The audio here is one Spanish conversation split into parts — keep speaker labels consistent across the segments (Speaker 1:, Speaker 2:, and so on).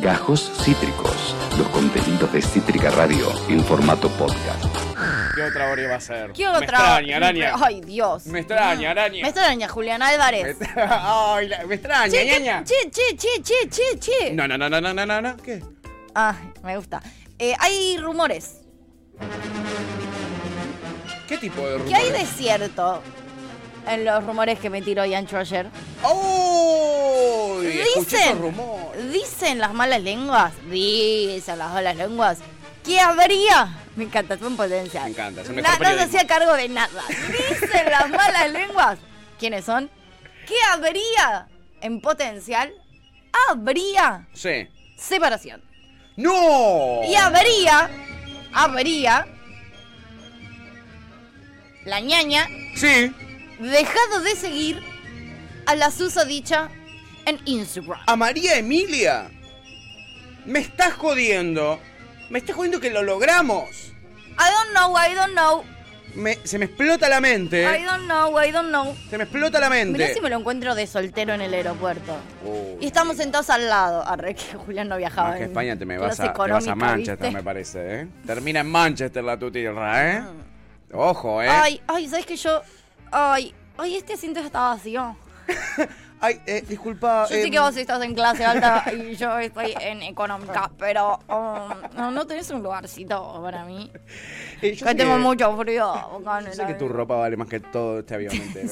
Speaker 1: Gajos Cítricos. Los contenidos de Cítrica Radio en formato podcast.
Speaker 2: ¿Qué otra hora iba a ser?
Speaker 3: ¿Qué otra?
Speaker 2: Me extraña, araña.
Speaker 3: Ay, Dios.
Speaker 2: Me extraña, araña.
Speaker 3: Me extraña, Julián Álvarez.
Speaker 2: Me extra- Ay, la- me extraña,
Speaker 3: Che, qué-
Speaker 2: ñaña.
Speaker 3: che, che, che, che, che, che.
Speaker 2: No, no, no, no, no, no, no, no. ¿Qué?
Speaker 3: Ah, me gusta. Eh, hay rumores.
Speaker 2: ¿Qué tipo de rumor?
Speaker 3: Que hay de cierto en los rumores que me tiró Ian Troyer.
Speaker 2: ¡Uy! Escuché esos
Speaker 3: Dicen,
Speaker 2: rumores.
Speaker 3: dicen las malas lenguas, dicen las malas lenguas, que habría. Me encanta, es un potencial.
Speaker 2: Me encanta, es un
Speaker 3: Na-
Speaker 2: mejor
Speaker 3: No se
Speaker 2: periodismo.
Speaker 3: hacía cargo de nada. Dicen las malas lenguas. ¿Quiénes son? Que habría en potencial, habría
Speaker 2: Sí.
Speaker 3: separación.
Speaker 2: ¡No!
Speaker 3: Y habría, habría la ñaña
Speaker 2: Sí.
Speaker 3: dejado de seguir a la susodicha en Instagram.
Speaker 2: A María Emilia. Me estás jodiendo. Me estás jodiendo que lo logramos.
Speaker 3: I don't know, I don't know,
Speaker 2: Me- se me explota la
Speaker 3: I
Speaker 2: mente.
Speaker 3: don't know, I don't know.
Speaker 2: Se me explota la
Speaker 3: Mirá
Speaker 2: mente.
Speaker 3: si me lo encuentro de soltero en el aeropuerto.
Speaker 2: Uy.
Speaker 3: Y estamos sentados al lado. Arre, que Julián no viajaba.
Speaker 2: Más que
Speaker 3: en
Speaker 2: España te me
Speaker 3: clase
Speaker 2: vas a, te vas
Speaker 3: económica,
Speaker 2: a Manchester,
Speaker 3: ¿viste?
Speaker 2: me parece, ¿eh? Termina en Manchester la tu tierra, ¿eh? Ojo, ¿eh?
Speaker 3: Ah. Ay, ay, ¿sabes que yo? Ay, ay, este asiento está vacío.
Speaker 2: Ay, eh, disculpa.
Speaker 3: Yo
Speaker 2: eh,
Speaker 3: sé que vos estás en clase alta y yo estoy en económica, pero um, no, no tenés un lugarcito para mí.
Speaker 2: eh, yo
Speaker 3: Que
Speaker 2: sé
Speaker 3: tengo
Speaker 2: que-
Speaker 3: mucho frío. acá en
Speaker 2: Yo
Speaker 3: el
Speaker 2: sé que tu
Speaker 3: avión.
Speaker 2: ropa vale más que todo este avión entero.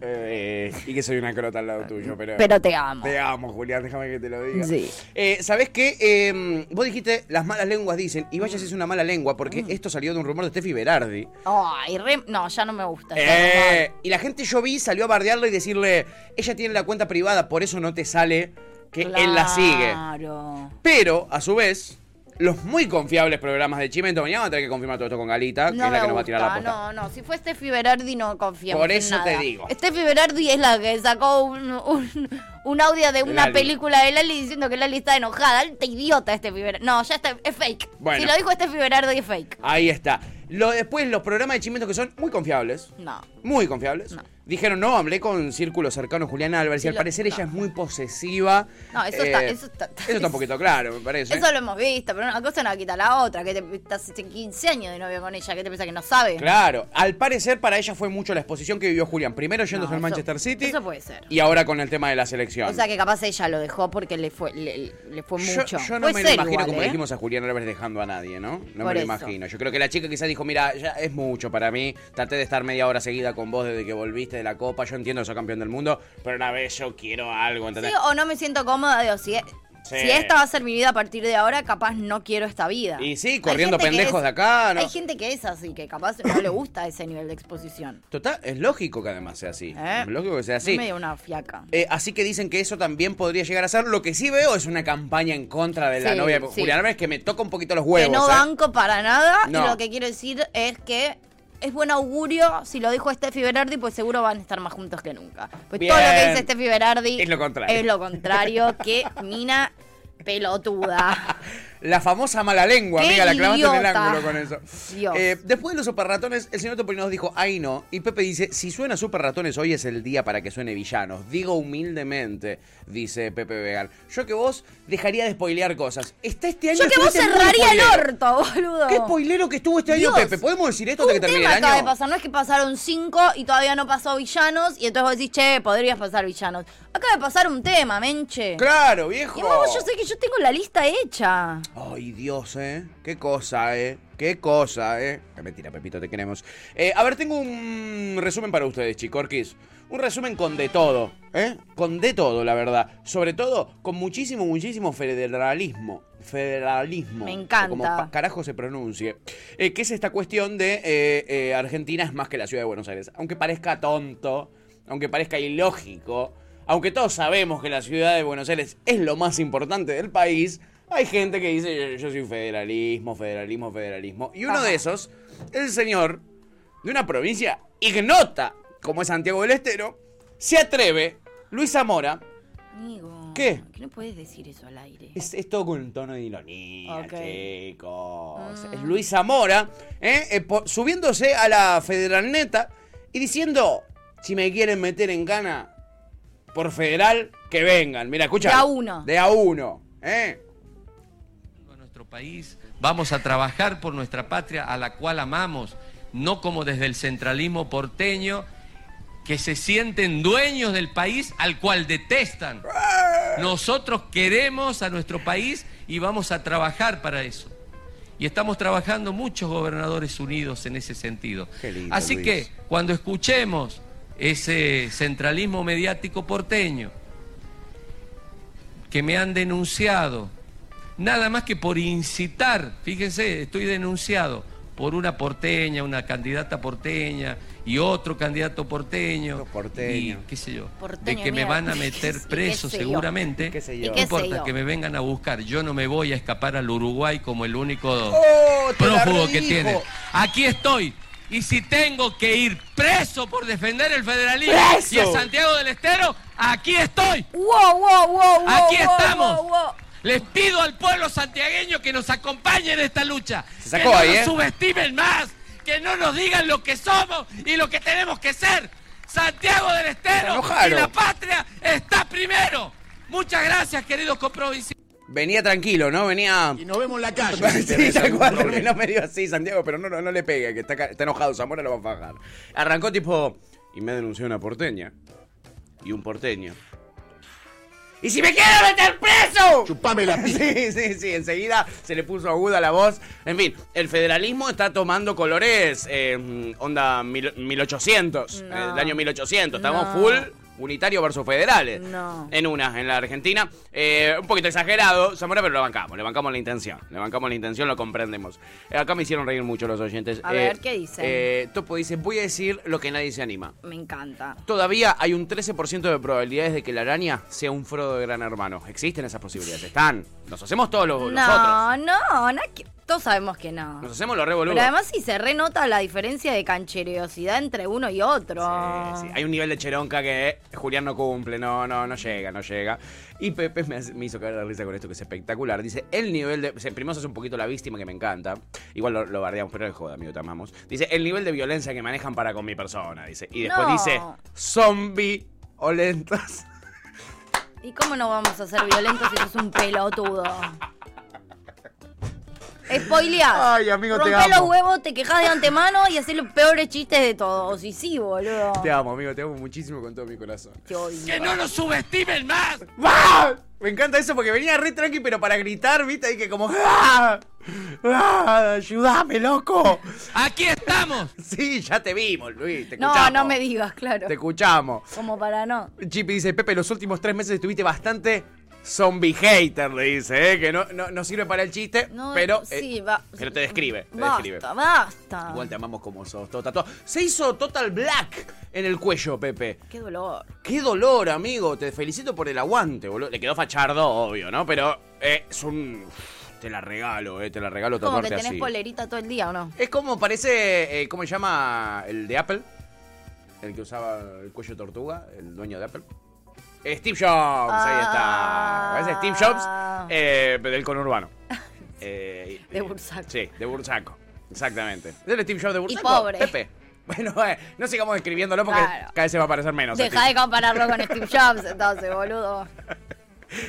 Speaker 2: Eh, y que soy una crota al lado tuyo, pero.
Speaker 3: Pero te amo.
Speaker 2: Te amo, Julián, déjame que te lo diga.
Speaker 3: Sí.
Speaker 2: Eh, ¿Sabés qué? Eh, vos dijiste, las malas lenguas dicen, y vaya si es una mala lengua,
Speaker 3: Ah.
Speaker 2: porque esto salió de un rumor de Steffi Berardi.
Speaker 3: Ay, re- no, ya no me gusta. ya no me-
Speaker 2: Eh, y la gente yo vi salió a bardearla y decirle, ella tiene la cuenta privada, por eso no te sale que él la sigue.
Speaker 3: Claro.
Speaker 2: Pero, a su vez, los muy confiables programas de Chimento, mañana vamos a tener que confirmar todo esto con Galita, que
Speaker 3: No
Speaker 2: es la
Speaker 3: me
Speaker 2: que nos va a tirar la
Speaker 3: gusta,
Speaker 2: posta.
Speaker 3: no, no. Si fue Steffi Berardi no confiamos
Speaker 2: Por
Speaker 3: en
Speaker 2: eso te
Speaker 3: nada.
Speaker 2: digo.
Speaker 3: Steffi Berardi es la que sacó un, un, un audio de una
Speaker 2: Lali.
Speaker 3: película de Lali diciendo que Lali está enojada. Alta idiota Steffi Berardi. No, ya está, es fake.
Speaker 2: Bueno.
Speaker 3: Si lo dijo Steffi Berardi es fake.
Speaker 2: Ahí está. Lo, después, los programas de Chimento que son muy confiables,
Speaker 3: No.
Speaker 2: muy confiables,
Speaker 3: No.
Speaker 2: dijeron, no, hablé con Círculo Cercano Juliana Álvarez, y
Speaker 3: Sí,
Speaker 2: al
Speaker 3: lo-
Speaker 2: parecer
Speaker 3: no.
Speaker 2: ella es muy posesiva. Eh,
Speaker 3: No, eso está- eso está-
Speaker 2: Eso está un poquito claro, me parece.
Speaker 3: Eso lo hemos visto, pero una cosa no quita la otra. Que te, estás hace 15 años de novio con ella. ¿Qué te piensas que no sabe?
Speaker 2: Claro, al parecer para ella fue mucho la exposición que vivió Julián. Primero yéndose
Speaker 3: No,
Speaker 2: al
Speaker 3: eso-
Speaker 2: Manchester City.
Speaker 3: eso puede ser.
Speaker 2: Y ahora con el tema de la selección.
Speaker 3: O sea que capaz ella lo dejó porque le fue, le, le fue
Speaker 2: yo,
Speaker 3: mucho.
Speaker 2: yo no
Speaker 3: Puede
Speaker 2: me lo
Speaker 3: ser
Speaker 2: imagino
Speaker 3: igual,
Speaker 2: como
Speaker 3: ¿eh?
Speaker 2: dijimos a Julián Álvarez dejando a nadie, ¿no? No me
Speaker 3: Por
Speaker 2: lo
Speaker 3: eso.
Speaker 2: imagino. Yo creo que la chica quizás dijo, mira, ya es mucho para mí. Traté de estar media hora seguida con vos desde que volviste de la Copa. Yo entiendo que soy campeón del mundo, pero una vez yo quiero algo, ¿entendés?
Speaker 3: Sí, o no me siento cómoda, digo, si, si esta va a ser mi vida a partir de ahora, capaz no quiero esta vida.
Speaker 2: Y sí,
Speaker 3: Hay
Speaker 2: corriendo
Speaker 3: gente que
Speaker 2: pendejos
Speaker 3: es-
Speaker 2: de acá, ¿no?
Speaker 3: Hay gente que es así, que capaz no le gusta ese nivel de exposición.
Speaker 2: Total, es lógico que además sea así.
Speaker 3: ¿eh?
Speaker 2: Es lógico que sea así.
Speaker 3: No me dio una fiaca.
Speaker 2: Eh, así que dicen que eso también podría llegar a ser. Lo que sí veo es una campaña en contra de la
Speaker 3: Sí,
Speaker 2: novia de
Speaker 3: sí.
Speaker 2: Julián Álvarez que me toca un poquito los huevos.
Speaker 3: que no
Speaker 2: ¿eh?
Speaker 3: banco para nada,
Speaker 2: No.
Speaker 3: y lo que quiero decir es que es buen augurio, si lo dijo Steffi Berardi, pues seguro van a estar más juntos que nunca. Pues todo lo que
Speaker 2: Bien.
Speaker 3: dice Steffi Berardi
Speaker 2: Es lo contrario.
Speaker 3: es lo contrario que Mina pelotuda.
Speaker 2: La famosa mala lengua,
Speaker 3: ¡Qué
Speaker 2: amiga, la clavaste en el
Speaker 3: idiota!
Speaker 2: ángulo con eso.
Speaker 3: Dios.
Speaker 2: Eh, después de los super ratones, el señor Topolinos dijo, ay no. Y Pepe dice, si suena super ratones, hoy es el día para que suene villanos. Digo humildemente, dice Pepe Vegan. Yo que vos dejaría de spoilear cosas. Está este año.
Speaker 3: Yo que vos
Speaker 2: estuviste muy
Speaker 3: cerraría el
Speaker 2: spoilero.
Speaker 3: orto, boludo.
Speaker 2: Qué spoilero que estuvo este año,
Speaker 3: Dios.
Speaker 2: Pepe. ¿Podemos decir esto hasta que
Speaker 3: Un
Speaker 2: termine
Speaker 3: tema
Speaker 2: el
Speaker 3: acaba
Speaker 2: año?
Speaker 3: de pasar, no es que pasaron cinco y todavía no pasó villanos, y entonces vos decís, che, podrías pasar villanos. Acaba de pasar un tema, menche.
Speaker 2: Claro,
Speaker 3: Y
Speaker 2: viejo.
Speaker 3: vos, yo sé que yo tengo la lista hecha.
Speaker 2: Ay, Dios, ¿eh? Qué cosa, ¿eh? Qué cosa, ¿eh? Qué mentira, Pepito, te queremos. Eh, a ver, tengo un resumen para ustedes, chicorquis. Un resumen con de todo, ¿eh? Con de todo, la verdad. Sobre todo con muchísimo, muchísimo federalismo. Federalismo.
Speaker 3: Me encanta.
Speaker 2: O Como pa- carajo se pronuncie. Eh, que es esta cuestión de eh, eh, Argentina es más que la ciudad de Buenos Aires. Aunque parezca tonto, aunque parezca ilógico, aunque todos sabemos que la ciudad de Buenos Aires es lo más importante del país, hay gente que dice yo, yo soy federalismo, federalismo, federalismo. Y uno
Speaker 3: Ajá.
Speaker 2: de esos, el señor de una provincia ignota como es Santiago del Estero, se atreve, Luis Zamora,
Speaker 3: Amigo.
Speaker 2: ¿Qué?
Speaker 3: Que no puedes decir eso al aire.
Speaker 2: Es, es todo con un tono de ironía,
Speaker 3: Ok. Ah.
Speaker 2: chicos. Es Luis Zamora, ¿eh? Eh, po- subiéndose a la federal neta y diciendo: Si me quieren meter en gana por federal, que vengan. Mira, escucha.
Speaker 3: De a uno.
Speaker 2: De a uno, ¿eh?
Speaker 4: nuestro país, vamos a trabajar por nuestra patria a la cual amamos, no como desde el centralismo porteño que se sienten dueños del país al cual detestan. Nosotros queremos a nuestro país y vamos a trabajar para eso. Y estamos trabajando muchos gobernadores unidos en ese sentido.
Speaker 2: Qué lindo,
Speaker 4: Así
Speaker 2: Luis.
Speaker 4: que cuando escuchemos ese centralismo mediático porteño que me han denunciado, nada más que por incitar, fíjense, estoy denunciado por una porteña, una candidata porteña y otro candidato porteño,
Speaker 2: Otro porteño.
Speaker 4: y qué sé yo, de
Speaker 3: Porteño,
Speaker 4: que me
Speaker 3: mierda.
Speaker 4: van a
Speaker 3: Y
Speaker 4: meter
Speaker 3: qué
Speaker 4: preso
Speaker 3: sé yo.
Speaker 4: seguramente,
Speaker 2: Y qué sé yo.
Speaker 4: no
Speaker 3: Y qué sé
Speaker 4: importa
Speaker 3: yo.
Speaker 4: que me vengan a buscar, yo no me voy a escapar al Uruguay como el único
Speaker 2: ¡Oh, te la
Speaker 4: prófugo que
Speaker 2: redijo!
Speaker 4: tiene. Aquí estoy. Y si tengo que ir preso por defender el federalismo
Speaker 2: ¡Preso!
Speaker 4: y a Santiago del Estero, aquí estoy.
Speaker 3: ¡Wow, wow, wow! wow,
Speaker 4: Aquí
Speaker 3: wow,
Speaker 4: estamos.
Speaker 3: wow, wow.
Speaker 4: Les pido al pueblo santiagueño que nos acompañe en esta lucha.
Speaker 2: Se sacó
Speaker 4: que no
Speaker 2: ahí,
Speaker 4: nos
Speaker 2: ¿eh?
Speaker 4: subestimen más. Que no nos digan lo que somos y lo que tenemos que ser. Santiago del
Speaker 2: Se
Speaker 4: Estero y
Speaker 2: enojaron.
Speaker 4: la patria está primero. Muchas gracias, queridos comprovincianos.
Speaker 2: Venía tranquilo, ¿no? Venía.
Speaker 5: Y nos vemos en la calle.
Speaker 2: Sí, se acuerda, no me dio así, Santiago, pero no, no, no le pegue, que está, ca- está enojado, Zamora lo va a fajar. Arrancó tipo. Y me denunció una porteña. Y un porteño. ¡Y si me quiero meter preso!
Speaker 5: Chupame la pija.
Speaker 2: Sí, sí, sí, enseguida se le puso aguda la voz. En fin, el federalismo está tomando colores, eh, onda mil- 1800,
Speaker 3: No.
Speaker 2: eh, el año 1800. Estamos
Speaker 3: No.
Speaker 2: full unitario versus federales.
Speaker 3: No.
Speaker 2: En unas, en la Argentina. Eh, un poquito exagerado, Zamora, pero lo bancamos, le bancamos la intención. Le bancamos la intención, lo comprendemos. Eh, acá me hicieron reír mucho los oyentes.
Speaker 3: A ver, ¿qué dicen?
Speaker 2: eh, Topo dice, voy a decir lo que nadie se anima.
Speaker 3: Me encanta.
Speaker 2: Todavía hay un 13% de probabilidades de que la araña sea un Frodo de Gran Hermano. Existen esas posibilidades, están. Nos hacemos todos los, nosotros.
Speaker 3: No, no, na- que- todos sabemos que no.
Speaker 2: Nos hacemos los re boludos.
Speaker 3: Pero además sí se renota la diferencia de canchereosidad entre uno y otro.
Speaker 2: Sí, sí. Hay un nivel de cheronca que Julián no cumple, no, no, no llega, no llega. Y Pepe me, hace- me hizo caer la risa con esto que es espectacular. Dice, el nivel de... se- Primero se hace un poquito la víctima que me encanta. Igual lo, lo bardeamos, pero es joda, amigo, te amamos. Dice, el nivel de violencia que manejan para con mi persona, dice. Y después
Speaker 3: No.
Speaker 2: dice, zombie o lentos.
Speaker 3: ¿Y cómo no vamos a ser violentos si sos un pelotudo? Spoileás.
Speaker 2: Ay, amigo, te
Speaker 3: Rompés los
Speaker 2: amo.
Speaker 3: huevos, te quejas de antemano y haces los peores chistes de todos. Y sí, boludo.
Speaker 2: Te amo, amigo, te amo muchísimo con todo mi corazón.
Speaker 3: Te odio.
Speaker 4: Que no nos subestimen más.
Speaker 2: ¡Ah! Me encanta eso porque venía re tranqui, pero para gritar, viste, y que como. ¡Ah! ¡Ah! ¡Ayúdame, loco!
Speaker 4: Aquí estamos.
Speaker 2: Sí, ya te vimos, Luis. Te
Speaker 3: No,
Speaker 2: escuchamos.
Speaker 3: no me digas, claro.
Speaker 2: Te escuchamos.
Speaker 3: Como para no.
Speaker 2: Chipi dice: Pepe, los últimos tres meses estuviste bastante zombie hater, le dice, ¿eh? que no, no, no sirve para el chiste,
Speaker 3: No,
Speaker 2: pero. eh,
Speaker 3: sí, va-
Speaker 2: Pero te describe, te
Speaker 3: basta,
Speaker 2: describe.
Speaker 3: Basta,
Speaker 2: Igual te amamos como sos, todo tatuado. Se hizo Total Black en el cuello, Pepe.
Speaker 3: Qué dolor.
Speaker 2: Qué dolor, amigo. Te felicito por el aguante, boludo. Le quedó fachardo, obvio, ¿no? Pero eh, es un. Te la regalo, eh. Te la regalo
Speaker 3: Como que
Speaker 2: tatuarte
Speaker 3: tenés
Speaker 2: así.
Speaker 3: polerita todo el día, ¿o no?
Speaker 2: Es como parece. eh, ¿Cómo se llama? El de Apple. El que usaba el cuello de tortuga, el dueño de Apple. Eh, Steve Jobs,
Speaker 3: Ah.
Speaker 2: ahí está. Parece Steve Jobs, eh, pero del conurbano. Eh,
Speaker 3: De Bursaco.
Speaker 2: Sí, de Bursaco. Exactamente. ¿Es el Steve Jobs de Bursaco?
Speaker 3: pobre.
Speaker 2: Pepe. Bueno, eh, no sigamos escribiéndolo porque
Speaker 3: Claro.
Speaker 2: cada vez se va a parecer menos. a
Speaker 3: Deja
Speaker 2: Steve
Speaker 3: de compararlo con Steve Jobs, entonces, boludo.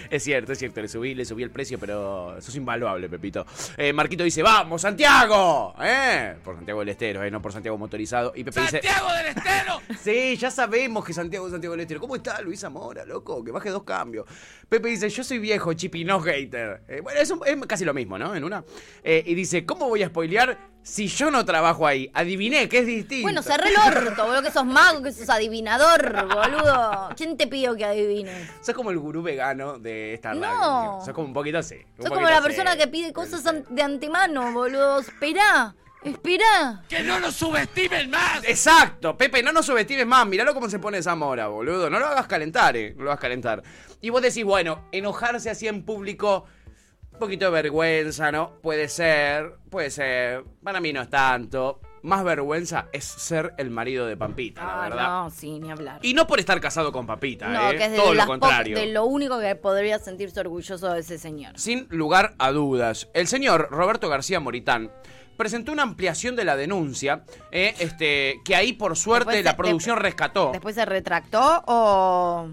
Speaker 2: Es cierto, es cierto, le subí, le subí el precio, pero eso es invaluable, Pepito. Eh, Marquito dice, vamos, Santiago, ¿eh? Por Santiago del Estero, ¿eh? No por Santiago motorizado. Y Pepe dice,
Speaker 4: Santiago del Estero.
Speaker 2: sí, ya sabemos que Santiago es Santiago del Estero. ¿Cómo está Luisa Mora, loco? Que baje dos cambios. Pepe dice, yo soy viejo, chipi, no hater. Eh, bueno, es, un- es casi lo mismo, ¿no? En una. Eh, y dice, ¿cómo voy a spoilear si yo no trabajo ahí? Adiviné que es distinto.
Speaker 3: Bueno, cerré el orto, boludo, que sos mago, que sos adivinador, boludo. ¿Quién te pidió que adivines?
Speaker 2: Sos como el gurú vegano de esta
Speaker 3: No.
Speaker 2: radio. Sos como un poquito así. un
Speaker 3: Sos como
Speaker 2: poquito
Speaker 3: la
Speaker 2: así.
Speaker 3: persona que pide cosas an- de antemano, boludo. Esperá, esperá.
Speaker 4: Que no nos subestimen más.
Speaker 2: Exacto, Pepe, no nos subestimes más. Miralo cómo se pone Zamora, boludo. No lo hagas calentar, eh. No lo hagas calentar. Y vos decís, bueno, enojarse así en público, un poquito de vergüenza, ¿no? Puede ser, puede ser. Para mí no es tanto. Más vergüenza es ser el marido de Pampita, la
Speaker 3: Ah,
Speaker 2: verdad.
Speaker 3: no, sí, ni hablar.
Speaker 2: Y no por estar casado con Pampita,
Speaker 3: No,
Speaker 2: ¿eh?
Speaker 3: que es de,
Speaker 2: Todo lo
Speaker 3: las po-
Speaker 2: contrario.
Speaker 3: de lo único que podría sentirse orgulloso de ese señor.
Speaker 2: Sin lugar a dudas, el señor Roberto García Moritán presentó una ampliación de la denuncia, eh, este, que ahí por suerte
Speaker 3: Después
Speaker 2: la
Speaker 3: se-
Speaker 2: producción
Speaker 3: de-
Speaker 2: rescató.
Speaker 3: ¿Después se retractó o...?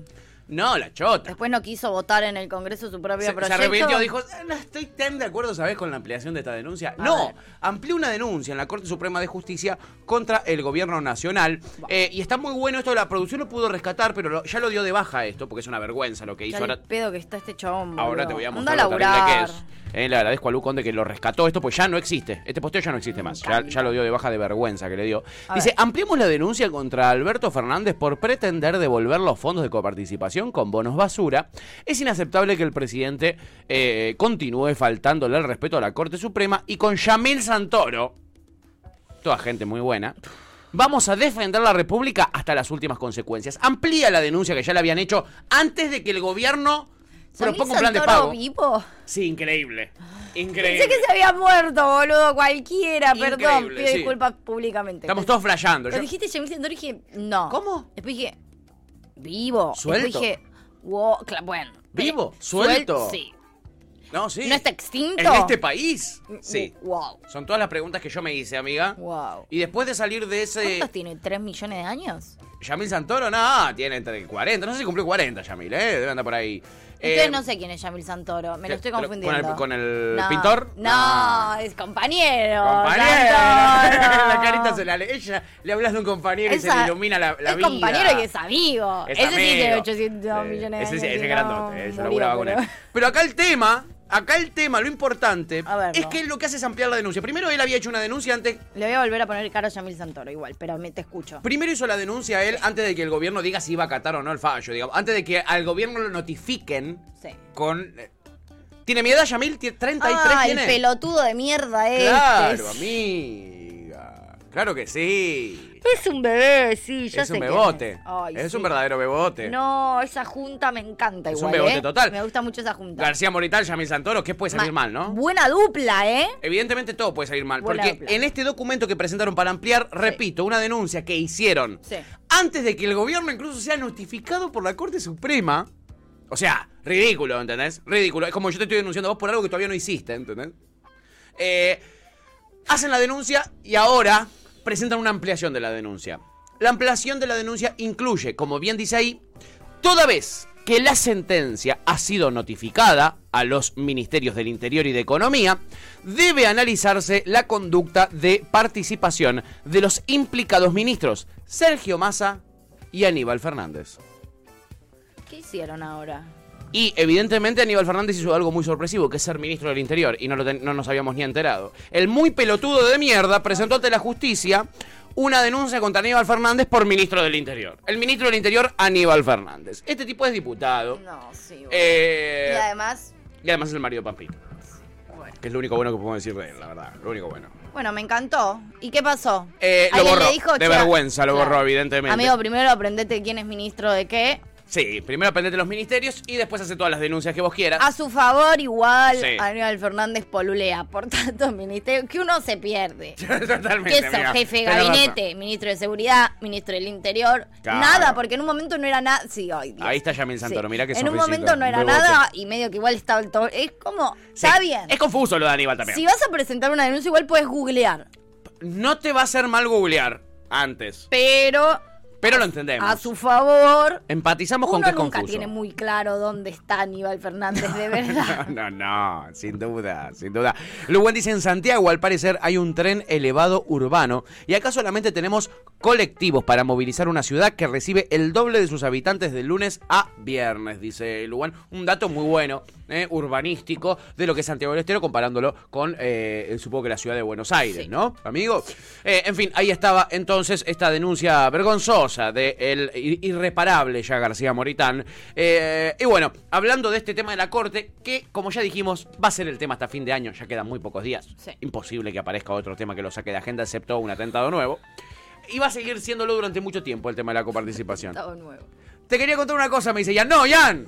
Speaker 2: No, la chota.
Speaker 3: Después no quiso votar en el Congreso su propio
Speaker 2: Se, se
Speaker 3: proyecto.
Speaker 2: arrepintió, dijo, "Eh, no estoy tan de acuerdo, ¿sabes?, con la ampliación de esta denuncia.
Speaker 3: A
Speaker 2: no,
Speaker 3: ver.
Speaker 2: amplió una denuncia en la Corte Suprema de Justicia contra el gobierno nacional. Eh, y está muy bueno esto, la producción lo pudo rescatar, pero lo- ya lo dio de baja esto, porque es una vergüenza lo que hizo.
Speaker 3: Ya
Speaker 2: Ahora,
Speaker 3: el pedo que está este chabón.
Speaker 2: ahora
Speaker 3: boludo.
Speaker 2: te voy a
Speaker 3: Anda
Speaker 2: mostrar lo terrible que
Speaker 3: laburar.
Speaker 2: es. Eh, le agradezco a Lu Conde que lo rescató esto, pues ya no existe. Este posteo ya no existe más. Ya, ya lo dio de baja de vergüenza que le dio.
Speaker 3: A
Speaker 2: Dice,
Speaker 3: ver.
Speaker 2: ampliemos la denuncia contra Alberto Fernández por pretender devolver los fondos de coparticipación con bonos basura. Es inaceptable que el presidente eh, continúe faltándole el respeto a la Corte Suprema y con Yamil Santoro, toda gente muy buena. Vamos a defender la República hasta las últimas consecuencias. Amplía la denuncia que ya le habían hecho antes de que el gobierno
Speaker 3: ¿Samir
Speaker 2: proponga un plan de
Speaker 3: Santoro
Speaker 2: pago.
Speaker 3: vivo?
Speaker 2: Sí, increíble.
Speaker 3: Pensé
Speaker 2: Increíble.
Speaker 3: que se había muerto, boludo, cualquiera. Perdón,
Speaker 2: Increíble,
Speaker 3: pido
Speaker 2: sí.
Speaker 3: disculpas públicamente.
Speaker 2: Estamos todos flasheando.
Speaker 3: Cuando
Speaker 2: Yo-
Speaker 3: dijiste Jamil Santoro dije, no.
Speaker 2: ¿Cómo?
Speaker 3: Después dije, vivo.
Speaker 2: Suelto.
Speaker 3: Después dije, wow, cla- bueno.
Speaker 2: Vivo,
Speaker 3: Eh,
Speaker 2: suelto.
Speaker 3: suel- sí.
Speaker 2: No, sí.
Speaker 3: ¿No está extinto? Mm,
Speaker 2: En este país. Sí.
Speaker 3: Wow.
Speaker 2: Son todas las preguntas que yo me hice, amiga.
Speaker 3: Wow.
Speaker 2: Y después de salir de ese.
Speaker 3: ¿Cuántos tiene? ¿Tres millones de años?
Speaker 2: Yamil Santoro, no, tiene entre 40. No sé si cumplió 40, Yamil, ¿eh? Debe andar por ahí.
Speaker 3: Entonces
Speaker 2: Eh,
Speaker 3: no sé quién es Yamil Santoro, me lo
Speaker 2: ¿qué?
Speaker 3: estoy
Speaker 2: ¿Pero
Speaker 3: confundiendo.
Speaker 2: con el- con el
Speaker 3: No,
Speaker 2: pintor?
Speaker 3: No,
Speaker 2: No.
Speaker 3: es compañero.
Speaker 2: Compañero.
Speaker 3: Santoro.
Speaker 2: la carita se la. Ella le hablas de un compañero y se
Speaker 3: Esa-
Speaker 2: le ilumina la, la
Speaker 3: es
Speaker 2: vida.
Speaker 3: compañero y es amigo.
Speaker 2: Es
Speaker 3: ese sí
Speaker 2: amigo.
Speaker 3: tiene 800
Speaker 2: Sí.
Speaker 3: millones de
Speaker 2: Ese,
Speaker 3: años.
Speaker 2: sí, ese
Speaker 3: y
Speaker 2: es
Speaker 3: no
Speaker 2: grandote, eh, yo
Speaker 3: murió,
Speaker 2: laburaba con él.
Speaker 3: pero-
Speaker 2: Pero acá el tema, acá el tema, lo importante
Speaker 3: A verlo.
Speaker 2: es que él lo que hace es ampliar la denuncia. Primero él había hecho una denuncia antes,
Speaker 3: Le voy a volver a poner cara a Yamil Santoro igual, pero me, te escucho.
Speaker 2: primero hizo la denuncia él antes de que el gobierno diga si iba a acatar o no el fallo, digamos, antes de que al gobierno lo notifiquen
Speaker 3: Sí.
Speaker 2: con eh, tiene mi edad Yamil, ¿Tie- 33
Speaker 3: Ah, el
Speaker 2: tiene.
Speaker 3: pelotudo de mierda este.
Speaker 2: Claro, amiga. Claro que sí.
Speaker 3: Es un bebé, sí, ya
Speaker 2: es
Speaker 3: sé
Speaker 2: un
Speaker 3: quién
Speaker 2: bebote.
Speaker 3: Ay,
Speaker 2: es
Speaker 3: sí.
Speaker 2: un verdadero bebote.
Speaker 3: No, esa junta me encanta
Speaker 2: Es
Speaker 3: igual,
Speaker 2: un bebote
Speaker 3: ¿eh?
Speaker 2: total.
Speaker 3: Me gusta mucho esa junta.
Speaker 2: García Morital, Yamil Santoro, ¿qué puede salir
Speaker 3: Ma-
Speaker 2: mal, no?
Speaker 3: Buena dupla, ¿eh?
Speaker 2: Evidentemente todo puede salir mal,
Speaker 3: Buena
Speaker 2: porque
Speaker 3: dupla.
Speaker 2: en este documento que presentaron para ampliar, repito, una denuncia que hicieron
Speaker 3: Sí.
Speaker 2: antes de que el gobierno incluso sea notificado por la Corte Suprema. O sea, ridículo, ¿entendés? Ridículo. Es como yo te estoy denunciando a vos por algo que todavía no hiciste, ¿entendés? Eh, hacen la denuncia y ahora presentan una ampliación de la denuncia. La ampliación de la denuncia incluye, como bien dice ahí, toda vez que la sentencia ha sido notificada a los ministerios del Interior y de Economía, debe analizarse la conducta de participación de los implicados ministros Sergio Massa y Aníbal Fernández.
Speaker 3: ¿Qué hicieron ahora?
Speaker 2: Y evidentemente Aníbal Fernández hizo algo muy sorpresivo, que es ser ministro del Interior, y no, lo ten- no nos habíamos ni enterado. El muy pelotudo de mierda presentó ante la justicia una denuncia contra Aníbal Fernández por ministro del Interior. El ministro del Interior, Aníbal Fernández. Este tipo es diputado.
Speaker 3: No, sí. bueno.
Speaker 2: eh,
Speaker 3: y además,
Speaker 2: y además es el marido de Pampita,
Speaker 3: bueno.
Speaker 2: que es lo único bueno que podemos decir de él, la verdad. Lo único bueno.
Speaker 3: Bueno, me encantó. ¿Y qué pasó?
Speaker 2: Eh, lo
Speaker 3: ¿Alguien
Speaker 2: borró.
Speaker 3: le dijo,
Speaker 2: De
Speaker 3: "Che,
Speaker 2: vergüenza lo borró, evidentemente.
Speaker 3: Amigo, primero aprendete quién es ministro de qué.
Speaker 2: Sí, primero aprendete los ministerios y después hace todas las denuncias que vos quieras.
Speaker 3: A su favor, igual,
Speaker 2: Sí.
Speaker 3: Aníbal Fernández polulea. Por tanto, ministro, que uno se pierde.
Speaker 2: Totalmente,
Speaker 3: ¿Qué sos,
Speaker 2: amiga.
Speaker 3: jefe de
Speaker 2: Tenés razón.
Speaker 3: gabinete? Ministro de Seguridad, ministro del Interior.
Speaker 2: Claro.
Speaker 3: Nada, porque en un momento no era nada. Sí, ay, Dios.
Speaker 2: Ahí está Yamil Santoro, mirá que
Speaker 3: En un
Speaker 2: sonrisita,
Speaker 3: momento no era
Speaker 2: bebote.
Speaker 3: nada y medio que igual estaba el todo. Es como, está
Speaker 2: Sí,
Speaker 3: bien.
Speaker 2: Es confuso lo de Aníbal también.
Speaker 3: Si vas a presentar una denuncia, igual puedes googlear.
Speaker 2: No te va a hacer mal googlear antes.
Speaker 3: Pero,
Speaker 2: Pero lo entendemos.
Speaker 3: a su favor,
Speaker 2: Empatizamos con
Speaker 3: uno
Speaker 2: que es
Speaker 3: nunca
Speaker 2: confuso.
Speaker 3: tiene muy claro dónde está Aníbal Fernández, de verdad.
Speaker 2: No, no, sin duda, sin duda. Luwen dice, en Santiago al parecer hay un tren elevado urbano y acá solamente tenemos colectivos para movilizar una ciudad que recibe el doble de sus habitantes de lunes a viernes, dice Luwen. Un dato muy bueno, eh, urbanístico, de lo que es Santiago del Estero comparándolo con, eh, supongo que la ciudad de Buenos Aires, ¿no, amigo? Eh, en fin, ahí estaba entonces esta denuncia vergonzosa de el ir- irreparable ya García Moritán. Eh, y bueno, hablando de este tema de la corte, que como ya dijimos, va a ser el tema hasta fin de año, ya quedan muy pocos días.
Speaker 3: Sí.
Speaker 2: Imposible que aparezca otro tema que lo saque de agenda, excepto un atentado nuevo. Y va a seguir siéndolo durante mucho tiempo el tema de la coparticipación.
Speaker 3: Todo nuevo.
Speaker 2: Te quería contar una cosa, me dice Jan. ¡No, Jan!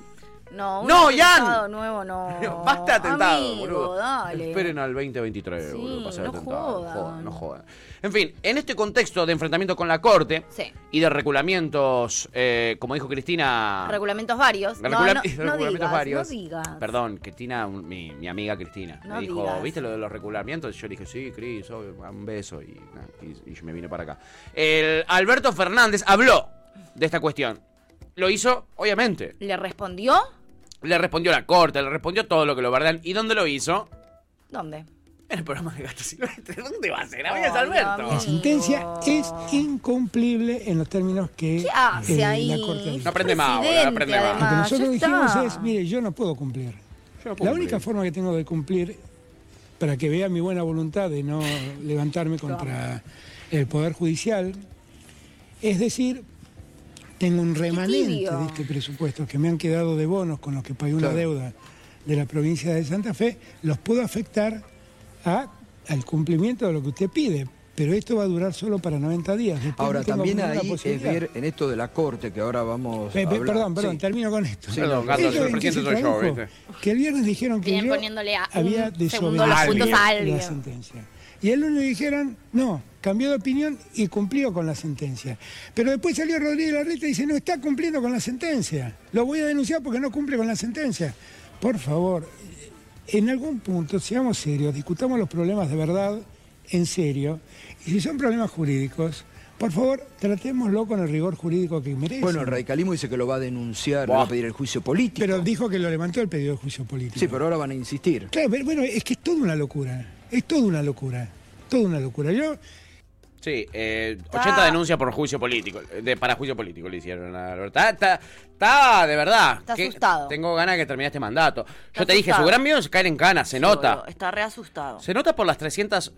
Speaker 3: No, un
Speaker 2: No,
Speaker 3: atentado
Speaker 2: Jan.
Speaker 3: nuevo no.
Speaker 2: Basta atentado,
Speaker 3: Amigo,
Speaker 2: boludo.
Speaker 3: Dale.
Speaker 2: Esperen al 2023,
Speaker 3: Sí,
Speaker 2: boludo, para hacer
Speaker 3: no
Speaker 2: atentado.
Speaker 3: jodan.
Speaker 2: No jodan, no jodan. En fin, en este contexto de enfrentamiento con la corte
Speaker 3: Sí.
Speaker 2: y de regulamientos, eh, como dijo Cristina.
Speaker 3: Regulamentos varios. No,
Speaker 2: Regula-
Speaker 3: no, no
Speaker 2: regulamientos
Speaker 3: digas,
Speaker 2: varios.
Speaker 3: no digas.
Speaker 2: Perdón, Cristina, un- mi, mi amiga Cristina,
Speaker 3: No
Speaker 2: me dijo,
Speaker 3: digas.
Speaker 2: ¿viste lo de los regulamientos? Yo le dije, sí, Cris, obvio, un beso y, nada, y- y yo me vine para acá. El Alberto Fernández habló de esta cuestión. lo hizo, obviamente.
Speaker 3: ¿Le respondió?
Speaker 2: Le respondió la corte, le respondió todo lo que lo bardean. ¿Y dónde lo hizo?
Speaker 3: ¿Dónde?
Speaker 2: En el programa de Gato Silvestre. ¿Dónde va a ser? Ahí es
Speaker 3: Ay,
Speaker 2: Alberto.
Speaker 5: La
Speaker 3: Dios mío.
Speaker 5: sentencia es incumplible en los términos que
Speaker 3: ¿Qué hace
Speaker 5: eh,
Speaker 3: ahí?
Speaker 5: la Corte hizo.
Speaker 2: No aprende más ahora,
Speaker 3: Presidente,
Speaker 2: aprende más.
Speaker 5: Lo que
Speaker 3: además,
Speaker 5: nosotros
Speaker 3: ya
Speaker 5: dijimos
Speaker 3: está.
Speaker 5: es, mire, yo no puedo cumplir.
Speaker 2: Yo no puedo
Speaker 5: la única
Speaker 2: cumplir.
Speaker 5: forma que tengo de cumplir, para que vea mi buena voluntad de no levantarme contra el Poder Judicial, es decir, tengo un remanente
Speaker 3: tibio.
Speaker 5: de este presupuesto que me han quedado de bonos con los que pagué una
Speaker 2: Claro.
Speaker 5: deuda de la provincia de Santa Fe, los puedo afectar a- al cumplimiento de lo que usted pide. Pero esto va a durar solo para 90 días. Después
Speaker 6: Ahora,
Speaker 5: no tengo
Speaker 6: también
Speaker 5: ninguna
Speaker 6: ahí es
Speaker 5: posibilidad.
Speaker 6: ver en esto de la corte, que ahora vamos
Speaker 5: Eh,
Speaker 6: a
Speaker 5: pe-
Speaker 6: hablar.
Speaker 5: perdón, perdón,
Speaker 6: Sí.
Speaker 5: termino con esto.
Speaker 6: Sí, Perdón, no,
Speaker 2: Gato,
Speaker 5: Ellos
Speaker 2: el
Speaker 5: en que
Speaker 2: presidente
Speaker 5: se
Speaker 2: soy yo,
Speaker 5: tradujo,
Speaker 2: ¿viste?
Speaker 5: Que el viernes dijeron que
Speaker 7: Vienen
Speaker 5: yo
Speaker 7: poniéndole a un
Speaker 5: había
Speaker 7: segundo los
Speaker 2: puntos
Speaker 5: desobedecido
Speaker 2: a
Speaker 5: la
Speaker 7: alguien.
Speaker 5: sentencia. Y el lunes dijeron, no, cambió de opinión y cumplió con la sentencia. Pero después salió Rodríguez Larreta y dice, no está cumpliendo con la sentencia. Lo voy a denunciar porque no cumple con la sentencia. Por favor, en algún punto, seamos serios, discutamos los problemas de verdad en serio. Y si son problemas jurídicos, por favor, tratémoslo con el rigor jurídico que merece.
Speaker 6: Bueno, el radicalismo dice que lo va a denunciar, le va a pedir el juicio político.
Speaker 5: Pero dijo que lo levantó el pedido de juicio político.
Speaker 6: Sí, pero ahora van a insistir.
Speaker 5: Claro, pero bueno, es que es toda una locura. Es toda una locura. Toda una locura. Yo,
Speaker 2: Sí, eh, 80 denuncias por juicio político, de, para juicio político le hicieron a Alberto. Está, está- está, de verdad.
Speaker 3: Está
Speaker 2: que
Speaker 3: asustado.
Speaker 2: Tengo ganas de que termine este mandato. Yo
Speaker 7: Está
Speaker 2: te dije, su
Speaker 7: asustado.
Speaker 2: gran miedo es caer en cana, se nota.
Speaker 7: Seguro, Está re asustado.
Speaker 2: Se nota por las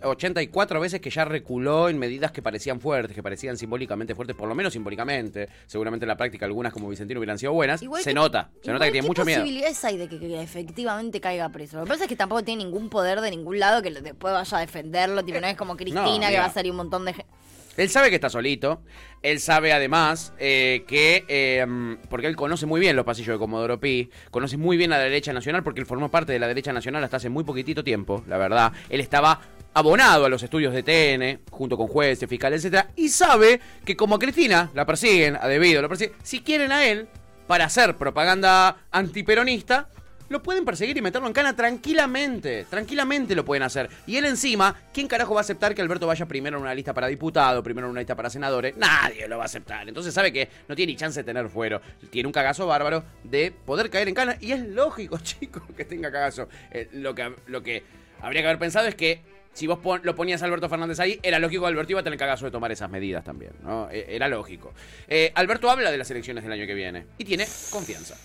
Speaker 2: 384 veces que ya reculó en medidas que parecían fuertes, que parecían simbólicamente fuertes, por lo menos simbólicamente. Seguramente en la práctica algunas como Vicentino hubieran sido buenas.
Speaker 3: Igual
Speaker 2: se
Speaker 3: que-
Speaker 2: nota, se
Speaker 3: igual,
Speaker 2: nota que tiene
Speaker 3: ¿qué
Speaker 2: mucho miedo.
Speaker 3: posibilidades hay de que, que efectivamente caiga preso? Lo que pasa es que tampoco tiene ningún poder de ningún lado que lo- después vaya a defenderlo. Tipo, no es como Cristina que
Speaker 2: mira.
Speaker 3: va a salir un montón de gente.
Speaker 2: Él sabe que está solito. Él sabe además eh, que. eh, mm, porque él conoce muy bien los pasillos de Comodoro Pi. Conoce muy bien a la derecha nacional porque él formó parte de la derecha nacional hasta hace muy poquitito tiempo, la verdad. Él estaba abonado a los estudios de TN, junto con jueces, fiscales, etc. Y sabe que como a Cristina la persiguen, a Debido lo persiguen, si quieren a él para hacer propaganda antiperonista, lo pueden perseguir y meterlo en cana tranquilamente. Tranquilamente lo pueden hacer. Y él encima, ¿quién carajo va a aceptar que Alberto vaya primero en una lista para diputado, primero en una lista para senadores? Nadie lo va a aceptar. Entonces sabe que no tiene ni chance de tener fuero. Tiene un cagazo bárbaro de poder caer en cana. Y es lógico, chicos, que tenga cagazo. Eh, lo, que, lo que habría que haber pensado es que si vos pon- lo ponías a Alberto Fernández ahí, era lógico que Alberto iba a tener cagazo de tomar esas medidas también, ¿no? E- Era lógico. Eh, Alberto habla de las elecciones del año que viene y tiene confianza.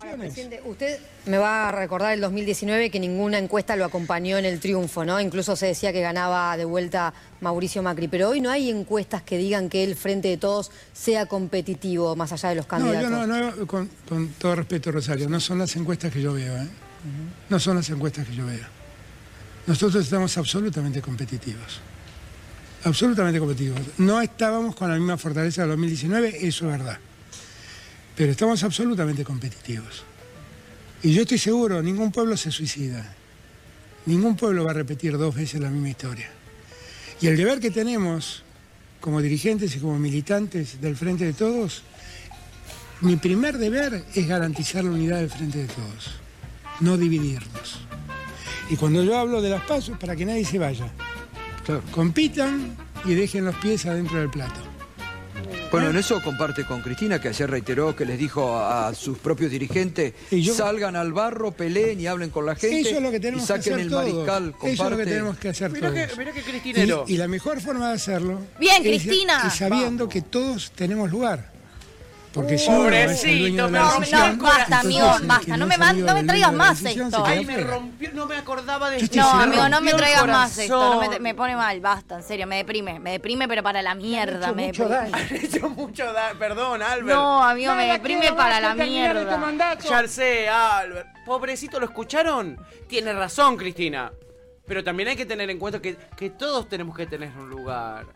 Speaker 8: Ahora, presidente, usted me va a recordar el 2019 que ninguna encuesta lo acompañó en el triunfo, ¿no? Incluso se decía que ganaba de vuelta Mauricio Macri, pero hoy no hay encuestas que digan que el Frente de Todos sea competitivo más allá de los
Speaker 5: no,
Speaker 8: candidatos.
Speaker 5: yo no, no, con, con todo respeto, Rosario, no son las encuestas que yo veo, ¿eh? No son las encuestas que yo veo. Nosotros estamos absolutamente competitivos. Absolutamente competitivos. No estábamos con la misma fortaleza del 2019, eso es verdad. Pero estamos absolutamente competitivos. Y yo estoy seguro, ningún pueblo se suicida. Ningún pueblo va a repetir dos veces la misma historia. Y el deber que tenemos como dirigentes y como militantes del Frente de Todos mi primer deber es garantizar la unidad del frente de todos, no dividirnos. Y cuando yo hablo de las pasos, para que nadie se vaya, compitan y dejen los pies adentro del plato.
Speaker 6: Bueno, en eso comparte con Cristina, que ayer reiteró que les dijo a, a sus propios dirigentes,
Speaker 5: Y yo-
Speaker 6: salgan al barro, peleen y hablen con la gente
Speaker 5: Eso es lo que tenemos
Speaker 6: y
Speaker 5: que
Speaker 6: saquen
Speaker 5: hacer
Speaker 6: el
Speaker 5: todos.
Speaker 6: mariscal,
Speaker 5: Eso es lo que
Speaker 6: comparte.
Speaker 5: tenemos que hacer
Speaker 2: Mirá que,
Speaker 5: todos.
Speaker 2: mirá que Cristinero.
Speaker 5: Y, y la mejor forma de hacerlo
Speaker 3: Bien,
Speaker 5: es-
Speaker 3: Cristina.
Speaker 5: es sabiendo que todos tenemos lugar. Porque si uno es el dueño
Speaker 2: Pobrecito,
Speaker 5: de la
Speaker 2: me
Speaker 5: decisión,
Speaker 2: rompió el
Speaker 5: entonces
Speaker 3: corazón.
Speaker 5: el que
Speaker 3: Basta, no me
Speaker 5: es
Speaker 3: man-
Speaker 5: amigo
Speaker 3: no me traigas
Speaker 5: del dueño de la
Speaker 3: más
Speaker 5: decisión
Speaker 3: esto.
Speaker 5: se queda
Speaker 3: Ay,
Speaker 5: fuera.
Speaker 2: rompió, no me acordaba de
Speaker 5: Yo estoy
Speaker 3: No,
Speaker 5: Sí, sí,
Speaker 3: amigo, no
Speaker 5: no.
Speaker 3: me
Speaker 2: Rompió el
Speaker 3: traigas más esto. no me,
Speaker 2: corazón.
Speaker 3: me pone mal, basta, en serio, me deprime. Me deprime, pero para la mierda.
Speaker 5: Mucho,
Speaker 3: Me
Speaker 5: mucho
Speaker 3: deprime.
Speaker 5: daño.
Speaker 2: Han hecho mucho daño. Perdón, Albert.
Speaker 3: No, amigo, me deprime para la mierda.
Speaker 2: Ya sé, Albert. Pobrecito, ¿lo escucharon? Tiene razón, Cristina. Pero también hay que tener en cuenta que, que todos tenemos que tener un lugar.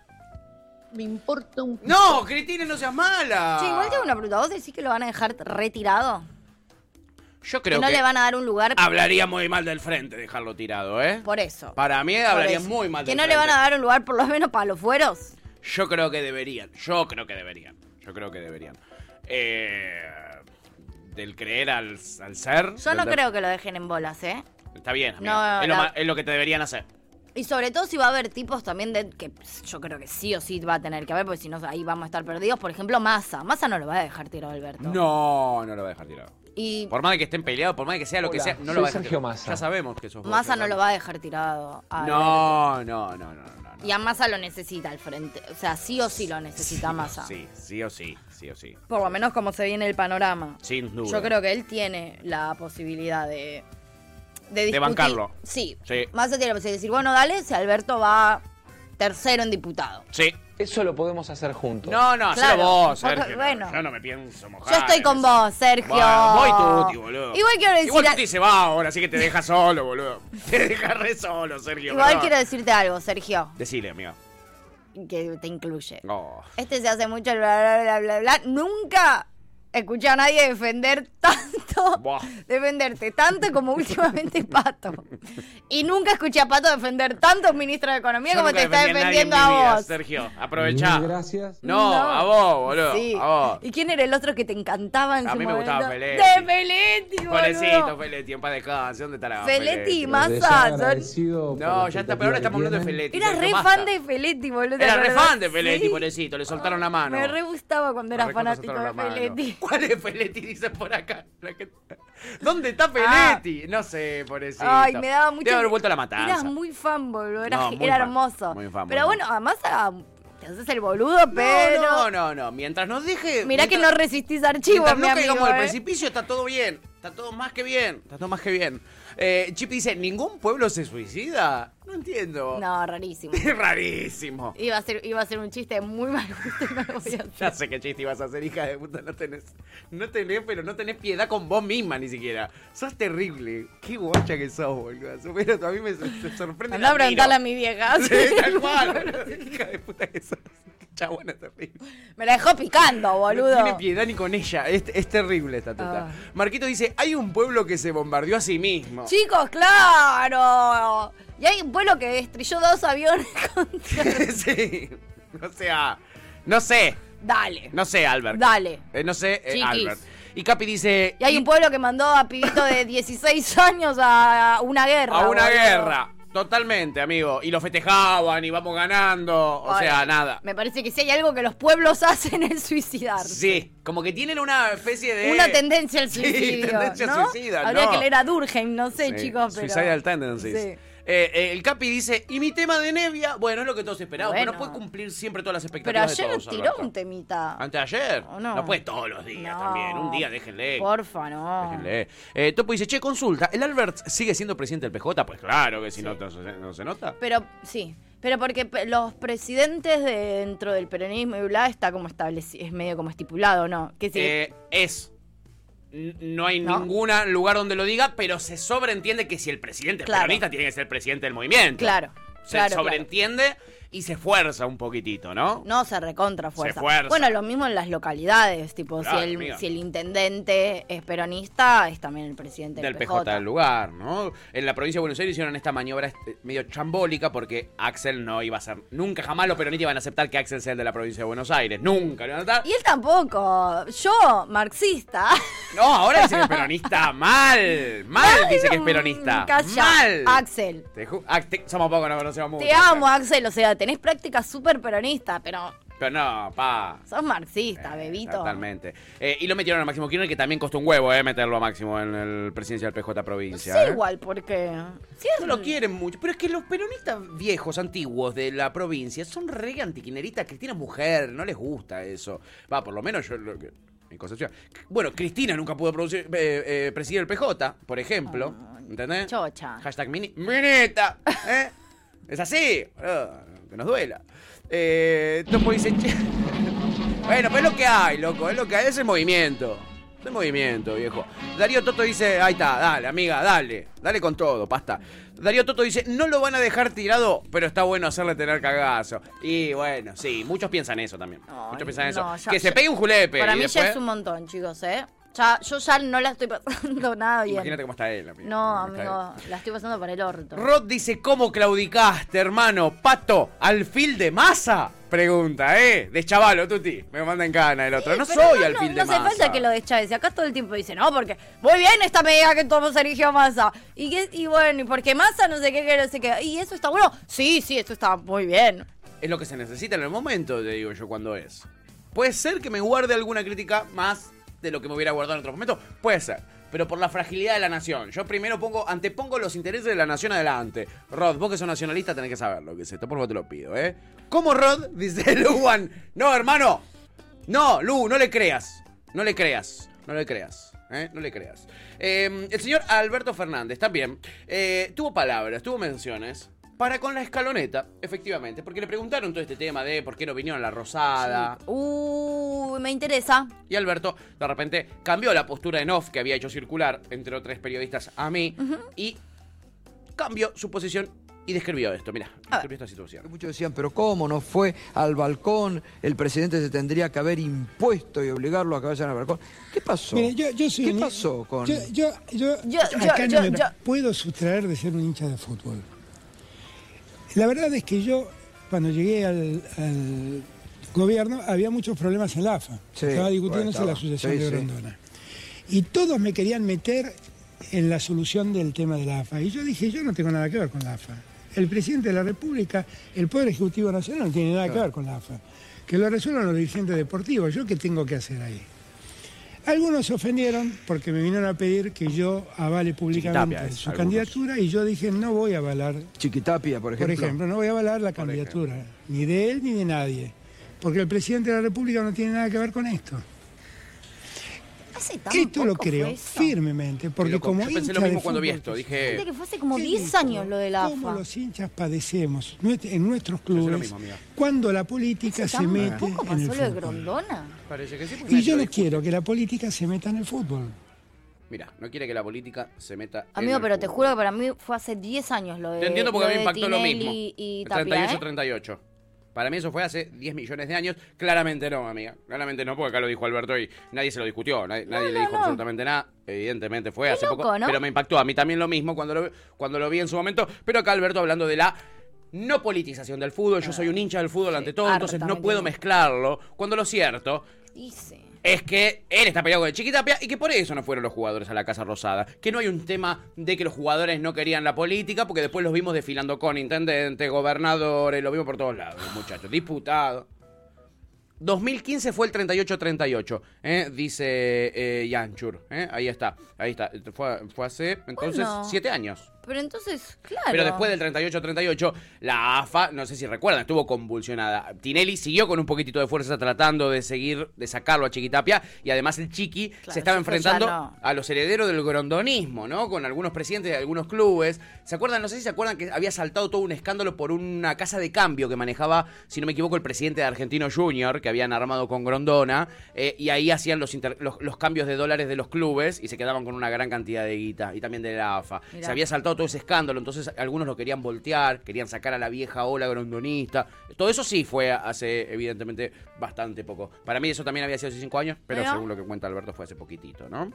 Speaker 9: Me importa un
Speaker 2: No, Cristina, no seas mala.
Speaker 3: Che, igual te hago una pregunta. ¿Vos decís que lo van a dejar retirado?
Speaker 2: Yo creo
Speaker 3: que no
Speaker 2: que Ah,
Speaker 3: le van a dar un lugar
Speaker 2: hablaría muy mal del frente dejarlo tirado, ¿eh?
Speaker 3: por eso.
Speaker 2: Para mí
Speaker 3: Por
Speaker 2: hablaría
Speaker 3: eso.
Speaker 2: muy mal
Speaker 3: Que
Speaker 2: del
Speaker 3: no le
Speaker 2: frente.
Speaker 3: van a dar un lugar por lo menos para los fueros.
Speaker 2: Yo creo que deberían. Yo creo que deberían. Yo creo que deberían. Eh, del creer al, al ser.
Speaker 3: Yo no
Speaker 2: del-
Speaker 3: creo que lo dejen en bolas, ¿eh?
Speaker 2: Está bien. amiga.
Speaker 3: No,
Speaker 2: es, lo
Speaker 3: la-
Speaker 2: ma- es lo que te deberían hacer.
Speaker 3: Y sobre todo si va a haber tipos también de que pues, yo creo que sí o sí va a tener que haber, porque si no ahí vamos a estar perdidos. Por ejemplo, Massa. Massa no lo va a dejar tirado Alberto.
Speaker 2: No, no lo va a dejar tirado.
Speaker 3: Y
Speaker 2: Por más de que estén peleados, por más de que sea lo que
Speaker 7: Hola,
Speaker 2: sea, no lo
Speaker 7: soy
Speaker 2: va a dejar
Speaker 7: Sergio
Speaker 2: tirado.
Speaker 7: Massa.
Speaker 2: Ya sabemos que sos vos,
Speaker 3: Massa no
Speaker 2: Fernando.
Speaker 3: lo va a dejar tirado a Alberto.
Speaker 2: No, no, no, no, no. no.
Speaker 3: Y a Massa lo necesita al frente. O sea, sí o sí lo necesita Massa.
Speaker 2: Sí, sí o sí, sí o sí.
Speaker 3: Por lo menos como se viene el panorama.
Speaker 2: Sin duda.
Speaker 3: Yo creo que él tiene la posibilidad de. De, discutir.
Speaker 2: bancarlo.
Speaker 3: Sí.
Speaker 2: Sí.
Speaker 3: Massa tiene la posibilidad de decir, bueno, dale, si Alberto va tercero en diputado.
Speaker 2: Sí.
Speaker 7: Eso lo podemos hacer juntos.
Speaker 2: No, no, hacelo
Speaker 3: Claro,
Speaker 2: vos,
Speaker 3: poco-
Speaker 2: Sergio.
Speaker 3: bueno.
Speaker 2: Yo no me pienso mojar.
Speaker 3: Yo estoy con
Speaker 2: en
Speaker 3: vos, Sergio.
Speaker 2: Bueno, voy Tuti, boludo.
Speaker 3: Igual quiero decir.
Speaker 2: Igual
Speaker 3: a-
Speaker 2: Tuti se va ahora, así que te deja solo, boludo. Te deja re solo, Sergio.
Speaker 3: igual
Speaker 2: perdón.
Speaker 3: quiero decirte algo, Sergio,
Speaker 2: Decile, amigo. Oh.
Speaker 3: que te incluye.
Speaker 2: No.
Speaker 3: Este se hace mucho el bla, bla, bla, bla, bla. Nunca escuché a nadie defender tanto.
Speaker 2: Buah.
Speaker 3: Defenderte tanto como últimamente Pato. Y nunca escuché a Pato defender tanto a un ministro de Economía
Speaker 2: Yo
Speaker 3: como
Speaker 2: nunca
Speaker 3: te está
Speaker 2: defendí nadie en
Speaker 3: defendiendo
Speaker 2: mi vida,
Speaker 3: a vos.
Speaker 2: Sergio, aprovechá.
Speaker 7: Mil gracias.
Speaker 2: No, a vos, boludo.
Speaker 3: Sí.
Speaker 2: A vos.
Speaker 3: ¿Y quién era el otro que te encantaba en
Speaker 2: A
Speaker 3: su
Speaker 2: mí me
Speaker 3: momento?
Speaker 2: gustaba Feletti.
Speaker 3: De Feletti, boludo.
Speaker 2: Pobrecito, Feletti, en paz descanse. ¿Dónde estará?
Speaker 3: Feletti,
Speaker 2: Feletti?
Speaker 3: Massa,
Speaker 7: Les
Speaker 3: son-
Speaker 7: agradecido por
Speaker 2: No,
Speaker 7: la
Speaker 2: ya está, pero
Speaker 7: expectativa
Speaker 2: ahora estamos
Speaker 7: que
Speaker 2: hablando de
Speaker 7: tienen.
Speaker 2: Feletti.
Speaker 3: Era
Speaker 2: Sergio,
Speaker 3: re
Speaker 2: basta.
Speaker 3: fan de Feletti, boludo. ¿te
Speaker 2: Era re
Speaker 3: acordás?
Speaker 2: fan de Feletti,
Speaker 3: Sí.
Speaker 2: pobrecito. Le soltaron la mano.
Speaker 3: Me re gustaba cuando era
Speaker 2: Corre, cuando
Speaker 3: fanático
Speaker 2: soltaron
Speaker 3: de
Speaker 2: la mano.
Speaker 3: Feletti.
Speaker 2: ¿Cuál es Feletti? Dice por acá. La que- ¿Dónde está
Speaker 3: Ah.
Speaker 2: Feletti? No sé, pobrecito.
Speaker 3: Ay, me daba mucho.
Speaker 2: Debe haber vuelto a la matanza.
Speaker 3: Eras muy fan, boludo. Era,
Speaker 2: No, muy
Speaker 3: era
Speaker 2: fan,
Speaker 3: hermoso.
Speaker 2: muy fan, muy
Speaker 3: pero
Speaker 2: fan.
Speaker 3: bueno, además ah, te haces el boludo, pero.
Speaker 2: No, no, no. Mientras nos deje.
Speaker 3: Mirá que no
Speaker 2: mientras-
Speaker 3: resistís
Speaker 2: Mientras
Speaker 3: archivos, mi
Speaker 2: no
Speaker 3: amigo.
Speaker 2: caigamos del
Speaker 3: ¿eh?
Speaker 2: precipicio, está todo bien. Está todo más que bien. Está todo más que bien. Eh, Chip dice: ¿Ningún pueblo se suicida? No entiendo.
Speaker 3: No, rarísimo.
Speaker 2: Es rarísimo.
Speaker 3: Iba a, ser, iba a ser un chiste muy mal gusto y no lo voy a hacer.
Speaker 2: Ya sé qué chiste ibas a hacer, hija de puta. No tenés, no tenés, pero no tenés piedad con vos misma ni siquiera. Sos terrible. Qué guacha que sos, boludo. Pero a mí me sor- me sorprende.
Speaker 3: Andá a
Speaker 2: la
Speaker 3: preguntarle a
Speaker 2: miro.
Speaker 3: mi vieja.
Speaker 2: Sí, tal cual. boludo. hija de puta que sos. Chabona terrible.
Speaker 3: Me la dejó picando,
Speaker 2: No
Speaker 3: boludo. Ah.
Speaker 2: tiene piedad ni con ella. Es, es terrible esta teta. Marquito dice, hay un pueblo que se bombardeó a sí mismo.
Speaker 3: Chicos, claro. Y hay un pueblo que estrelló dos aviones contra.
Speaker 2: sí. O sea, no sé.
Speaker 3: Dale.
Speaker 2: No sé, Albert.
Speaker 3: Dale.
Speaker 2: Eh, no sé, eh,
Speaker 3: Chiquis.
Speaker 2: Albert. Y Capi dice...
Speaker 3: Y hay un pueblo que mandó a pibito de 16 años a una guerra.
Speaker 2: A una
Speaker 3: boludo.
Speaker 2: guerra. Totalmente, amigo. Y lo festejaban y vamos ganando. O
Speaker 3: Ahora,
Speaker 2: sea, nada.
Speaker 3: Me parece que si hay algo que los pueblos hacen es suicidarse.
Speaker 2: Sí, como que tienen una especie de...
Speaker 3: Una tendencia al
Speaker 2: Sí,
Speaker 3: suicidio.
Speaker 2: tendencia
Speaker 3: ¿no?
Speaker 2: suicida,
Speaker 3: Habría
Speaker 2: no.
Speaker 3: que leer a Durkheim, no sé, chicos. Pero...
Speaker 2: Suicidal tendencies.
Speaker 3: Sí.
Speaker 2: Eh, eh, el Capi dice, y mi tema de Nevia, bueno, es lo que todos esperábamos, pero no
Speaker 3: Bueno.
Speaker 2: puede cumplir siempre todas las
Speaker 3: Pero
Speaker 2: expectativas de
Speaker 3: ayer
Speaker 2: todos,
Speaker 3: tiró
Speaker 2: Alberto.
Speaker 3: un temita.
Speaker 2: ¿Antes de ayer?
Speaker 3: ¿O no?
Speaker 2: puede todos los días
Speaker 3: No.
Speaker 2: también. Un día, déjenle.
Speaker 3: Porfa, no.
Speaker 2: Déjenle. Eh, Topo dice, che, consulta, ¿el Albert sigue siendo presidente del PJ? Pues claro que si no, no, se- no se nota.
Speaker 3: Pero sí. Pero porque pe- los presidentes de- dentro del peronismo y bla está como establecido, es medio como estipulado, ¿no? Que si
Speaker 2: Eh, es. N- No hay
Speaker 3: No.
Speaker 2: ningún lugar donde lo diga, pero se sobreentiende que si el presidente es
Speaker 3: Claro.
Speaker 2: peronista tiene que ser presidente del movimiento.
Speaker 3: Claro,
Speaker 2: Se
Speaker 3: claro,
Speaker 2: sobreentiende y se fuerza un poquitito, ¿no?
Speaker 3: No, se recontra fuerza.
Speaker 2: Se fuerza.
Speaker 3: Bueno, lo mismo en las localidades, tipo,
Speaker 2: Claro,
Speaker 3: si, el,
Speaker 2: amiga.
Speaker 3: si el intendente es peronista, es también el presidente
Speaker 2: del PJ. del lugar, ¿no? En la provincia de Buenos Aires hicieron esta maniobra este, medio chambólica porque Axel no iba a ser. Nunca jamás los peronistas iban a aceptar que Axel sea el de la provincia de Buenos Aires. Nunca lo iban a aceptar.
Speaker 3: Y él tampoco. Yo, marxista.
Speaker 2: No, ahora dice que es peronista. Mal. Mal dice que es peronista.
Speaker 3: Calla,
Speaker 2: Mal.
Speaker 3: Axel.
Speaker 2: Te ju- ah, te- somos pocos, no conocemos mucho.
Speaker 3: Te amo, Axel. O sea, tenés práctica súper peronista, pero
Speaker 2: Pero no, pa.
Speaker 3: sos marxista,
Speaker 2: Eh,
Speaker 3: bebito.
Speaker 2: Totalmente. Eh, y lo metieron a Máximo Kirchner, que también costó un huevo, ¿eh? Meterlo a Máximo en el presidencial PJ provincia.
Speaker 3: Sí,
Speaker 2: ¿eh?
Speaker 3: igual, porque. Sí, es-
Speaker 2: No lo quieren mucho. Pero es que los peronistas viejos, antiguos de la provincia, son re antiquineristas. Cristina es mujer, no les gusta eso. Va, por lo menos yo. lo que- mi concepción. Bueno, Cristina nunca pudo producir, eh, eh, presidir el PJ, por ejemplo. ¿Entendés?
Speaker 3: chocha.
Speaker 2: Hashtag mini. ¡Minita! ¿eh? es así. boludo, que nos duela. Eh, Topo dice. "Che". Bueno, pues es lo que hay, loco. Es lo que hay. Es el movimiento. Es el movimiento, viejo. Darío Toto dice. Ahí está, dale, amiga, dale. Dale con todo, pasta. Darío Toto dice: No lo van a dejar tirado, pero está bueno hacerle tener cagazo. Y bueno, sí, muchos piensan eso también.
Speaker 3: Ay,
Speaker 2: muchos piensan
Speaker 3: no,
Speaker 2: eso.
Speaker 3: ya-
Speaker 2: que se pegue un julepe.
Speaker 3: Para
Speaker 2: y
Speaker 3: mí ya
Speaker 2: después-
Speaker 3: es un montón, chicos, ¿eh? Ya, yo ya no la estoy pasando nada bien.
Speaker 2: Imagínate cómo está él, amigo.
Speaker 3: No,
Speaker 2: Cómo está él.
Speaker 3: amigo, la estoy pasando para el orto.
Speaker 2: Rod dice, ¿cómo claudicaste, hermano? Pato, alfil de masa. Pregunta, ¿eh? De chavalo, Tuti. Me manda en cana el otro.
Speaker 3: Eh,
Speaker 2: no
Speaker 3: pero
Speaker 2: soy
Speaker 3: no,
Speaker 2: alfil
Speaker 3: no,
Speaker 2: de
Speaker 3: no
Speaker 2: masa.
Speaker 3: hace falta que lo deschaves. Acá todo el tiempo dice, no, porque muy bien esta medida que tomó Sergio Massa. Y, que- y bueno, y porque Massa no sé qué, que no sé qué. Y eso está bueno. Sí, sí, eso está muy bien.
Speaker 2: Es lo que se necesita en el momento, te digo yo, cuando es. Puede ser que me guarde alguna crítica más de lo que me hubiera guardado en otro momento. Puede ser. Pero por la fragilidad de la nación. Yo primero pongo, antepongo los intereses de la nación adelante. Rod, vos que sos nacionalista tenés que saberlo que es esto, por favor te lo pido, ¿eh? ¿Cómo Rod? Dice Luan. No, hermano. No, Lu, no le creas. No le creas. No le creas. ¿eh? No le creas. Eh, el señor Alberto Fernández también eh, tuvo palabras, tuvo menciones para con la escaloneta, efectivamente. Porque le preguntaron todo este tema de por qué no vinieron a la Rosada.
Speaker 3: Uy, me interesa.
Speaker 2: Y Alberto, de repente, cambió la postura en off que había hecho circular entre otros tres periodistas a mí y cambió su posición y describió esto. Mira, describió esta situación.
Speaker 6: Muchos decían, pero ¿cómo no fue al balcón? El presidente se tendría que haber impuesto y obligarlo a que vayan al balcón. ¿Qué pasó?
Speaker 5: Mire, yo, yo soy
Speaker 6: ¿Qué
Speaker 5: un hi-
Speaker 6: pasó con...?
Speaker 5: Yo, yo, yo,
Speaker 3: Yo-
Speaker 5: acá
Speaker 3: yo-
Speaker 5: no
Speaker 3: yo-
Speaker 5: me
Speaker 3: yo-
Speaker 5: puedo sustraer de ser un hincha de fútbol. La verdad es que yo, cuando llegué al, al gobierno, había muchos problemas en la AFA.
Speaker 6: Sí,
Speaker 5: estaba
Speaker 6: bueno,
Speaker 5: discutiéndose
Speaker 6: estaba.
Speaker 5: la sucesión
Speaker 6: Sí,
Speaker 5: de
Speaker 6: sí.
Speaker 5: Grondona. Y todos me querían meter en la solución del tema de la AFA. Y yo dije, yo no tengo nada que ver con la AFA. El presidente de la República, el Poder Ejecutivo Nacional, no tiene nada que ver con la AFA. Que lo resuelvan los dirigentes deportivos. ¿Yo qué tengo que hacer ahí? Algunos se ofendieron porque me vinieron a pedir que yo avale públicamente
Speaker 2: Chiquitapia es,
Speaker 5: su
Speaker 2: algunos.
Speaker 5: candidatura y yo dije no voy a avalar,
Speaker 6: Chiquitapia,
Speaker 5: por
Speaker 6: por ejemplo.
Speaker 5: ejemplo, no voy a avalar la candidatura, ni de él ni de nadie, porque el presidente de la República no tiene nada que ver con esto.
Speaker 3: Hace tan
Speaker 5: esto lo
Speaker 3: poco fue
Speaker 5: creo
Speaker 3: eso.
Speaker 5: firmemente, porque
Speaker 2: Loco,
Speaker 5: como
Speaker 2: yo pensé lo
Speaker 5: hincha de
Speaker 2: mismo cuando vi
Speaker 5: fútbol pues,
Speaker 2: esto.
Speaker 5: que
Speaker 3: Fíjate
Speaker 2: Dije,
Speaker 3: que fue hace como
Speaker 5: Qué
Speaker 3: 10
Speaker 5: lindo,
Speaker 3: años lo de la
Speaker 5: Cómo
Speaker 3: AFA.
Speaker 5: los hinchas padecemos nues- en nuestros
Speaker 2: lo
Speaker 5: clubes
Speaker 2: mismo, amiga.
Speaker 5: cuando la política
Speaker 3: Hace
Speaker 5: se
Speaker 3: tan
Speaker 5: mete
Speaker 3: poco
Speaker 5: en
Speaker 3: pasó
Speaker 5: el
Speaker 3: lo de
Speaker 5: fútbol.
Speaker 3: Grondona.
Speaker 2: parece que sí. porque
Speaker 5: Y
Speaker 2: nadie
Speaker 5: yo
Speaker 2: lo
Speaker 5: no
Speaker 2: discute.
Speaker 5: quiero que la política se meta en el fútbol.
Speaker 2: Mira, no quiere que la política se meta. en
Speaker 3: Amigo,
Speaker 2: el
Speaker 3: pero te
Speaker 2: fútbol.
Speaker 3: juro que para mí fue hace 10 años lo de
Speaker 2: Te entiendo porque
Speaker 3: lo
Speaker 2: a mí me
Speaker 3: de
Speaker 2: impactó lo
Speaker 3: Tinelli
Speaker 2: mismo.
Speaker 3: Y
Speaker 2: El
Speaker 3: Tapia,
Speaker 2: 38,
Speaker 3: ¿eh?
Speaker 2: 38. Para mí eso fue hace 10 millones de años. Claramente no, amiga. Claramente no, porque acá lo dijo Alberto y nadie se lo discutió. Nadie, nadie le dijo absolutamente nada. Evidentemente fue hace poco.
Speaker 3: loco, ¿no?
Speaker 2: Pero me impactó a mí también lo mismo cuando lo, cuando lo vi en su momento. Pero acá Alberto hablando de la no politización del fútbol.
Speaker 3: Ah,
Speaker 2: Yo soy un hincha del fútbol ante todo,
Speaker 3: harta
Speaker 2: entonces no
Speaker 3: también
Speaker 2: puedo
Speaker 3: tengo.
Speaker 2: mezclarlo. Cuando lo cierto
Speaker 3: Dice.
Speaker 2: es que él está peleado con el Chiquitapia y que por eso no fueron los jugadores a la Casa Rosada. Que no hay un tema de que los jugadores no querían la política, porque después los vimos desfilando con intendentes, gobernadores, lo vimos por todos lados, los muchachos, diputados. 2015 fue el 38-38, ¿eh? dice eh, Yanchur. ¿eh? Ahí está, ahí está. Fue, fue hace entonces
Speaker 3: Bueno.
Speaker 2: siete años.
Speaker 3: Pero entonces, claro.
Speaker 2: Pero después del 38-38, la AFA, no sé si recuerdan, estuvo convulsionada. Tinelli siguió con un poquitito de fuerza tratando de seguir, de sacarlo a Chiquitapia. Y además el Chiqui se estaba
Speaker 3: eso ya
Speaker 2: enfrentando
Speaker 3: no.
Speaker 2: a los herederos del grondonismo, ¿no? Con algunos presidentes de algunos clubes. ¿Se acuerdan? No sé si se acuerdan que había saltado todo un escándalo por una casa de cambio que manejaba, si no me equivoco, el presidente de Argentino Junior, que habían armado con Grondona. eh, y ahí hacían los, inter- los, los cambios de dólares de los clubes y se quedaban con una gran cantidad de guita. Y también de la AFA.
Speaker 3: Mirá.
Speaker 2: Se había saltado todo ese escándalo, entonces algunos lo querían voltear, querían sacar a la vieja ola grondonista. Todo eso sí fue hace, evidentemente, bastante poco. Para mí eso también había sido hace cinco años, pero
Speaker 3: Mira.
Speaker 2: según lo que cuenta Alberto fue hace poquitito, ¿no?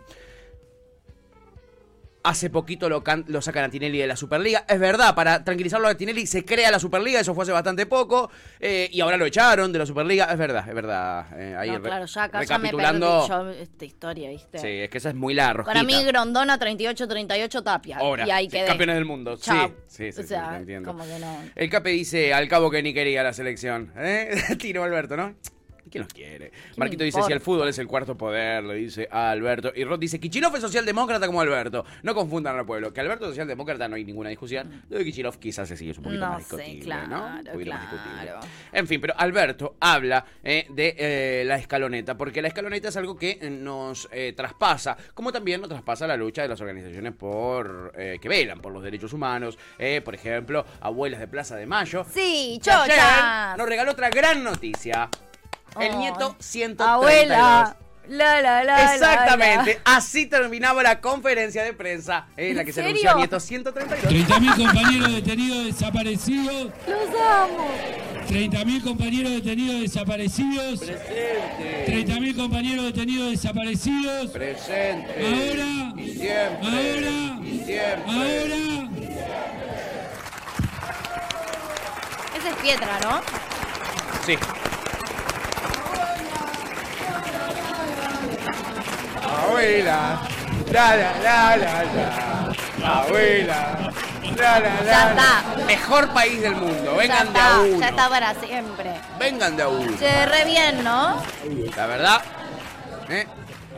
Speaker 2: Hace poquito lo, can- lo sacan a Tinelli de la Superliga. Es verdad, para tranquilizarlo a Tinelli se crea la Superliga, eso fue hace bastante poco. eh, y ahora lo echaron de la Superliga. Es verdad, es verdad. eh, ahí
Speaker 3: No,
Speaker 2: re-
Speaker 3: claro, ya acá ya me perdí
Speaker 2: recapitulando.
Speaker 3: yo esta historia, ¿viste?
Speaker 2: sí, es que esa es muy larga.
Speaker 3: Para mí, Grondona 38-38 Tapia.
Speaker 2: Ahora,
Speaker 3: Y ahí
Speaker 2: sí,
Speaker 3: quedé.
Speaker 2: campeones del mundo. Sí,
Speaker 3: Chao.
Speaker 2: sí, sí,
Speaker 3: O
Speaker 2: sí,
Speaker 3: sea,
Speaker 2: te entiendo.
Speaker 3: como que no.
Speaker 2: El Cape dice, al cabo que ni quería la selección. ¿Eh? Tiro Alberto, ¿no? ¿Quién los quiere? Marquito dice,
Speaker 3: importa?
Speaker 2: si el fútbol es el cuarto poder, le dice a Alberto. Y Rod dice, Kichilov es socialdemócrata como Alberto. No confundan al pueblo. Que Alberto es socialdemócrata no hay ninguna discusión. Lo de Kichilov quizás se sigue un poquito
Speaker 3: No
Speaker 2: más
Speaker 3: sé,
Speaker 2: discutible,
Speaker 3: claro,
Speaker 2: ¿no? Un poquito más
Speaker 3: claro.
Speaker 2: discutible. En fin, pero Alberto habla eh, de eh, la escaloneta, porque la escaloneta es algo que eh, nos eh, traspasa, como también nos traspasa la lucha de las organizaciones por eh, que velan por los derechos humanos, eh, por ejemplo, Abuelas de Plaza de Mayo.
Speaker 3: Sí,
Speaker 2: que ayer
Speaker 3: chocha.
Speaker 2: Nos regaló otra gran noticia. El
Speaker 3: Oh.
Speaker 2: nieto 132.
Speaker 3: Abuela. La, la, la, la.
Speaker 2: Exactamente, así terminaba la conferencia de prensa eh, en la
Speaker 3: ¿En
Speaker 2: que se
Speaker 3: serio?
Speaker 2: anunció el nieto 132.
Speaker 10: 30.000 compañeros detenidos desaparecidos.
Speaker 3: la. Los amo.
Speaker 10: 30.000 compañeros detenidos desaparecidos. 30.000 compañeros detenidos desaparecidos.
Speaker 2: Presente.
Speaker 10: Ahora.
Speaker 2: Y siempre.
Speaker 10: Ahora.
Speaker 2: Y siempre.
Speaker 10: Ahora.
Speaker 3: Esa es Pietra, ¿no?
Speaker 2: Sí. Abuela, la la la la la. Abuela, la la la.
Speaker 3: Ya
Speaker 2: la. Mejor país del mundo.
Speaker 3: ya
Speaker 2: Vengan de a
Speaker 3: está, ya
Speaker 2: uno.
Speaker 3: está para siempre.
Speaker 2: Vengan de a uno.
Speaker 3: Che, re bien, ¿no?
Speaker 2: La verdad. ¿eh?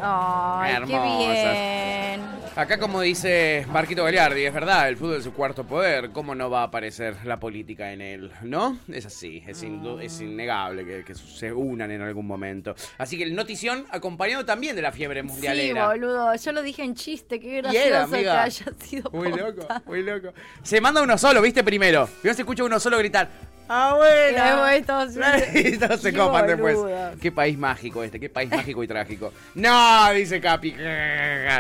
Speaker 3: Ay,
Speaker 2: Hermosas.
Speaker 3: qué bien.
Speaker 2: Acá como dice Marquito Galeardi, es verdad, el fútbol es su cuarto poder, ¿cómo no va a aparecer la política en él? ¿No? Es así, es, indu- es innegable que, que se unan en algún momento. Así que el notición acompañado también de la fiebre
Speaker 3: Sí,
Speaker 2: mundialera.
Speaker 3: boludo, yo lo dije en chiste, qué
Speaker 2: era,
Speaker 3: gracioso que
Speaker 2: amiga.
Speaker 3: haya sido.
Speaker 2: muy loco, muy loco. Se manda uno solo, ¿viste? Primero. Yo se escucha uno solo gritar, ¡Abuela!
Speaker 3: Eh, todos-
Speaker 2: y todos se
Speaker 3: Qué
Speaker 2: copan después.
Speaker 3: boluda.
Speaker 2: Qué país mágico este, qué país mágico y trágico. No, dice Capi.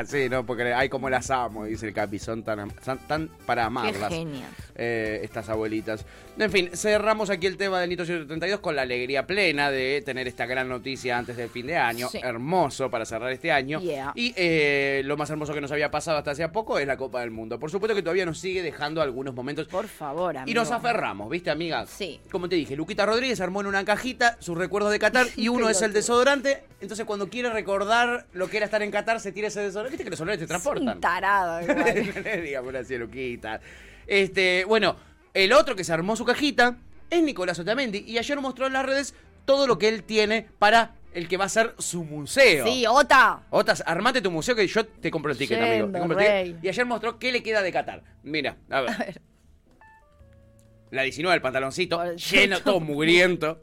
Speaker 2: Sí, no, porque hay como las amo, dice el Capi. Son tan, am- son tan para amarlas.
Speaker 3: genia.
Speaker 2: eh, estas abuelitas. En fin, cerramos aquí el tema del Nito 132 con la alegría plena de tener esta gran noticia antes del fin de año.
Speaker 3: Sí.
Speaker 2: Hermoso para cerrar este año.
Speaker 3: Yeah.
Speaker 2: Y eh, lo más hermoso que nos había pasado hasta hace poco es la Copa del Mundo. Por supuesto que todavía nos sigue dejando algunos momentos.
Speaker 3: Por favor, amigo.
Speaker 2: Y nos aferramos, ¿viste, amiga?
Speaker 3: Sí.
Speaker 2: Como te dije, Luquita Rodríguez armó en una cajita sus recuerdos de Qatar y uno es el
Speaker 3: Pelotudo.
Speaker 2: desodorante. Entonces, cuando quiere recordar lo que era estar en Qatar, se tira ese desodorante. Viste que los olores te transportan.
Speaker 3: Un tarado, igual.
Speaker 2: Digámoslo así, Luquita. Este, bueno, el otro que se armó su cajita es Nicolás Otamendi. Y ayer mostró en las redes todo lo que él tiene para el que va a ser su museo.
Speaker 3: Sí, Ota.
Speaker 2: Otas, armate tu museo que yo te compro el ticket,
Speaker 3: Yendo,
Speaker 2: amigo. Te compro el ticket.
Speaker 3: rey.
Speaker 2: Y ayer mostró qué le queda de Qatar. Mira, a ver. La 19, el pantaloncito,
Speaker 3: Pobrecito.
Speaker 2: lleno, todo mugriento.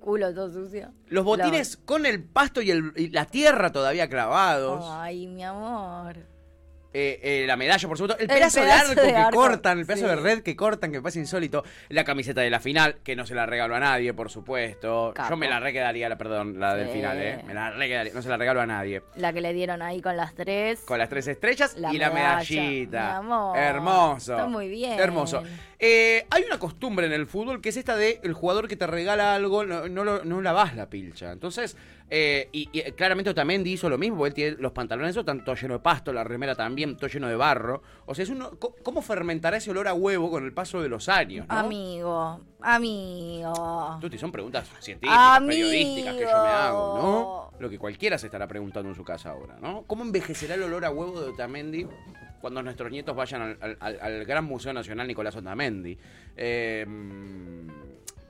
Speaker 3: Culo todo sucio.
Speaker 2: Los botines con el pasto y, el- y la tierra todavía clavados.
Speaker 3: Ay, mi amor.
Speaker 2: Eh, eh, la medalla, por supuesto. El
Speaker 3: El
Speaker 2: pedazo,
Speaker 3: pedazo
Speaker 2: de arco
Speaker 3: de
Speaker 2: que
Speaker 3: arco,
Speaker 2: cortan, el pedazo
Speaker 3: sí.
Speaker 2: de red que cortan, que me parece insólito. La camiseta de la final, que no se la regalo a nadie, por supuesto.
Speaker 3: Capo.
Speaker 2: Yo me la requedaría, la, perdón, la del
Speaker 3: Sí.
Speaker 2: final, ¿eh? Me la requedaría, no se la regalo a nadie.
Speaker 3: La que le dieron ahí con las tres.
Speaker 2: Con las tres estrellas
Speaker 3: La
Speaker 2: y la
Speaker 3: medalla,
Speaker 2: medallita.
Speaker 3: mi amor.
Speaker 2: Hermoso.
Speaker 3: Está muy bien.
Speaker 2: Hermoso. Eh, hay una costumbre en el fútbol que es esta de el jugador que te regala algo, no, no, lo- no lavas la pilcha. Entonces, eh, y, y claramente Otamendi hizo lo mismo, porque él tiene los pantalones esos están todos llenos de pasto, la remera también, todo lleno de barro. O sea, es uno, co- ¿cómo fermentará ese olor a huevo con el paso de los años? ¿no?
Speaker 3: Amigo, amigo.
Speaker 2: Tuti, son preguntas científicas,
Speaker 3: Amigo.
Speaker 2: periodísticas que yo me hago, ¿no? Lo que cualquiera se estará preguntando en su casa ahora, ¿no? ¿Cómo envejecerá el olor a huevo de Otamendi cuando nuestros nietos vayan al, al- al- al Gran Museo Nacional Nicolás Otamendi? Eh,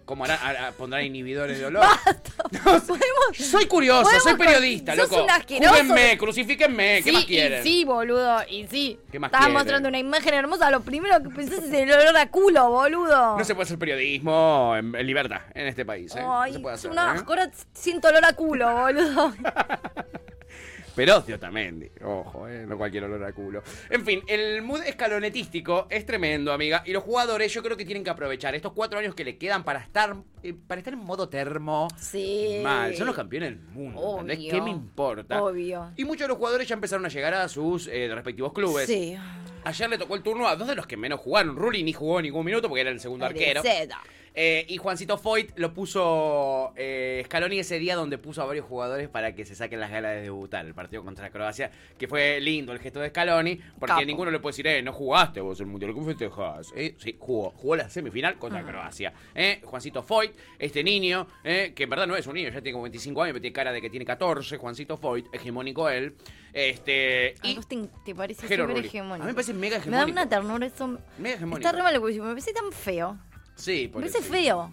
Speaker 2: ¿Cómo hará- hará- pondrán inhibidores de olor?
Speaker 3: Podemos-
Speaker 2: Soy curioso,
Speaker 3: podemos
Speaker 2: soy
Speaker 3: con-
Speaker 2: periodista,
Speaker 3: sos
Speaker 2: loco.
Speaker 3: un asqueroso.
Speaker 2: Júguenme, crucifíquenme, ¿qué
Speaker 3: Sí,
Speaker 2: más quieren?
Speaker 3: Y sí, boludo, y sí.
Speaker 2: ¿Qué más
Speaker 3: Estabas
Speaker 2: quieren?
Speaker 3: mostrando una imagen hermosa. Lo primero que pensás es el olor a culo, boludo.
Speaker 2: No se puede hacer periodismo en, en libertad en este país, ¿eh?
Speaker 3: Ay,
Speaker 2: no se puede
Speaker 3: es
Speaker 2: hacer,
Speaker 3: una
Speaker 2: ¿eh?
Speaker 3: ascora, siento olor a culo, boludo.
Speaker 2: Pero de Otamendi, ojo, eh, no cualquier olor a culo. En fin, el mood escalonetístico es tremendo, amiga. Y los jugadores yo creo que tienen que aprovechar estos cuatro años que le quedan para estar, eh, para estar en modo termo.
Speaker 3: Sí.
Speaker 2: Mal, son los campeones del mundo. ¿entendés?
Speaker 3: Obvio.
Speaker 2: ¿Qué me importa?
Speaker 3: Obvio.
Speaker 2: Y muchos de los jugadores ya empezaron a llegar a sus eh, respectivos clubes.
Speaker 3: Sí.
Speaker 2: Ayer le tocó el turno a dos de los que menos jugaron. Rulli ni jugó ningún minuto porque era el segundo arquero.
Speaker 3: Cereceda.
Speaker 2: Eh, y Juancito Foyt lo puso eh, Scaloni ese día donde puso a varios jugadores para que se saquen las ganas de debutar el partido contra Croacia, que fue lindo el gesto de Scaloni, porque
Speaker 3: Capo.
Speaker 2: ninguno le puede decir, eh, no jugaste vos el Mundial, ¿cómo festejás? Eh, sí, jugó, jugó la semifinal contra Croacia. Eh, Juancito Foyt, este niño, eh, que en verdad no es un niño, ya tiene como 25 años, pero tiene cara de que tiene 14, Juancito Foyt, hegemónico él. Este,
Speaker 3: A
Speaker 2: y
Speaker 3: vos te, te parece
Speaker 2: Jero
Speaker 3: súper
Speaker 2: Rulli.
Speaker 3: hegemónico.
Speaker 2: A mí me parece mega
Speaker 3: Me da
Speaker 2: hegemónico.
Speaker 3: una ternura eso.
Speaker 2: Mega hegemónico.
Speaker 3: Está re mal lo que hicimos, Me parece tan feo.
Speaker 2: Sí,
Speaker 3: Me parece
Speaker 2: pobrecito.
Speaker 3: feo.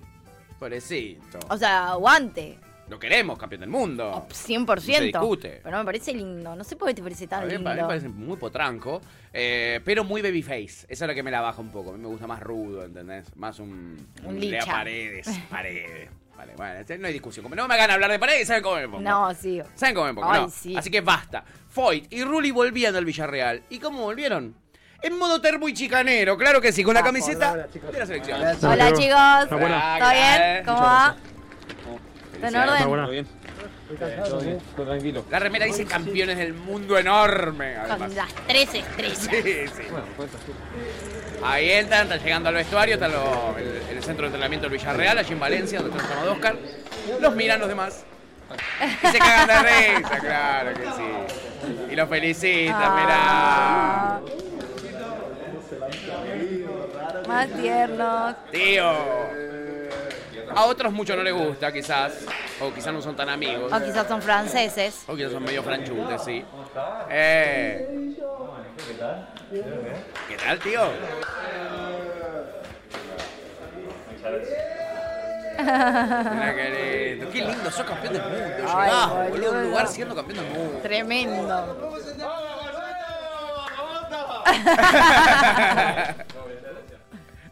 Speaker 2: Pobrecito.
Speaker 3: O sea, aguante.
Speaker 2: Lo queremos, campeón del mundo.
Speaker 3: 100%.
Speaker 2: Se discute.
Speaker 3: Pero me parece lindo. No sé por qué te parece
Speaker 2: A
Speaker 3: tan
Speaker 2: mí,
Speaker 3: lindo.
Speaker 2: a mí me Eh, parece muy potranco, eh, pero muy babyface. Esa es la que me la baja un poco. A mí me gusta más rudo, ¿entendés? Más un.
Speaker 3: Un
Speaker 2: Lea
Speaker 3: licha.
Speaker 2: paredes, paredes. Vale, bueno, este, no hay discusión. Como no me hagan hablar de paredes, ¿saben cómo me pongo?
Speaker 3: No, sí.
Speaker 2: ¿Saben cómo me pongo?
Speaker 3: Ay,
Speaker 2: No.
Speaker 3: sí.
Speaker 2: Así que basta. Foyt y Rulli volvían al Villarreal. ¿Y cómo volvieron? En modo termo y chicanero, claro que sí, con la camiseta de la selección.
Speaker 3: Hola, chicos.
Speaker 2: buena.
Speaker 3: ¿Todo bien? ¿Cómo va? ¿Está en
Speaker 2: Felicidades.
Speaker 3: orden?
Speaker 7: Todo tranquilo.
Speaker 2: La remera dice campeones del mundo enorme.
Speaker 9: Con
Speaker 2: Además.
Speaker 9: las tres estrellas.
Speaker 2: Sí, sí. pues, Ahí entran, están llegando al vestuario, está lo- el, el centro de entrenamiento del Villarreal, allí en Valencia, donde está el llamado Oscar. Los miran los demás. Y se cagan de risa, claro que sí. Y los felicitan, mirá.
Speaker 3: Más tiernos.
Speaker 2: Tío. A otros mucho no les gusta, quizás. O quizás no son tan amigos.
Speaker 3: O Oh, quizás son franceses.
Speaker 2: O quizás son medio franchutes, sí. Eh, ¿Qué tal, tío? Mirá qué lindo. Qué lindo, sos campeón del mundo. Llegás,
Speaker 9: Ay,
Speaker 2: boludo, a un
Speaker 9: boludo.
Speaker 2: lugar siendo campeón del mundo.
Speaker 9: Tremendo.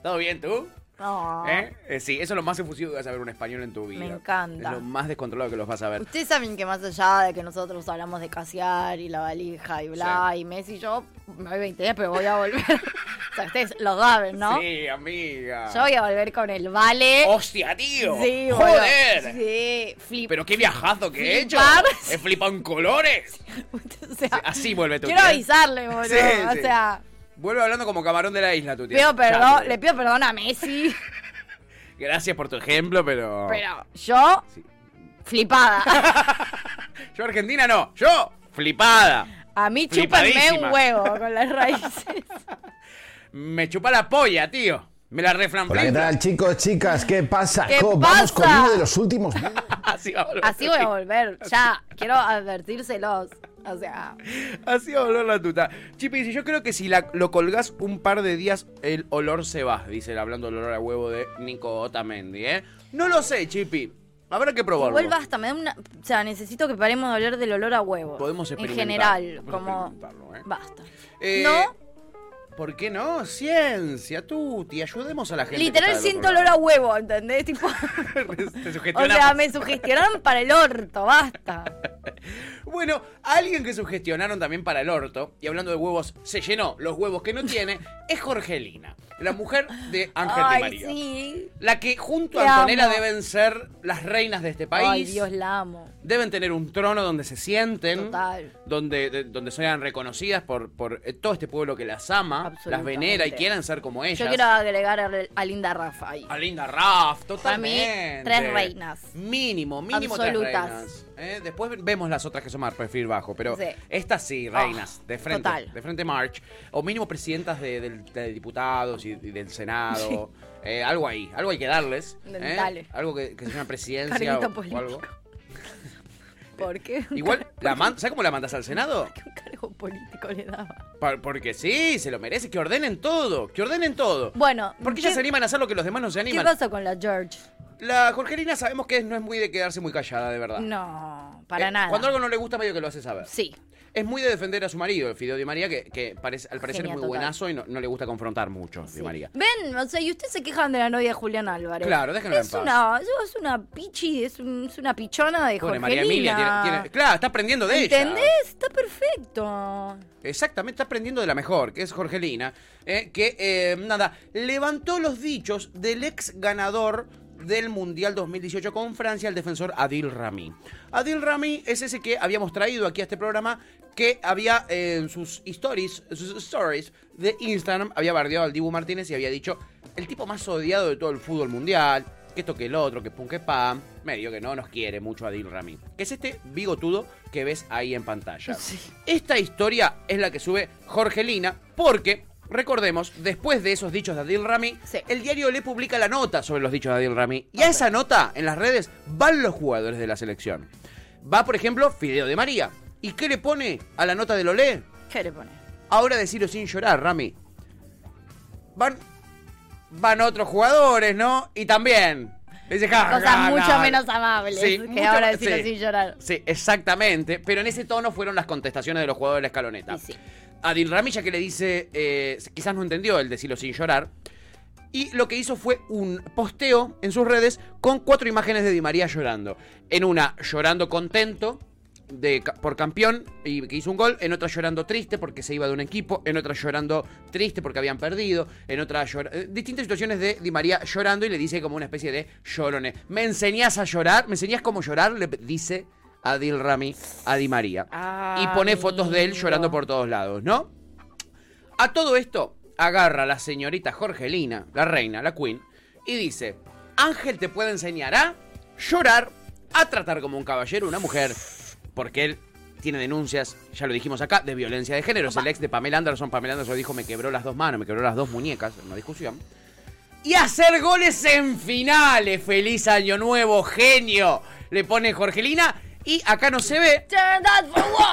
Speaker 2: ¿Todo bien, tú?
Speaker 3: No.
Speaker 2: ¿Eh? Eh, sí, eso es lo más efusivo que vas a ver un español en tu vida.
Speaker 3: Me encanta.
Speaker 2: Es lo más descontrolado que los vas a ver.
Speaker 3: Ustedes saben que más allá de que nosotros hablamos de casear y la valija y bla, y Messi, yo me voy 20 días, pero voy a volver. o sea, ustedes lo saben, ¿no?
Speaker 2: Sí, amiga.
Speaker 3: Yo voy a volver con el vale.
Speaker 2: ¡Hostia, tío!
Speaker 3: Sí, boludo.
Speaker 2: ¡Joder!
Speaker 3: Sí, flip.
Speaker 2: Pero qué viajazo que he hecho.
Speaker 3: Flipar.
Speaker 2: He flipado en colores. Sí, así vuelve tu
Speaker 3: Quiero
Speaker 2: tía.
Speaker 3: avisarle, boludo.
Speaker 2: Sí,
Speaker 3: o
Speaker 2: sí.
Speaker 3: sea,
Speaker 2: Vuelve hablando como camarón de la isla, tu tía.
Speaker 3: pido
Speaker 2: Ya,
Speaker 3: perdón,
Speaker 2: tía.
Speaker 3: le pido perdón a Messi,
Speaker 2: Gracias por tu ejemplo, pero.
Speaker 3: pero yo flipada.
Speaker 2: Yo, Argentina, no. Yo, flipada.
Speaker 3: A mí chúpenme
Speaker 2: Flipadísima.
Speaker 3: un huevo con las raíces.
Speaker 2: Me chupa la polla, tío. Me la
Speaker 11: Hola, ¿qué
Speaker 2: reflanflé.
Speaker 11: tal, chicos, chicas? ¿Qué pasa?
Speaker 3: ¿Qué
Speaker 11: Co- Vamos con
Speaker 3: pasa?
Speaker 11: uno de los últimos.
Speaker 2: Así va a volver.
Speaker 3: Así voy a volver, ya. Quiero advertírselos. O sea,
Speaker 2: Así va a volver la tuta. Chipi dice: Yo creo que si la- lo colgás un par de días, el olor se va. Dice hablando del olor a huevo de Nico Otamendi, ¿eh? No lo sé, Chipi. Habrá que probarlo.
Speaker 3: igual basta, me da una... O sea, necesito que paremos de hablar del olor a huevo.
Speaker 2: Podemos
Speaker 3: En
Speaker 2: experimentar.
Speaker 3: general,
Speaker 2: Podemos
Speaker 3: como...
Speaker 2: experimentarlo, ¿eh?
Speaker 3: Basta.
Speaker 2: Eh,
Speaker 3: ¿No?
Speaker 2: ¿Por qué no? Ciencia, tú, te ayudemos a la gente. que
Speaker 3: Literal
Speaker 2: está del
Speaker 3: siento
Speaker 2: otro
Speaker 3: olor
Speaker 2: lado.
Speaker 3: a huevo, ¿entendés? Tipo,
Speaker 2: Te
Speaker 3: o
Speaker 2: sugestionamos.
Speaker 3: sea, me sugestionaron para el orto, basta.
Speaker 2: Bueno, alguien que sugestionaron también para el orto, y hablando de huevos, se llenó los huevos que no tiene, es Jorgelina, la mujer de Ángel Di
Speaker 3: Ay,
Speaker 2: María.
Speaker 3: sí.
Speaker 2: La que junto
Speaker 3: Te
Speaker 2: a Antonella
Speaker 3: amo.
Speaker 2: deben ser las reinas de este país.
Speaker 3: Ay, Dios, la amo.
Speaker 2: Deben tener un trono donde se sienten,
Speaker 3: Total.
Speaker 2: donde, de- donde sean reconocidas por, por eh, todo este pueblo que las ama, las
Speaker 3: Absolutamente.
Speaker 2: venera y quieran ser como ellas.
Speaker 3: Yo quiero agregar a, a Linda Rafa ahí.
Speaker 2: A Linda Raff,
Speaker 3: Para mí,
Speaker 2: totalmente.
Speaker 3: tres reinas.
Speaker 2: Mínimo, mínimo tres
Speaker 3: Absolutas.
Speaker 2: reinas. ¿eh? Después vemos las otras que son más perfil bajo, pero
Speaker 3: Sí. Oh,
Speaker 2: estas sí, reinas, de frente.
Speaker 3: total.
Speaker 2: De frente March. O mínimo presidentas de, del- de diputados y, y del Senado. eh, algo ahí, algo hay que darles. ¿eh?
Speaker 3: Dale.
Speaker 2: Algo que, que sea una presidencia
Speaker 3: Carguito
Speaker 2: o, o
Speaker 3: político.
Speaker 2: algo.
Speaker 3: ¿Por qué?
Speaker 2: Igual, la man- ¿sabes cómo la mandas al Senado?
Speaker 3: Un cargo político le daba.
Speaker 2: Pa- Porque sí, se lo merece. Que ordenen todo, que ordenen todo.
Speaker 3: Bueno,
Speaker 2: Porque
Speaker 3: ¿qué-
Speaker 2: ellas se animan a hacer lo que los demás no se
Speaker 3: ¿Qué
Speaker 2: animan.
Speaker 3: pasó con la George?
Speaker 2: La Jorgelina sabemos que es- no es muy de quedarse muy callada, de verdad.
Speaker 3: No, para
Speaker 2: Ah. Eh,
Speaker 3: nada.
Speaker 2: Cuando algo no le gusta, medio que lo hace saber.
Speaker 3: Sí.
Speaker 2: Es muy de defender a su marido, el Fideo Di María, que, que parece- al parecer
Speaker 3: Genia
Speaker 2: es muy
Speaker 3: total.
Speaker 2: buenazo y no, no le gusta confrontar mucho, Di María.
Speaker 3: Ven, o sea, y ustedes se quejan de la novia de Julián Álvarez.
Speaker 2: Claro, déjenla en
Speaker 3: es
Speaker 2: paz.
Speaker 3: Una, es una pichi, es, un- es una pichona de
Speaker 2: Pobre
Speaker 3: Jorgelina.
Speaker 2: María Emilia tiene, tiene- Claro, está aprendiendo de ella.
Speaker 3: ¿Entendés? Está perfecto.
Speaker 2: Exactamente, está aprendiendo de la mejor, que es Jorgelina, eh, que, eh, nada, levantó los dichos del ex ganador del Mundial 2018 con Francia, el defensor Adil Rami. Adil Rami es ese que habíamos traído aquí a este programa, que había eh, en sus stories, sus stories de Instagram, había bardeado al Dibu Martínez y había dicho, el tipo más odiado de todo el fútbol mundial, que esto que el otro, que punk que pam, medio que no nos quiere mucho Adil Rami, que es este bigotudo que ves ahí en pantalla. Esta historia es la que sube Jorgelina porque, recordemos, después de esos dichos de Adil Rami, el diario Le publica la nota sobre los dichos de Adil Rami y a esa nota en las redes van los jugadores de la selección. Va, por ejemplo, Fideo de María. ¿Y qué le pone a la nota de Lolé?
Speaker 3: ¿Qué le pone?
Speaker 2: Ahora decirlo sin llorar, Rami. Van, van otros jugadores, ¿no? Y también. Dice, ja,
Speaker 3: Cosas
Speaker 2: ja,
Speaker 3: mucho
Speaker 2: ja.
Speaker 3: menos amables
Speaker 2: Sí,
Speaker 3: que
Speaker 2: mucho-
Speaker 3: ahora decirlo
Speaker 2: sí.
Speaker 3: sin llorar.
Speaker 2: Sí, exactamente. Pero en ese tono fueron las contestaciones de los jugadores de la escaloneta. Adil Ramilla que le dice, eh, quizás no entendió el decirlo sin llorar. Y lo que hizo fue un posteo en sus redes con cuatro imágenes de Di María llorando. En una llorando contento de, ca- por campeón y que hizo un gol, en otra llorando triste porque se iba de un equipo, en otra llorando triste porque habían perdido, en otra llora- eh, distintas situaciones de Di María llorando y le dice como una especie de llorones. ¿Me enseñás a llorar? ¿Me enseñás cómo llorar? Le dice a Dil Rami, a Di María. y pone fotos de él llorando por todos lados, ¿no? A todo esto agarra la señorita Jorgelina, la reina, la queen, y dice, Ángel te puede enseñar a llorar, a tratar como un caballero una mujer, porque él tiene denuncias, ya lo dijimos acá, de violencia de género. Es el ex de Pamela Anderson. Pamela Anderson dijo, me quebró las dos manos, me quebró las dos muñecas en una discusión. Y hacer goles en finales. Feliz año nuevo, genio. Le pone Jorgelina. Y acá no se ve.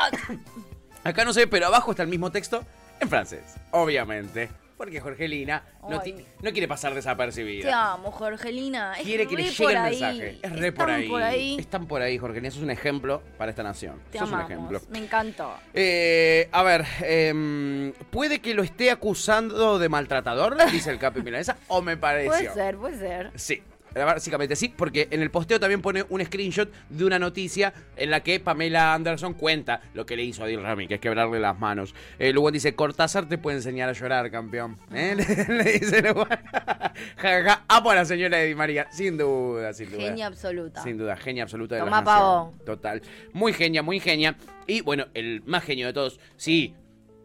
Speaker 2: Acá no se ve, pero abajo está el mismo texto en francés. Obviamente. Porque Jorgelina no,
Speaker 3: Ay.
Speaker 2: ti- no quiere pasar
Speaker 3: Te
Speaker 2: desapercibida.
Speaker 3: amo, Jorgelina. Es
Speaker 2: Quiere que
Speaker 3: re
Speaker 2: le llegue
Speaker 3: por
Speaker 2: el
Speaker 3: ahí.
Speaker 2: mensaje. Es re por
Speaker 3: Están
Speaker 2: ahí.
Speaker 3: por ahí.
Speaker 2: Están por ahí, Jorgelina. Eso es un ejemplo para esta nación.
Speaker 3: Te
Speaker 2: Sos
Speaker 3: amamos.
Speaker 2: un ejemplo.
Speaker 3: Me encantó.
Speaker 2: Eh, a ver, em, puede que lo esté acusando de maltratador, dice el Capi Milanesa, o me pareció.
Speaker 3: Puede ser, puede ser.
Speaker 2: Sí. Básicamente sí, porque en el posteo también pone un screenshot de una noticia en la que Pamela Anderson cuenta lo que le hizo a Dil Rami, que es quebrarle las manos. Eh, Lugan dice, Cortázar te puede enseñar a llorar, campeón. ¿Eh? Le, le dice Lugan. ja, ja, ja. Amo a la señora de Di María, sin duda, sin duda.
Speaker 3: Genia absoluta.
Speaker 2: Sin duda, genia absoluta de la
Speaker 3: Tomá,
Speaker 2: nación.
Speaker 3: pavo.
Speaker 2: Total. Muy genia, muy genia. Y bueno, el más genio de todos, sí,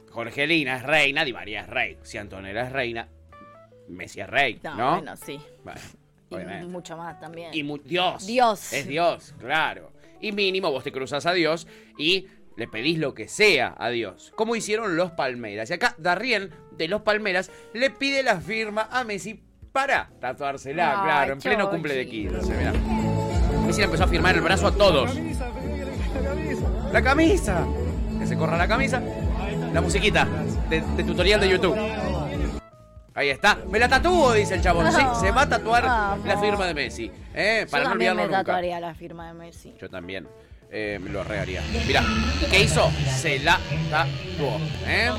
Speaker 2: Jorgelina es reina, Di María es rey. Si Antonella es reina, Messi es rey, ¿no?
Speaker 3: No, bueno, sí.
Speaker 2: Bueno,
Speaker 3: Y
Speaker 2: obviamente.
Speaker 3: mucho más también.
Speaker 2: Y mu- Dios.
Speaker 3: Dios.
Speaker 2: Es Dios, claro. Y mínimo vos te cruzas a Dios y le pedís lo que sea a Dios. Como hicieron los Palmeras. Y acá Darrien de los Palmeras le pide la firma a Messi para tatuársela,
Speaker 12: Ay,
Speaker 2: claro, en pleno
Speaker 12: Georgie.
Speaker 2: cumple de 15. mirá. Messi le empezó a firmar el brazo a todos. La camisa. Que se corra la camisa. La musiquita de, de tutorial de YouTube. Ahí está. Me la tatúo, dice el chabón. Sí, se va a tatuar
Speaker 3: Ah. Vamos.
Speaker 2: la firma de Messi. ¿eh? Para no
Speaker 3: Yo también
Speaker 2: olvidarlo
Speaker 3: me
Speaker 2: nunca.
Speaker 3: tatuaría la firma de Messi.
Speaker 2: Yo también. Eh, me lo regaría. Mirá, ¿qué hizo? Se la tatuó. ¿eh?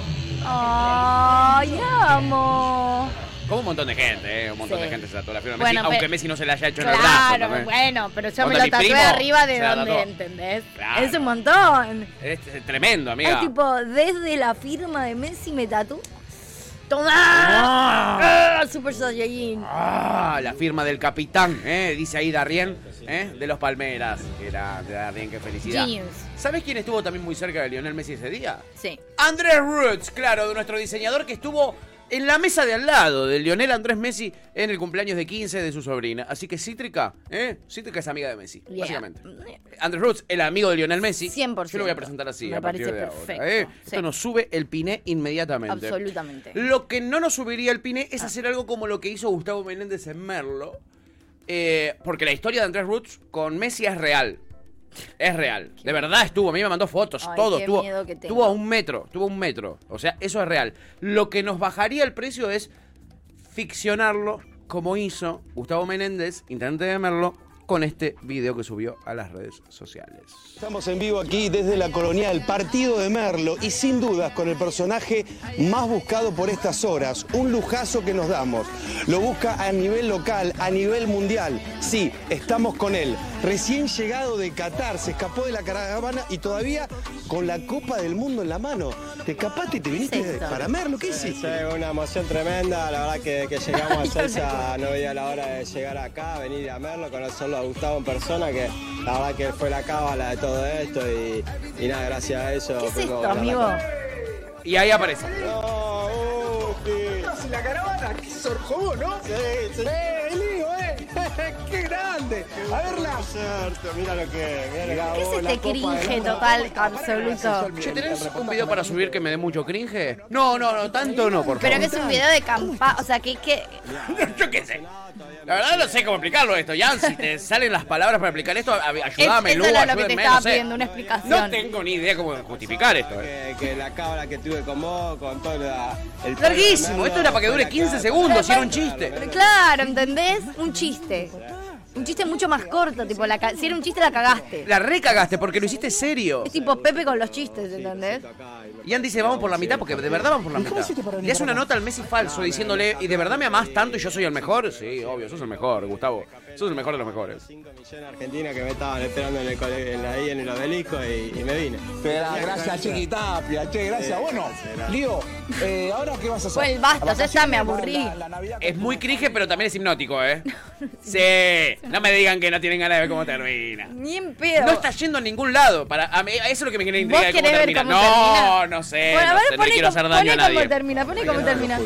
Speaker 3: ¡Ay, amo!
Speaker 2: Como un montón de gente, ¿eh? Un montón
Speaker 3: Sí.
Speaker 2: de gente se tatuó la firma de
Speaker 3: Bueno,
Speaker 2: Messi. Aunque
Speaker 3: pero-
Speaker 2: Messi no se la haya hecho en el brazo.
Speaker 3: Claro,
Speaker 2: también.
Speaker 3: bueno, pero yo me
Speaker 2: Onda,
Speaker 3: lo
Speaker 2: mi
Speaker 3: tatué
Speaker 2: primo
Speaker 3: arriba de
Speaker 2: se la
Speaker 3: donde,
Speaker 2: tatuó.
Speaker 3: ¿entendés?
Speaker 2: Claro.
Speaker 3: Es un montón.
Speaker 2: Es, es tremendo,
Speaker 3: Es
Speaker 2: amiga.
Speaker 3: tipo, desde la firma de Messi me tatú. ¡Toma! ¡Ah! Super Saiyajin.
Speaker 2: Ah, la firma del capitán, ¿eh? dice ahí Darrien, ¿eh? de los Palmeras. Que era de Darrien, qué felicidad.
Speaker 3: Genius.
Speaker 2: ¿Sabes quién estuvo también muy cerca de Lionel Messi ese día?
Speaker 3: Sí.
Speaker 2: Andrés Roots, claro, de nuestro diseñador que estuvo en la mesa de al lado de Lionel Andrés Messi en el cumpleaños de 15 de su sobrina. Así que Cítrica, ¿eh? Cítrica es amiga de Messi,
Speaker 3: Yeah.
Speaker 2: básicamente. Andrés Roots, el amigo de Lionel Messi.
Speaker 3: 100%.
Speaker 2: Yo lo voy a presentar así.
Speaker 3: Me
Speaker 2: a partir
Speaker 3: parece
Speaker 2: de ahora,
Speaker 3: perfecto,
Speaker 2: ¿eh?
Speaker 3: sí.
Speaker 2: Esto nos sube el piné inmediatamente.
Speaker 3: Absolutamente. Ah.
Speaker 2: Lo que no nos subiría el pine es hacer algo como lo que hizo Gustavo Menéndez en Merlo. eh, porque la historia de Andrés Roots con Messi es real. Es real. De verdad estuvo. A mí me mandó fotos,
Speaker 3: Ay,
Speaker 2: todo.
Speaker 3: qué
Speaker 2: Tuvo,
Speaker 3: miedo que tengo.
Speaker 2: tuvo a un metro. Tuvo un metro. O sea, eso es real. Lo que nos bajaría el precio es ficcionarlo como hizo Gustavo Menéndez, intendente de Merlo, con este video que subió a las redes sociales.
Speaker 13: Estamos en vivo aquí desde la colonial, partido de Merlo y sin dudas con el personaje más buscado por estas horas, un lujazo que nos damos. Lo busca a nivel local, a nivel mundial. Sí, estamos con él. Recién llegado de Qatar, se escapó de la caravana y todavía con la Copa del Mundo en la mano. Te escapaste y te viniste de- para Merlo, ¿qué hiciste?
Speaker 14: una emoción tremenda, la verdad que, que llegamos a Celsa, no veía la hora de llegar acá, venir a Merlo, conocerlo a Gustavo en persona, que la verdad que fue la cábala de todo esto y, y nada, gracias a eso. ¿Qué
Speaker 2: Y ahí aparece.
Speaker 13: Estás en la caravana, qué sorjobó, ¿no? Sí, sí. ¡Eh, Eligo, eh! ¡Qué grande! A verla.
Speaker 14: Mira lo que
Speaker 13: Mirá
Speaker 3: Es
Speaker 13: vos,
Speaker 3: este
Speaker 13: la copa del
Speaker 3: cringe
Speaker 13: mundo.
Speaker 3: total, absoluto.
Speaker 2: Che, ¿tenés un video para subir que me dé mucho cringe? No, no, no, tanto no, por favor.
Speaker 3: Pero que es un video de campa, o sea, que, que
Speaker 2: Yo qué sé. La verdad no sé cómo explicarlo esto, Jan. Si te salen las palabras para explicar esto, a- ayúdame,
Speaker 3: es-
Speaker 2: Lu,
Speaker 3: eso era lo que te
Speaker 2: ayúdenme, no
Speaker 3: estaba
Speaker 2: sé.
Speaker 3: pidiendo, una
Speaker 2: No
Speaker 3: explicación.
Speaker 2: tengo ni idea cómo justificar esto. eh.
Speaker 14: Que, que la cábala que tuve con vos, con todo la- el...
Speaker 2: Larguísimo, esto era para que dure 15 segundos, si era un
Speaker 3: Pero
Speaker 2: chiste.
Speaker 3: Claro, ¿entendés? Un chiste. Un chiste mucho más corto, tipo, la ca- si era un chiste la cagaste.
Speaker 2: La recagaste porque lo hiciste serio.
Speaker 3: Es tipo Pepe con los chistes, ¿entendés?
Speaker 2: Ian dice, vamos por la mitad, porque de verdad vamos por la mitad. Le hace una nota al Messi falso diciéndole, y de verdad me amás tanto y yo soy el mejor. Sí, obvio, sos el mejor, Gustavo. Sos el mejor de los mejores.
Speaker 14: en Argentina que me estaban esperando en el cole- en la- ahí en el obelisco y, y me vine.
Speaker 13: Pero gracias, Chiqui Tapia, che, gracias. Bueno, Leo, Eh, ¿Ahora qué vas a hacer?
Speaker 3: Pues basta, ya está, me aburrí.
Speaker 2: Es muy crige, pero también es hipnótico, ¿eh? Sí, no me digan que no tienen ganas de ver cómo termina.
Speaker 3: Ni en pedo.
Speaker 2: No está yendo a ningún lado. Para, a mí- eso es lo que me quiere intrigar.
Speaker 3: querés ver cómo
Speaker 2: no,
Speaker 3: termina?
Speaker 2: no sé.
Speaker 3: Bueno, a
Speaker 2: no,
Speaker 3: ver,
Speaker 2: sé, no
Speaker 3: poné
Speaker 2: le quiero
Speaker 3: cómo-
Speaker 2: hacer daño a
Speaker 3: poné cómo
Speaker 2: nadie.
Speaker 3: termina, poné cómo termina.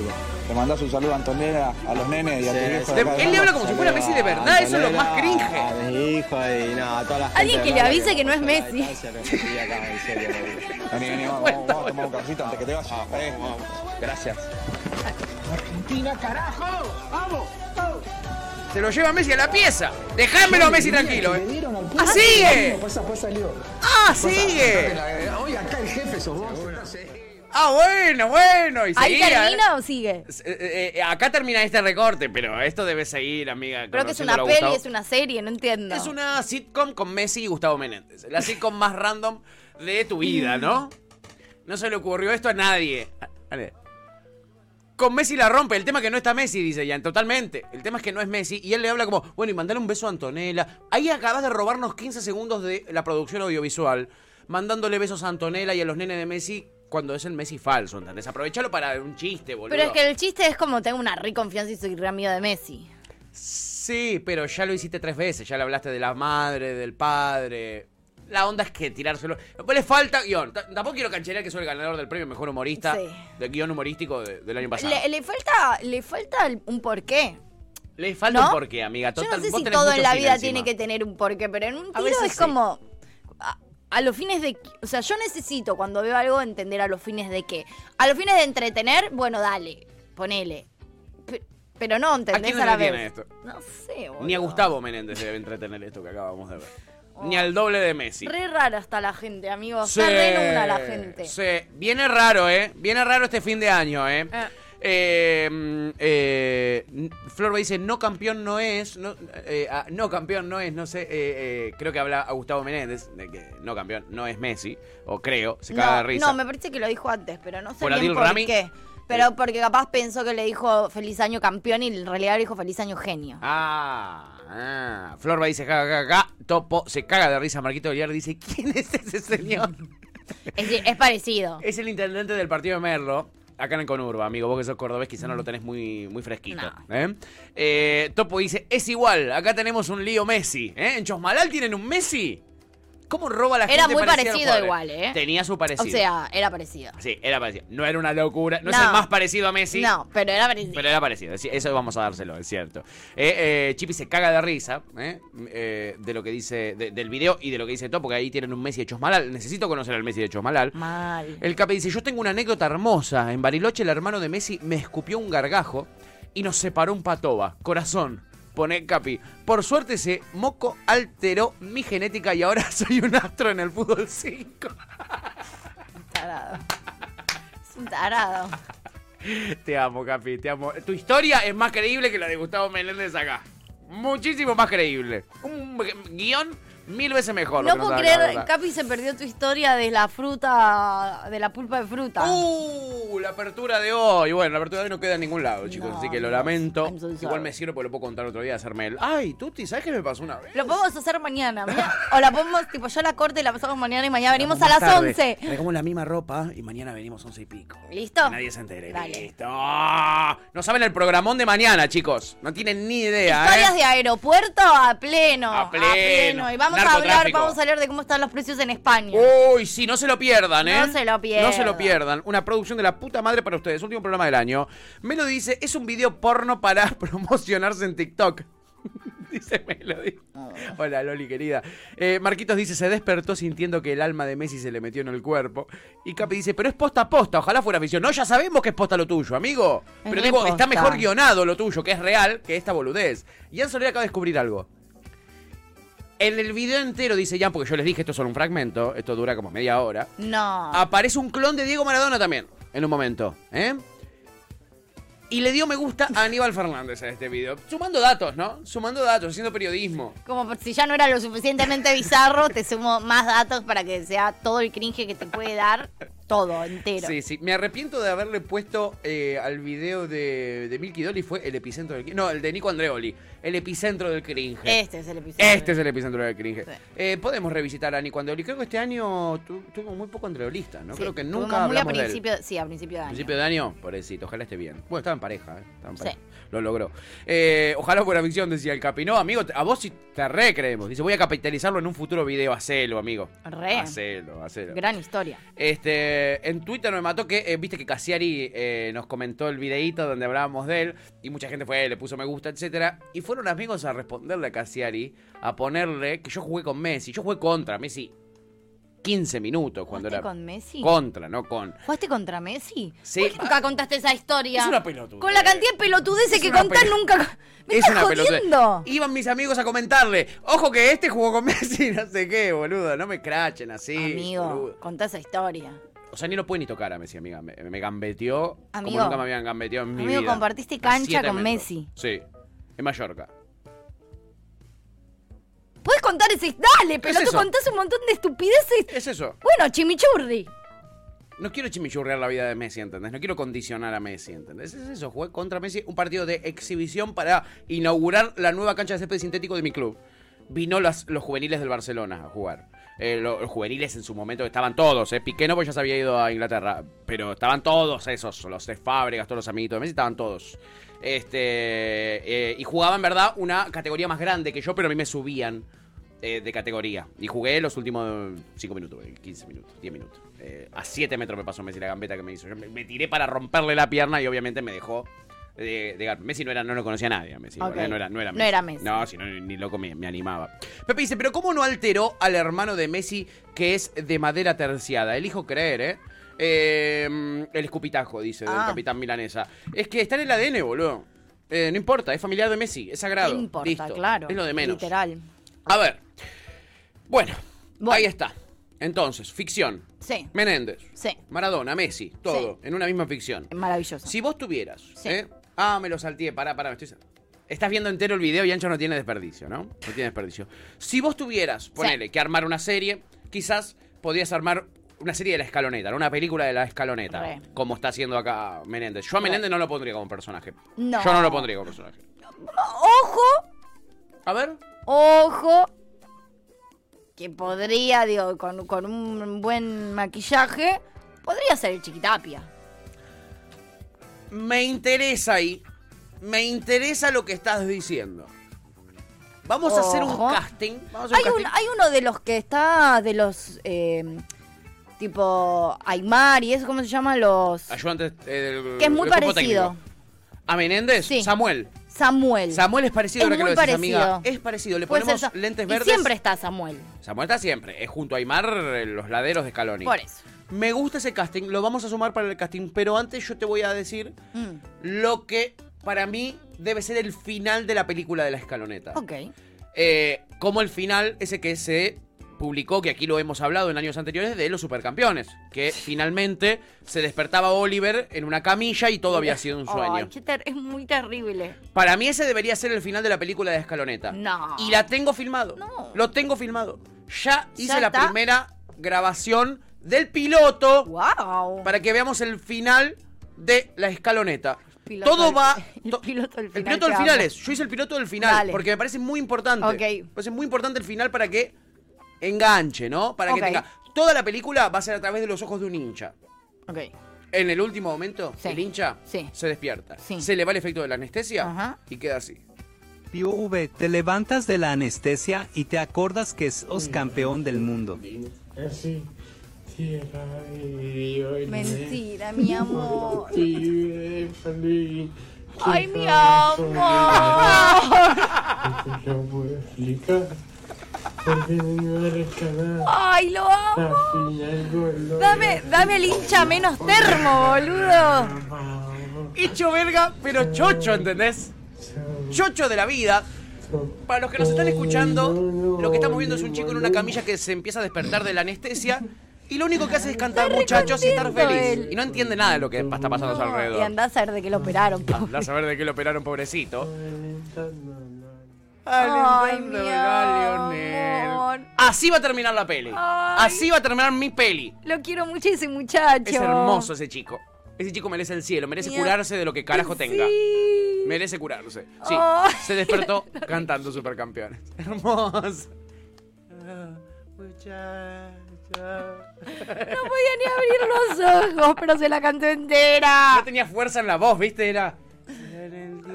Speaker 11: Le mandás un saludo a Antonella, a los nenes y a tu viejo de
Speaker 2: Te-
Speaker 11: acá de
Speaker 2: él
Speaker 11: Mar-
Speaker 2: le habla como si fuera Messi de verdad, eso es lo más cringe.
Speaker 13: A mi hijo y nada, a toda la gente.
Speaker 3: Alguien que
Speaker 13: de
Speaker 3: le
Speaker 13: Mar-
Speaker 3: avise que no es Messi.
Speaker 13: Sí, acá, en serio, boludo. Vení, vení, vamos, vamos, vamos a tomar un cafecito antes que te vayas.
Speaker 14: Ah,
Speaker 13: eh. Gracias.
Speaker 10: Argentina, carajo. Vamos.
Speaker 2: Se lo lleva Messi a la pieza. Dejámelo, Messi, tranquilo. ¿eh? ¡Ah,
Speaker 10: sigue!
Speaker 2: sigue!
Speaker 10: pues,
Speaker 2: ¡Ah, sigue!
Speaker 10: Oye, eh. acá el jefe sos vos.
Speaker 2: Ah, bueno, bueno. Y
Speaker 3: ¿Ahí
Speaker 2: seguía.
Speaker 3: termina o sigue?
Speaker 2: Eh, eh, acá termina este recorte, pero esto debe seguir, amiga.
Speaker 3: Creo que es
Speaker 2: conociéndolo
Speaker 3: una
Speaker 2: a
Speaker 3: peli,
Speaker 2: Gustavo.
Speaker 3: es una serie, no entiendo.
Speaker 2: Es una sitcom con Messi y Gustavo Menéndez. La sitcom más random de tu vida, ¿no? No se le ocurrió esto a nadie. A- Ale. Con Messi la rompe. El tema es que no está Messi, dice Jan, totalmente. El tema es que no es Messi. Y él le habla como, bueno, y mandale un beso a Antonella. Ahí acabas de robarnos 15 segundos de la producción audiovisual, mandándole besos a Antonella y a los nenes de Messi cuando es el Messi falso, ¿entendés? Aprovechalo para un chiste, boludo.
Speaker 3: Pero es que el chiste es como tengo una re confianza y soy re amigo de Messi.
Speaker 2: Sí, pero ya lo hiciste tres veces, ya le hablaste de la madre, del padre. La onda es que tirárselo. Después le falta guión. T- Tampoco quiero cancherear que soy el ganador del premio mejor humorista
Speaker 3: Sí.
Speaker 2: del guión humorístico de- del año pasado. Le,
Speaker 3: Le, le falta, le falta el- un porqué.
Speaker 2: falta
Speaker 3: ¿No?
Speaker 2: un porqué, amiga.
Speaker 3: Yo
Speaker 2: Total,
Speaker 3: no sé
Speaker 2: vos
Speaker 3: si
Speaker 2: tenés
Speaker 3: todo
Speaker 2: mucho
Speaker 3: en la
Speaker 2: cine
Speaker 3: vida
Speaker 2: encima.
Speaker 3: tiene que tener un porqué, pero en un tiro
Speaker 2: veces
Speaker 3: es
Speaker 2: sí.
Speaker 3: como a, a los fines de o sea, yo necesito cuando veo algo entender a los fines de qué. A los fines de entretener, bueno, dale, ponele. Pe- Pero no
Speaker 2: ¿A
Speaker 3: entendés
Speaker 2: quién
Speaker 3: a, la vez.
Speaker 2: entretiene esto?
Speaker 3: No sé, boludo.
Speaker 2: Ni a Gustavo Menéndez debe entretener esto que acabamos de ver.
Speaker 3: Oh.
Speaker 2: Ni al doble de Messi.
Speaker 3: Re rara está la gente, amigo.
Speaker 2: Sí,
Speaker 3: Está re nula la gente.
Speaker 2: sí. Viene raro, ¿eh? Viene raro este fin de año, ¿eh?
Speaker 3: Ah.
Speaker 2: Eh, mm, eh, n- Florba dice, no campeón no es, no, eh, ah, no campeón no es, no sé, eh, eh, creo que habla a Gustavo Menéndez, de que no campeón no es Messi, o creo, se caga
Speaker 3: no,
Speaker 2: de risa.
Speaker 3: no, me parece que lo dijo antes, pero no sé
Speaker 2: ¿Por
Speaker 3: bien
Speaker 2: Adil
Speaker 3: por
Speaker 2: Rami? Eh.
Speaker 3: qué. Pero porque capaz pensó que le dijo feliz año campeón y en realidad le dijo feliz año genio.
Speaker 2: Ah, ah. Florba dice, ja, ja, ja, topo, se caga de risa, Marquito Villar dice, ¿quién es ese señor?
Speaker 3: Es, decir, es parecido.
Speaker 2: Es el intendente del partido de Merlo. Acá en el Conurba, amigo, vos que sos cordobés quizá no
Speaker 3: Mm.
Speaker 2: lo tenés muy, muy fresquito. ¿eh? Eh, Topo dice, es igual, acá tenemos un lío Messi. ¿eh? ¿En Chosmalal tienen un Messi? ¿Cómo roba la gente?
Speaker 3: Era muy
Speaker 2: a los
Speaker 3: parecido
Speaker 2: jugadores?
Speaker 3: igual, ¿eh?
Speaker 2: Tenía su parecido.
Speaker 3: O sea, era parecido.
Speaker 2: Sí, era parecido. No era una locura, no, es
Speaker 3: No.
Speaker 2: el más parecido a Messi.
Speaker 3: No, pero era parecido.
Speaker 2: Pero era parecido, es- eso vamos a dárselo, es cierto. Eh, eh, Chippy se caga de risa ¿eh? Eh, de lo que dice, de- del video y de lo que dice Topo, porque ahí tienen un Messi de Chosmalal. Necesito conocer al Messi de Chosmalal.
Speaker 3: Mal.
Speaker 2: El Capi dice, yo tengo una anécdota hermosa. En Bariloche el hermano de Messi me escupió un gargajo y nos separó un patoba. Corazón, pone Capi. Por suerte ese moco alteró mi genética y ahora soy un astro en el fútbol 5.
Speaker 3: Tarado. Es un tarado.
Speaker 2: Te amo, Capi, te amo. Tu historia es más creíble que la de Gustavo Meléndez acá. Muchísimo más creíble. Un guión mil veces mejor. lo
Speaker 3: No
Speaker 2: que
Speaker 3: puedo
Speaker 2: nos acaba de
Speaker 3: creer,
Speaker 2: contar.
Speaker 3: Capi se perdió tu historia de la fruta, de la pulpa de fruta.
Speaker 2: Uh, la apertura de hoy. Bueno, la apertura de hoy no queda en ningún lado, chicos. así que lo lamento. Igual me sirve porque lo puedo contar otro día, hacerme el. Ay, Tuti, ¿sabes qué me pasó una vez?
Speaker 3: Lo podemos hacer mañana, mirá. O la podemos, tipo, yo la corte y la pasamos mañana y mañana venimos
Speaker 2: Más
Speaker 3: a las
Speaker 2: tarde,
Speaker 3: 11.
Speaker 2: Traigamos la misma ropa y mañana venimos 11 y pico.
Speaker 3: ¿Listo?
Speaker 2: Que Nadie se entere.
Speaker 3: Dale.
Speaker 2: Listo. No saben el programón de mañana, chicos. No tienen ni idea,
Speaker 3: Historias
Speaker 2: ¿eh?
Speaker 3: de aeropuerto a pleno.
Speaker 2: A pleno.
Speaker 3: Y vamos a hablar,
Speaker 2: Narcotráfico.
Speaker 3: vamos a hablar de cómo están los precios en España.
Speaker 2: Uy, sí, no se lo pierdan, ¿eh?
Speaker 3: No se lo pierdan.
Speaker 2: No se lo pierdan. Una producción de la puta madre para ustedes. Último programa del año. Melo dice, es un video porno para promocionarse en TikTok. dice Melody. Hola, Loli, querida. Eh, Marquitos dice, se despertó sintiendo que el alma de Messi se le metió en el cuerpo. Y Capi dice, pero es posta a posta, ojalá fuera ficción. No, ya sabemos que es posta lo tuyo, amigo.
Speaker 3: Es
Speaker 2: Pero
Speaker 3: re
Speaker 2: digo,
Speaker 3: posta.
Speaker 2: está mejor guionado lo tuyo, que es real, que esta boludez. Y Ian Soler acaba de descubrir algo. En el video entero, dice Jan, porque yo les dije, esto es solo un fragmento, esto dura como media hora.
Speaker 3: No.
Speaker 2: Aparece un clon de Diego Maradona también, en un momento, ¿eh? Y le dio me gusta a Aníbal Fernández a este video. Sumando datos, ¿no? Sumando datos, haciendo periodismo.
Speaker 3: Como por si ya no era lo suficientemente bizarro, te sumo más datos para que sea todo el cringe que te puede dar Todo, entero.
Speaker 2: Sí, sí. Me arrepiento de haberle puesto eh, al video de, de Milky Dolly fue el epicentro del No, el de Nico Andreoli. El epicentro del cringe.
Speaker 3: Este es el episodio.
Speaker 2: Este es el epicentro del cringe. Eh, podemos revisitar a Nico Andreoli. Creo que este año tu- tuvo muy poco andreolista, ¿no?
Speaker 3: Sí,
Speaker 2: Creo que
Speaker 3: tuvimos
Speaker 2: nunca
Speaker 3: muy a
Speaker 2: hablamos de él.
Speaker 3: principio, Sí, a principio de año.
Speaker 2: principio de año, pobrecito, ojalá esté bien. Bueno, estaba en pareja, ¿eh? Estaba en
Speaker 3: Sí.
Speaker 2: pareja. Lo logró. Eh, ojalá fuera ficción, decía el Capi. No, amigo, a vos sí te re creemos. Dice, voy a capitalizarlo en un futuro video. Hacelo, amigo.
Speaker 3: Re.
Speaker 2: Ah, Hacelo, hacelo.
Speaker 3: Gran historia.
Speaker 2: Este, en Twitter me mató que, eh, viste que Cassiari eh, nos comentó el videíto donde hablábamos de él y mucha gente fue, le puso me gusta, etcétera Y fueron amigos a responderle a Cassiari, a ponerle que yo jugué con Messi, yo jugué contra Messi 15 minutos cuando
Speaker 3: ¿Jugaste
Speaker 2: era...
Speaker 3: con Messi?
Speaker 2: Contra, no con...
Speaker 3: ¿Jugaste contra Messi?
Speaker 2: Sí.
Speaker 3: ¿Por qué nunca contaste esa historia?
Speaker 2: Es una pelotudez.
Speaker 3: Con la cantidad de pelotudeces
Speaker 2: Es
Speaker 3: que
Speaker 2: una
Speaker 3: contás
Speaker 2: pelo-
Speaker 3: nunca. ¡Me
Speaker 2: es
Speaker 3: estás
Speaker 2: una pelotudez.
Speaker 3: jodiendo!
Speaker 2: Iban mis amigos a comentarle, ojo que este jugó con Messi, no sé qué, boludo, no me crachen así.
Speaker 3: Amigo,
Speaker 2: boludo.
Speaker 3: contá esa historia.
Speaker 2: O sea, ni lo puede ni tocar a Messi, amiga. Me, me gambeteó
Speaker 3: Amigo.
Speaker 2: como nunca me habían gambeteado en mi
Speaker 3: Amigo,
Speaker 2: vida.
Speaker 3: compartiste
Speaker 2: Así
Speaker 3: cancha
Speaker 2: de
Speaker 3: con
Speaker 2: tremendo.
Speaker 3: Messi.
Speaker 2: Sí, en Mallorca.
Speaker 3: ¿Puedes contar ese? Dale,
Speaker 2: ¿Qué es
Speaker 3: pelotudo,
Speaker 2: eso?
Speaker 3: contás un montón de estupideces.
Speaker 2: ¿Qué es eso?
Speaker 3: Bueno, chimichurri.
Speaker 2: No quiero chimichurrear la vida de Messi, ¿entendés? No quiero condicionar a Messi, ¿entendés? Es eso, jugué contra Messi un partido de exhibición para inaugurar la nueva cancha de césped sintético de mi club. Vino las- los juveniles del Barcelona a jugar. Eh, lo- los juveniles en su momento estaban todos, ¿eh? Piqué no, pues ya se había ido a Inglaterra, pero estaban todos esos, los de Fábregas, todos los amiguitos de Messi, estaban todos. Este, eh, y jugaba en verdad una categoría más grande que yo, pero a mí me subían eh, de categoría. Y jugué los últimos 5 minutos, eh, 15 minutos, 10 minutos. Eh, a 7 metros me pasó Messi la gambeta que me hizo. Yo me, me tiré para romperle la pierna y obviamente me dejó. De, de gar- Messi no era, no lo conocía a nadie. a Messi,
Speaker 3: Ok.
Speaker 2: ¿verdad? no, era, no era
Speaker 3: No
Speaker 2: Messi.
Speaker 3: era Messi.
Speaker 2: No, si no, ni ni loco me, me animaba. Pepe dice, pero ¿cómo no alteró al hermano de Messi que es de madera terciada? Elijo creer, ¿eh? Eh, el escupitajo, dice, del
Speaker 3: Ah.
Speaker 2: capitán milanesa. Es que está en el ADN, boludo. Eh, no importa, es familiar de Messi, es sagrado.
Speaker 3: No importa,
Speaker 2: Listo,
Speaker 3: claro.
Speaker 2: Es lo de menos.
Speaker 3: Literal.
Speaker 2: A ver. Bueno, ahí está. Entonces, ficción.
Speaker 3: Sí,
Speaker 2: Menéndez,
Speaker 3: sí.
Speaker 2: Maradona, Messi, todo en una misma ficción.
Speaker 3: Maravilloso.
Speaker 2: Si vos tuvieras, ¿eh? Ah, me lo salteé, pará, pará, me estoy... Estás viendo entero el video y Ancho no tiene desperdicio, ¿no? No tiene desperdicio. Si vos tuvieras, ponele, que armar una serie, quizás podrías armar una serie de la escaloneta, ¿no? una película de la escaloneta,
Speaker 3: Re.
Speaker 2: como está haciendo acá Menéndez. Yo a Menéndez no lo pondría como personaje.
Speaker 3: No.
Speaker 2: Yo no lo pondría como personaje.
Speaker 3: Ojo.
Speaker 2: A ver.
Speaker 3: Ojo. Que podría, digo, con, con un buen maquillaje, podría ser el chiquitapia.
Speaker 2: Me interesa ahí. Me interesa lo que estás diciendo. Vamos a hacer un
Speaker 3: Ojo.
Speaker 2: casting. Vamos a
Speaker 3: Hay,
Speaker 2: hacer un
Speaker 3: un-
Speaker 2: casting.
Speaker 3: hay uno de los que está, de los, eh, tipo, Aymar y eso, ¿cómo se llama? Los...
Speaker 2: Ayudantes, eh, del-
Speaker 3: Que es muy
Speaker 2: del cuerpo
Speaker 3: parecido.
Speaker 2: técnico. ¿A Menéndez? Samuel.
Speaker 3: Samuel.
Speaker 2: Samuel es parecido
Speaker 3: Es
Speaker 2: ahora que lo
Speaker 3: muy
Speaker 2: decís,
Speaker 3: parecido.
Speaker 2: amiga. Es parecido. Le
Speaker 3: Puede ser
Speaker 2: ponemos
Speaker 3: Sa-
Speaker 2: lentes
Speaker 3: y
Speaker 2: verdes.
Speaker 3: siempre está Samuel.
Speaker 2: Samuel está siempre. Es junto a Aymar eh, los laderos de Scaloni.
Speaker 3: Por eso.
Speaker 2: Me gusta ese casting. Lo vamos a sumar para el casting. Pero antes yo te voy a decir
Speaker 3: Mm.
Speaker 2: lo que para mí debe ser el final de la película de la escaloneta.
Speaker 3: Ok.
Speaker 2: Eh, como el final, ese que se publicó, que aquí lo hemos hablado en años anteriores, de los supercampeones. Que finalmente se despertaba Oliver en una camilla y todo había sido un
Speaker 3: Ay,
Speaker 2: sueño.
Speaker 3: qué ter- es muy terrible.
Speaker 2: Para mí ese debería ser el final de la película de Escaloneta.
Speaker 3: No.
Speaker 2: Y la tengo filmado. Lo tengo filmado. Ya hice
Speaker 3: ¿Ya
Speaker 2: la
Speaker 3: está?
Speaker 2: primera grabación del piloto.
Speaker 3: Wow.
Speaker 2: Para que veamos el final de la Escaloneta.
Speaker 3: Piloto
Speaker 2: Todo
Speaker 3: del-
Speaker 2: va...
Speaker 3: El piloto del
Speaker 2: El
Speaker 3: final.
Speaker 2: piloto
Speaker 3: te
Speaker 2: del final
Speaker 3: amo.
Speaker 2: es. Yo hice el piloto del final.
Speaker 3: Dale.
Speaker 2: Porque me parece muy importante.
Speaker 3: Ok.
Speaker 2: Me parece muy importante el final para que enganche, ¿no? Para
Speaker 3: Ok.
Speaker 2: que tenga. Toda la película va a ser a través de los ojos de un hincha.
Speaker 3: Ok.
Speaker 2: En el último momento, el hincha se despierta. Se le va el efecto de la anestesia y queda así.
Speaker 12: Pio V, te levantas de la anestesia y te acordas que sos campeón del mundo.
Speaker 15: Así, tierra y violencia.
Speaker 3: Mentira, mi amor.
Speaker 15: Vive feliz.
Speaker 3: Ay, mi
Speaker 15: Corazón
Speaker 3: amor.
Speaker 15: libre. Yo puedo explicar. Porque no eres canal.
Speaker 3: Ay, lo amo.
Speaker 15: Al final, gol.
Speaker 3: Dame, dame el hincha menos termo, boludo.
Speaker 2: Hecho verga, pero chocho, ¿entendés? Chocho de la vida. Para los que nos están escuchando, lo que estamos viendo es un chico en una camilla que se empieza a despertar de la anestesia y lo único que hace es cantar muchachos y estar
Speaker 3: recontento
Speaker 2: feliz.
Speaker 3: él.
Speaker 2: Y no entiende nada de lo que pa- está pasando a su
Speaker 3: Y
Speaker 2: alrededor.
Speaker 3: andás a ver de qué lo operaron.
Speaker 2: Andá a saber de qué lo operaron, pobrecito.
Speaker 3: Ay,
Speaker 2: encanto
Speaker 3: mi
Speaker 2: de Leonel.
Speaker 3: amor.
Speaker 2: Así va a terminar la peli.
Speaker 3: Ay.
Speaker 2: Así va a terminar mi peli.
Speaker 3: Lo quiero mucho ese muchacho.
Speaker 2: Es hermoso ese chico. Ese chico merece el cielo, merece
Speaker 3: Mira.
Speaker 2: curarse de lo que carajo tenga. Merece curarse. Sí.
Speaker 3: Ay.
Speaker 2: Se despertó cantando Supercampeones. Hermoso. Ah.
Speaker 3: No podía ni abrir los ojos, pero se la cantó entera.
Speaker 2: No tenía fuerza en la voz, ¿viste? Era.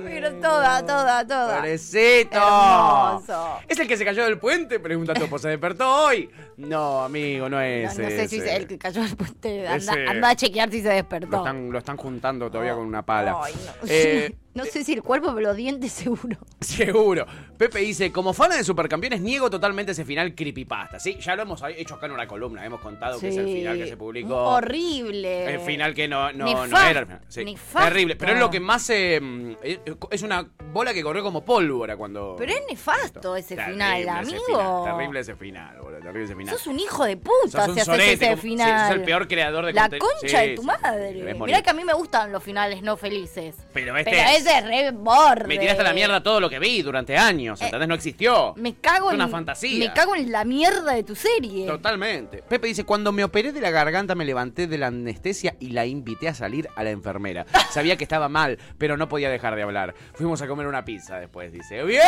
Speaker 3: Pero toda, toda, toda.
Speaker 2: ¡Pobrecito!
Speaker 3: Hermoso.
Speaker 2: ¿Es el que se cayó del puente? Pregunta Topo. ¿Se despertó hoy? No, amigo, no
Speaker 3: No,
Speaker 2: es.
Speaker 3: no sé si
Speaker 2: ese.
Speaker 3: es el que cayó al puente. Anda,
Speaker 2: Ese-
Speaker 3: anda a chequear si se
Speaker 2: Lo
Speaker 3: despertó.
Speaker 2: están, lo están juntando todavía con una pala.
Speaker 3: Ay, no.
Speaker 2: Eh,
Speaker 3: no sé si el cuerpo, pero los dientes seguro.
Speaker 2: Seguro. Pepe dice, como fan de Supercampeones, niego totalmente ese final creepypasta. Sí, ya lo hemos hecho acá en una columna. Hemos contado que es el
Speaker 3: Sí.
Speaker 2: final que se publicó.
Speaker 3: Horrible.
Speaker 2: El final que no, no,
Speaker 3: Nefasto.
Speaker 2: no era el final. Sí.
Speaker 3: Nefasto.
Speaker 2: Terrible. Pero es lo que más... eh, mm, es- es una bola que corrió como pólvora cuando...
Speaker 3: Pero es nefasto ese
Speaker 2: Terrible
Speaker 3: final,
Speaker 2: ese
Speaker 3: amigo.
Speaker 2: final, terrible ese final, boludo. Terrible ese final.
Speaker 3: Sos un hijo de puta
Speaker 2: Sos un
Speaker 3: si haces
Speaker 2: sorete,
Speaker 3: ese
Speaker 2: como- sí,
Speaker 3: final.
Speaker 2: sos el peor creador de
Speaker 3: La
Speaker 2: conten-
Speaker 3: concha
Speaker 2: Sí,
Speaker 3: de tu
Speaker 2: sí, sí,
Speaker 3: madre.
Speaker 2: debes morir.
Speaker 3: Mirá que a mí me gustan los finales no felices.
Speaker 2: Pero este...
Speaker 3: Pero ese es re borde.
Speaker 2: me tiraste a la mierda todo lo que vi durante años, ¿entendés? No existió.
Speaker 3: Me cago
Speaker 2: Es
Speaker 3: en.
Speaker 2: una fantasía.
Speaker 3: Me cago en la mierda de tu serie.
Speaker 2: Totalmente. Pepe dice, cuando me operé de la garganta me levanté de la anestesia y la invité a salir a la enfermera. Sabía que estaba mal, pero no podía dejar de hablar. Fuimos a comer una pizza después, dice. ¡Bien!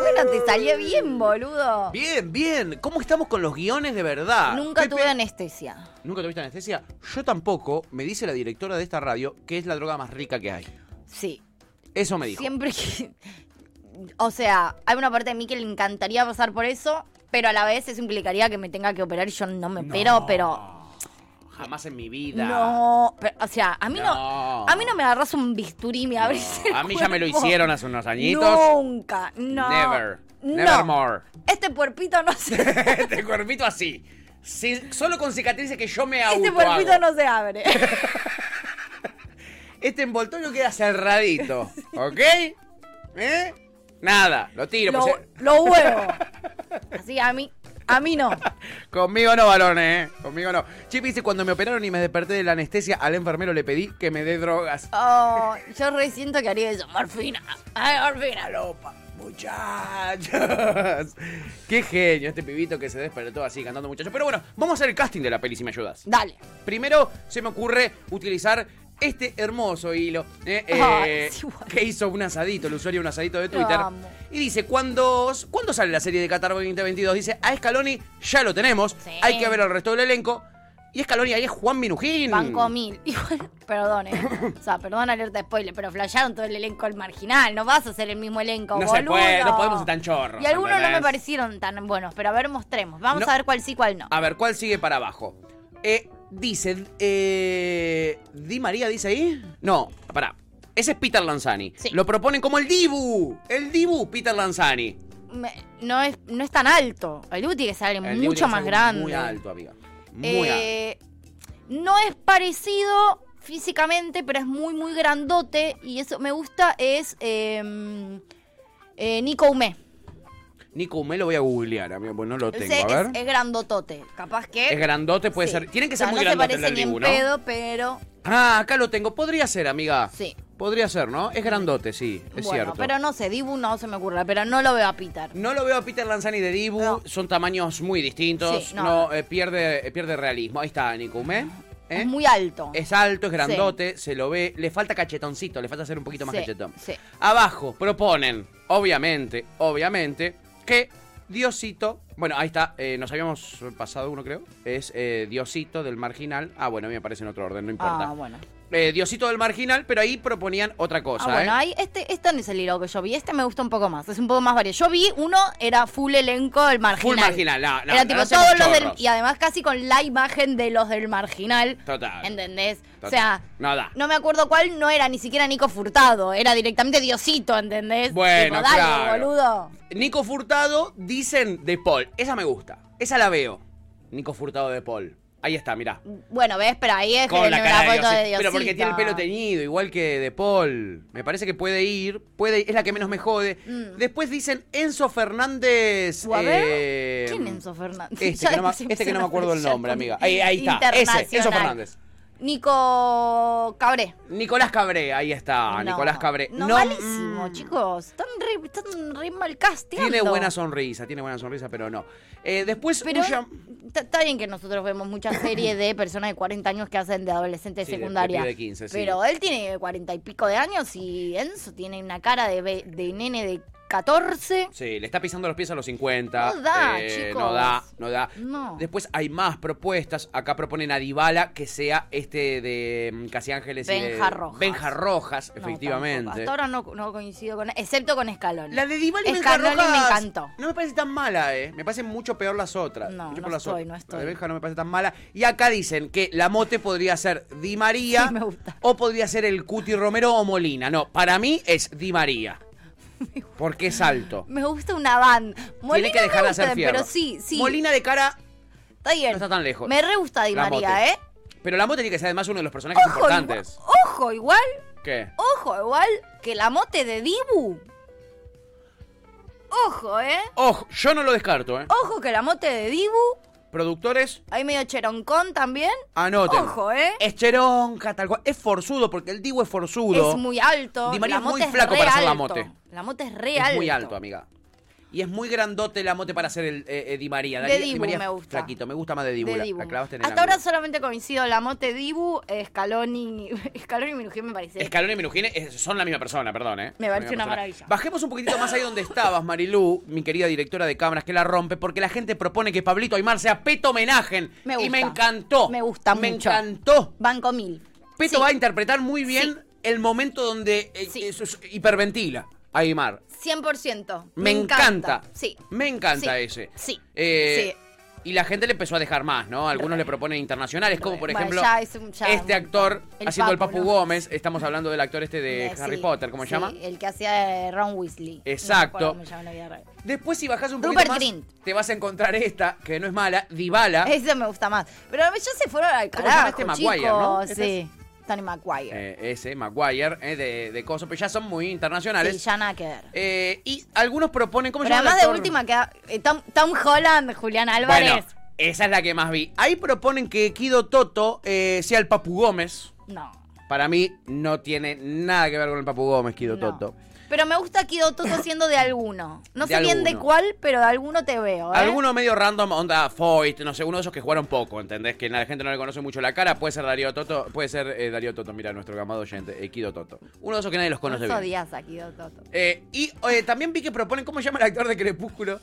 Speaker 3: Bueno, te salió bien, boludo.
Speaker 2: Bien, bien. ¿Cómo estamos con los guiones de verdad?
Speaker 3: Nunca tuve anestesia.
Speaker 2: ¿Nunca tuviste anestesia? Yo tampoco, me dice la directora de esta radio, que es la droga más rica que hay.
Speaker 3: Sí.
Speaker 2: Eso me dijo.
Speaker 3: Siempre que. O sea, hay una parte de mí que le encantaría pasar por eso, pero a la vez eso implicaría que me tenga que operar y yo no me opero, pero.
Speaker 2: Jamás en mi vida.
Speaker 3: No, pero, o sea, a mí no.
Speaker 2: No.
Speaker 3: A mí no me agarras un bisturí y me abrís. el
Speaker 2: A mí ya me lo
Speaker 3: cuerpo.
Speaker 2: hicieron hace unos añitos.
Speaker 3: Nunca, no.
Speaker 2: Never.
Speaker 3: No.
Speaker 2: Nevermore.
Speaker 3: Este puerpito no se.
Speaker 2: Este cuerpito así. Sin- solo con cicatrices que yo me auto
Speaker 3: este puerpito
Speaker 2: hago.
Speaker 3: no se abre.
Speaker 2: Este envoltorio queda cerradito. ¿Ok? ¿Eh? Nada, lo tiro.
Speaker 3: lo,
Speaker 2: pues, eh,
Speaker 3: lo huevo. Así, a mí. A mí no.
Speaker 2: Conmigo no, varones, ¿eh? Conmigo no. Chip dice, cuando me operaron y me desperté de la anestesia, al enfermero le pedí que me dé drogas.
Speaker 3: Oh, yo re siento que haría eso. Morfina. Ay, morfina, lopa.
Speaker 2: Muchachos. Qué genio este pibito que se despertó así cantando muchachos. Pero bueno, vamos a hacer el casting de la peli si me ayudas.
Speaker 3: Dale.
Speaker 2: Primero se me ocurre utilizar este hermoso hilo eh, eh,
Speaker 3: Ay, es igual.
Speaker 2: que hizo un asadito, el usuario un asadito de Twitter.
Speaker 3: Lo amo.
Speaker 2: Y dice, ¿cuándo, ¿cuándo sale la serie de Qatar 2022? Dice, a Scaloni ya lo tenemos, hay que ver al resto del elenco. Y Scaloni ahí es Juan Minujín.
Speaker 3: Banco mil. Igual, perdón, eh. O sea, perdón alerta de spoiler, pero flashearon todo el elenco al marginal. No vas a ser el mismo elenco,
Speaker 2: no
Speaker 3: boludo.
Speaker 2: se puede, no podemos ser tan chorros.
Speaker 3: Y algunos no me
Speaker 2: ¿entendés?
Speaker 3: parecieron tan buenos, pero a ver, mostremos. Vamos
Speaker 2: No. Ah.
Speaker 3: a ver cuál sí, cuál no.
Speaker 2: A ver, ¿cuál sigue para abajo? Eh, dice. eh, ¿Di María dice ahí? No, pará. Ese es Peter Lanzani. Lo proponen como el Dibu. El Dibu, Peter Lanzani.
Speaker 3: Me- no, es, no es tan alto. El Uti que sale
Speaker 2: El Dibu tiene que
Speaker 3: mucho
Speaker 2: ser
Speaker 3: más grande.
Speaker 2: Muy alto, amiga. Muy alto.
Speaker 3: Eh, No es parecido físicamente, pero es muy, muy grandote. Y eso me gusta. Es eh, eh, Nico Umé.
Speaker 2: Nico me lo voy a googlear, amigo, pues no lo tengo.
Speaker 3: Ese
Speaker 2: a
Speaker 3: es,
Speaker 2: ver.
Speaker 3: es grandotote. Capaz que.
Speaker 2: Es, grandote, puede ser. Tienen que ser
Speaker 3: O sea,
Speaker 2: muy
Speaker 3: no
Speaker 2: grandote
Speaker 3: se
Speaker 2: el del
Speaker 3: parece ni en
Speaker 2: Dibu, ¿no?
Speaker 3: pedo, pero.
Speaker 2: Ah, acá lo tengo. Podría ser, amiga.
Speaker 3: Sí.
Speaker 2: Podría ser, ¿no? Es grandote, sí. Es
Speaker 3: bueno,
Speaker 2: cierto. ¿Eh?
Speaker 3: pero no sé, Dibu no se me ocurre, pero no lo veo a Peter.
Speaker 2: No lo veo a Peter Lanzani de Dibu, son tamaños muy distintos.
Speaker 3: Sí,
Speaker 2: no,
Speaker 3: no.
Speaker 2: eh, pierde, eh, pierde realismo. Ahí está Nicume.
Speaker 3: Es muy alto.
Speaker 2: Es alto, es grandote, se lo ve. Le falta cachetoncito, le falta ser un poquito más
Speaker 3: Sí,
Speaker 2: cachetón.
Speaker 3: sí.
Speaker 2: Abajo proponen, obviamente, obviamente, que Diosito. Bueno, ahí está, eh, nos habíamos pasado uno, creo. Es eh, Diosito del marginal. Ah, bueno, a mí me parece en otro orden, no importa.
Speaker 3: Ah, bueno.
Speaker 2: Eh, Diosito del marginal, pero ahí proponían otra cosa.
Speaker 3: ah, bueno,
Speaker 2: ¿eh?
Speaker 3: ahí, este, este no es el hilo que yo vi. Este me gusta un poco más. Es un poco más variado. Yo vi uno, era full elenco del marginal.
Speaker 2: Full marginal, no, no,
Speaker 3: era
Speaker 2: no
Speaker 3: tipo
Speaker 2: hacemos
Speaker 3: todos los del.
Speaker 2: chorros.
Speaker 3: Y además casi con la imagen de los del marginal.
Speaker 2: Total.
Speaker 3: ¿Entendés?
Speaker 2: total.
Speaker 3: O sea,
Speaker 2: No da.
Speaker 3: no me acuerdo cuál no era ni siquiera Nico Furtado. Era directamente Diosito, ¿entendés?
Speaker 2: Bueno,
Speaker 3: Tipo, dale,
Speaker 2: claro.
Speaker 3: boludo.
Speaker 2: Nico Furtado, dicen de Paul. Esa me gusta. Esa la veo. Nico Furtado de Paul. Ahí está, mirá.
Speaker 3: Bueno, ves, pero ahí es que
Speaker 2: Con la
Speaker 3: no
Speaker 2: cara de
Speaker 3: foto
Speaker 2: Diosito.
Speaker 3: de Diosito.
Speaker 2: Pero porque tiene el pelo teñido, igual que de Paul. Me parece que puede ir. Puede, es la que menos me jode. Después dicen Enzo Fernández.
Speaker 3: O Mm. a ver,
Speaker 2: eh,
Speaker 3: ¿Quién es Enzo Fernández?
Speaker 2: Este
Speaker 3: Ya
Speaker 2: que no, me-
Speaker 3: se
Speaker 2: este que no
Speaker 3: empiezan
Speaker 2: me
Speaker 3: a
Speaker 2: acuerdo el
Speaker 3: pelear
Speaker 2: nombre,
Speaker 3: con-
Speaker 2: amiga. Ahí, ahí está. Ese, Enzo
Speaker 3: Internacional.
Speaker 2: Fernández.
Speaker 3: Nico Cabré.
Speaker 2: Nicolás Cabré, ahí está.
Speaker 3: No,
Speaker 2: Ah, Nicolás Cabré. Mm.
Speaker 3: No, malísimo, chicos. Están re re, están re mal casteando.
Speaker 2: Tiene buena sonrisa, tiene buena sonrisa, pero no. Eh, después,
Speaker 3: Pero
Speaker 2: Ulla-
Speaker 3: está- está bien que nosotros vemos muchas series de personas de 40 años que hacen de adolescente
Speaker 2: Sí, de- de
Speaker 3: secundaria.
Speaker 2: pibe de 15, sí.
Speaker 3: Pero él tiene 40 y pico de años y Enzo tiene una cara de, ve- de nene de 14.
Speaker 2: Sí, le está pisando los pies a los 50.
Speaker 3: No da, chicos.
Speaker 2: No da, no da.
Speaker 3: No.
Speaker 2: Después hay más propuestas. Acá proponen a Dybala que sea este de mm, Casi Ángeles y
Speaker 3: Benja
Speaker 2: de-
Speaker 3: Rojas.
Speaker 2: Benja Rojas,
Speaker 3: No,
Speaker 2: efectivamente.
Speaker 3: Hasta ahora no, no coincido con excepto con Escalón.
Speaker 2: La de Dybala y Benja
Speaker 3: Escalón me
Speaker 2: Rojas
Speaker 3: encantó.
Speaker 2: No me parece tan mala, ¿eh? Me parecen mucho peor las otras. No, mucho
Speaker 3: no
Speaker 2: peor las
Speaker 3: estoy,
Speaker 2: otras.
Speaker 3: no estoy.
Speaker 2: La de Benja no me parece tan mala. Y acá dicen que la mote podría ser Di María. O podría ser el Cuti Romero o Molina. No, para mí es Di María. Porque es alto.
Speaker 3: Me gusta una banda. Molina
Speaker 2: que dejar
Speaker 3: me
Speaker 2: de hacer
Speaker 3: gusta,
Speaker 2: fierro.
Speaker 3: Pero sí, sí.
Speaker 2: Molina de cara.
Speaker 3: Está bien.
Speaker 2: No está tan lejos.
Speaker 3: Me re gusta Di
Speaker 2: La
Speaker 3: María,
Speaker 2: mote.
Speaker 3: ¿eh?
Speaker 2: Pero la mote tiene que ser además uno de los personajes
Speaker 3: Ojo,
Speaker 2: importantes.
Speaker 3: Ojo, igual.
Speaker 2: ¿Qué?
Speaker 3: Ojo, igual que la mote de Dibu. Ojo, ¿eh?
Speaker 2: Ojo, yo no lo descarto, ¿eh?
Speaker 3: Ojo que la mote de Dibu.
Speaker 2: Productores,
Speaker 3: Hay medio cheroncón también.
Speaker 2: anoten.
Speaker 3: Ojo, ¿eh?
Speaker 2: Ah, Es cheronca, tal cual. Es forzudo, porque el Dibu es forzudo.
Speaker 3: Es muy alto.
Speaker 2: Di María
Speaker 3: la
Speaker 2: es muy
Speaker 3: mote
Speaker 2: flaco
Speaker 3: re
Speaker 2: para hacer la
Speaker 3: alto.
Speaker 2: mote.
Speaker 3: La mote es re
Speaker 2: es
Speaker 3: alto.
Speaker 2: muy alto, amiga. Y es muy grandote la mote para hacer el eh, eh, Di María.
Speaker 3: De
Speaker 2: Di- Di
Speaker 3: Dibu
Speaker 2: María
Speaker 3: me
Speaker 2: es
Speaker 3: gusta.
Speaker 2: Flaquito, me gusta más de Dibu.
Speaker 3: De
Speaker 2: la-
Speaker 3: Dibu.
Speaker 2: la clavaste en el
Speaker 3: Hasta ahora
Speaker 2: ángulo.
Speaker 3: solamente coincido la mote Dibu, Escaloni, Escaloni y Minujín me parece.
Speaker 2: Escalón y Minujine es- son la misma persona, perdón, ¿eh?
Speaker 3: Este.
Speaker 2: Son
Speaker 3: Me
Speaker 2: la
Speaker 3: parece
Speaker 2: misma
Speaker 3: una
Speaker 2: persona.
Speaker 3: maravilla.
Speaker 2: Bajemos un poquitito más ahí donde estabas, Marilú, mi querida directora de cámaras, que la rompe, porque la gente propone que Pablito Aymar sea Peto Homenaje.
Speaker 3: Me
Speaker 2: Y
Speaker 3: gusta.
Speaker 2: me encantó. Me gusta Me
Speaker 3: mucho.
Speaker 2: encantó.
Speaker 3: Banco Mil.
Speaker 2: Peto va a interpretar muy bien el momento donde eh, eh, sus- hiperventila Aymar.
Speaker 3: 100%.
Speaker 2: Me encanta.
Speaker 3: Sí.
Speaker 2: Me encanta
Speaker 3: Sí.
Speaker 2: ese.
Speaker 3: Sí.
Speaker 2: Eh, Y la gente le empezó a dejar más, ¿no? Algunos le proponen internacionales, como por
Speaker 3: Bueno,
Speaker 2: ejemplo
Speaker 3: ya es un- ya
Speaker 2: este
Speaker 3: un-
Speaker 2: actor
Speaker 3: El
Speaker 2: haciendo el
Speaker 3: Papu,
Speaker 2: Papu
Speaker 3: ¿no?
Speaker 2: Gómez. Estamos hablando del actor este de
Speaker 3: Eh,
Speaker 2: Harry
Speaker 3: sí,
Speaker 2: Potter, ¿cómo se
Speaker 3: sí,
Speaker 2: llama?
Speaker 3: El que hacía eh, Ron Weasley.
Speaker 2: Exacto.
Speaker 3: No me acuerdo cómo se llama en la vida real.
Speaker 2: Después si bajas un poquito
Speaker 3: Rupert
Speaker 2: más,
Speaker 3: Grint.
Speaker 2: te vas a encontrar esta, que no es mala, Dybala.
Speaker 3: Ese me gusta más. Pero ya se fueron al
Speaker 2: Ah. ¿Cómo se llama
Speaker 3: carajo,
Speaker 2: este? Maguire,
Speaker 3: chicos.
Speaker 2: ¿no? Este
Speaker 3: Sí. Tony Maguire.
Speaker 2: Eh, ese, Maguire, eh, de, de Coso, pero ya son muy internacionales.
Speaker 3: Sí, ya nada que ver.
Speaker 2: Eh, y algunos proponen, ¿cómo se
Speaker 3: Pero
Speaker 2: llama el
Speaker 3: además de
Speaker 2: actor?
Speaker 3: última queda eh, Tom, Tom Holland, Julián Álvarez.
Speaker 2: Bueno, esa es la que más vi. Ahí proponen que Kido Toto eh, sea el Papu Gómez.
Speaker 3: No.
Speaker 2: Para mí no tiene nada que ver con el Papu Gómez, Kido Toto.
Speaker 3: Pero me gusta Kido Toto siendo de alguno. No
Speaker 2: De
Speaker 3: sé bien de
Speaker 2: alguno.
Speaker 3: cuál, pero de alguno te veo, ¿eh?
Speaker 2: Alguno medio random, onda Foyt, no sé, uno de esos que jugaron poco, ¿entendés? Que la gente no le conoce mucho la cara. Puede ser Darío Toto, puede ser eh, Darío Toto, mira, nuestro gamado oyente, eh, Kido Toto. Uno de esos que nadie los conoce
Speaker 3: Eso
Speaker 2: bien.
Speaker 3: odias a Kido Toto.
Speaker 2: Eh, y eh, también vi que proponen, ¿cómo se llama el actor de Crepúsculo?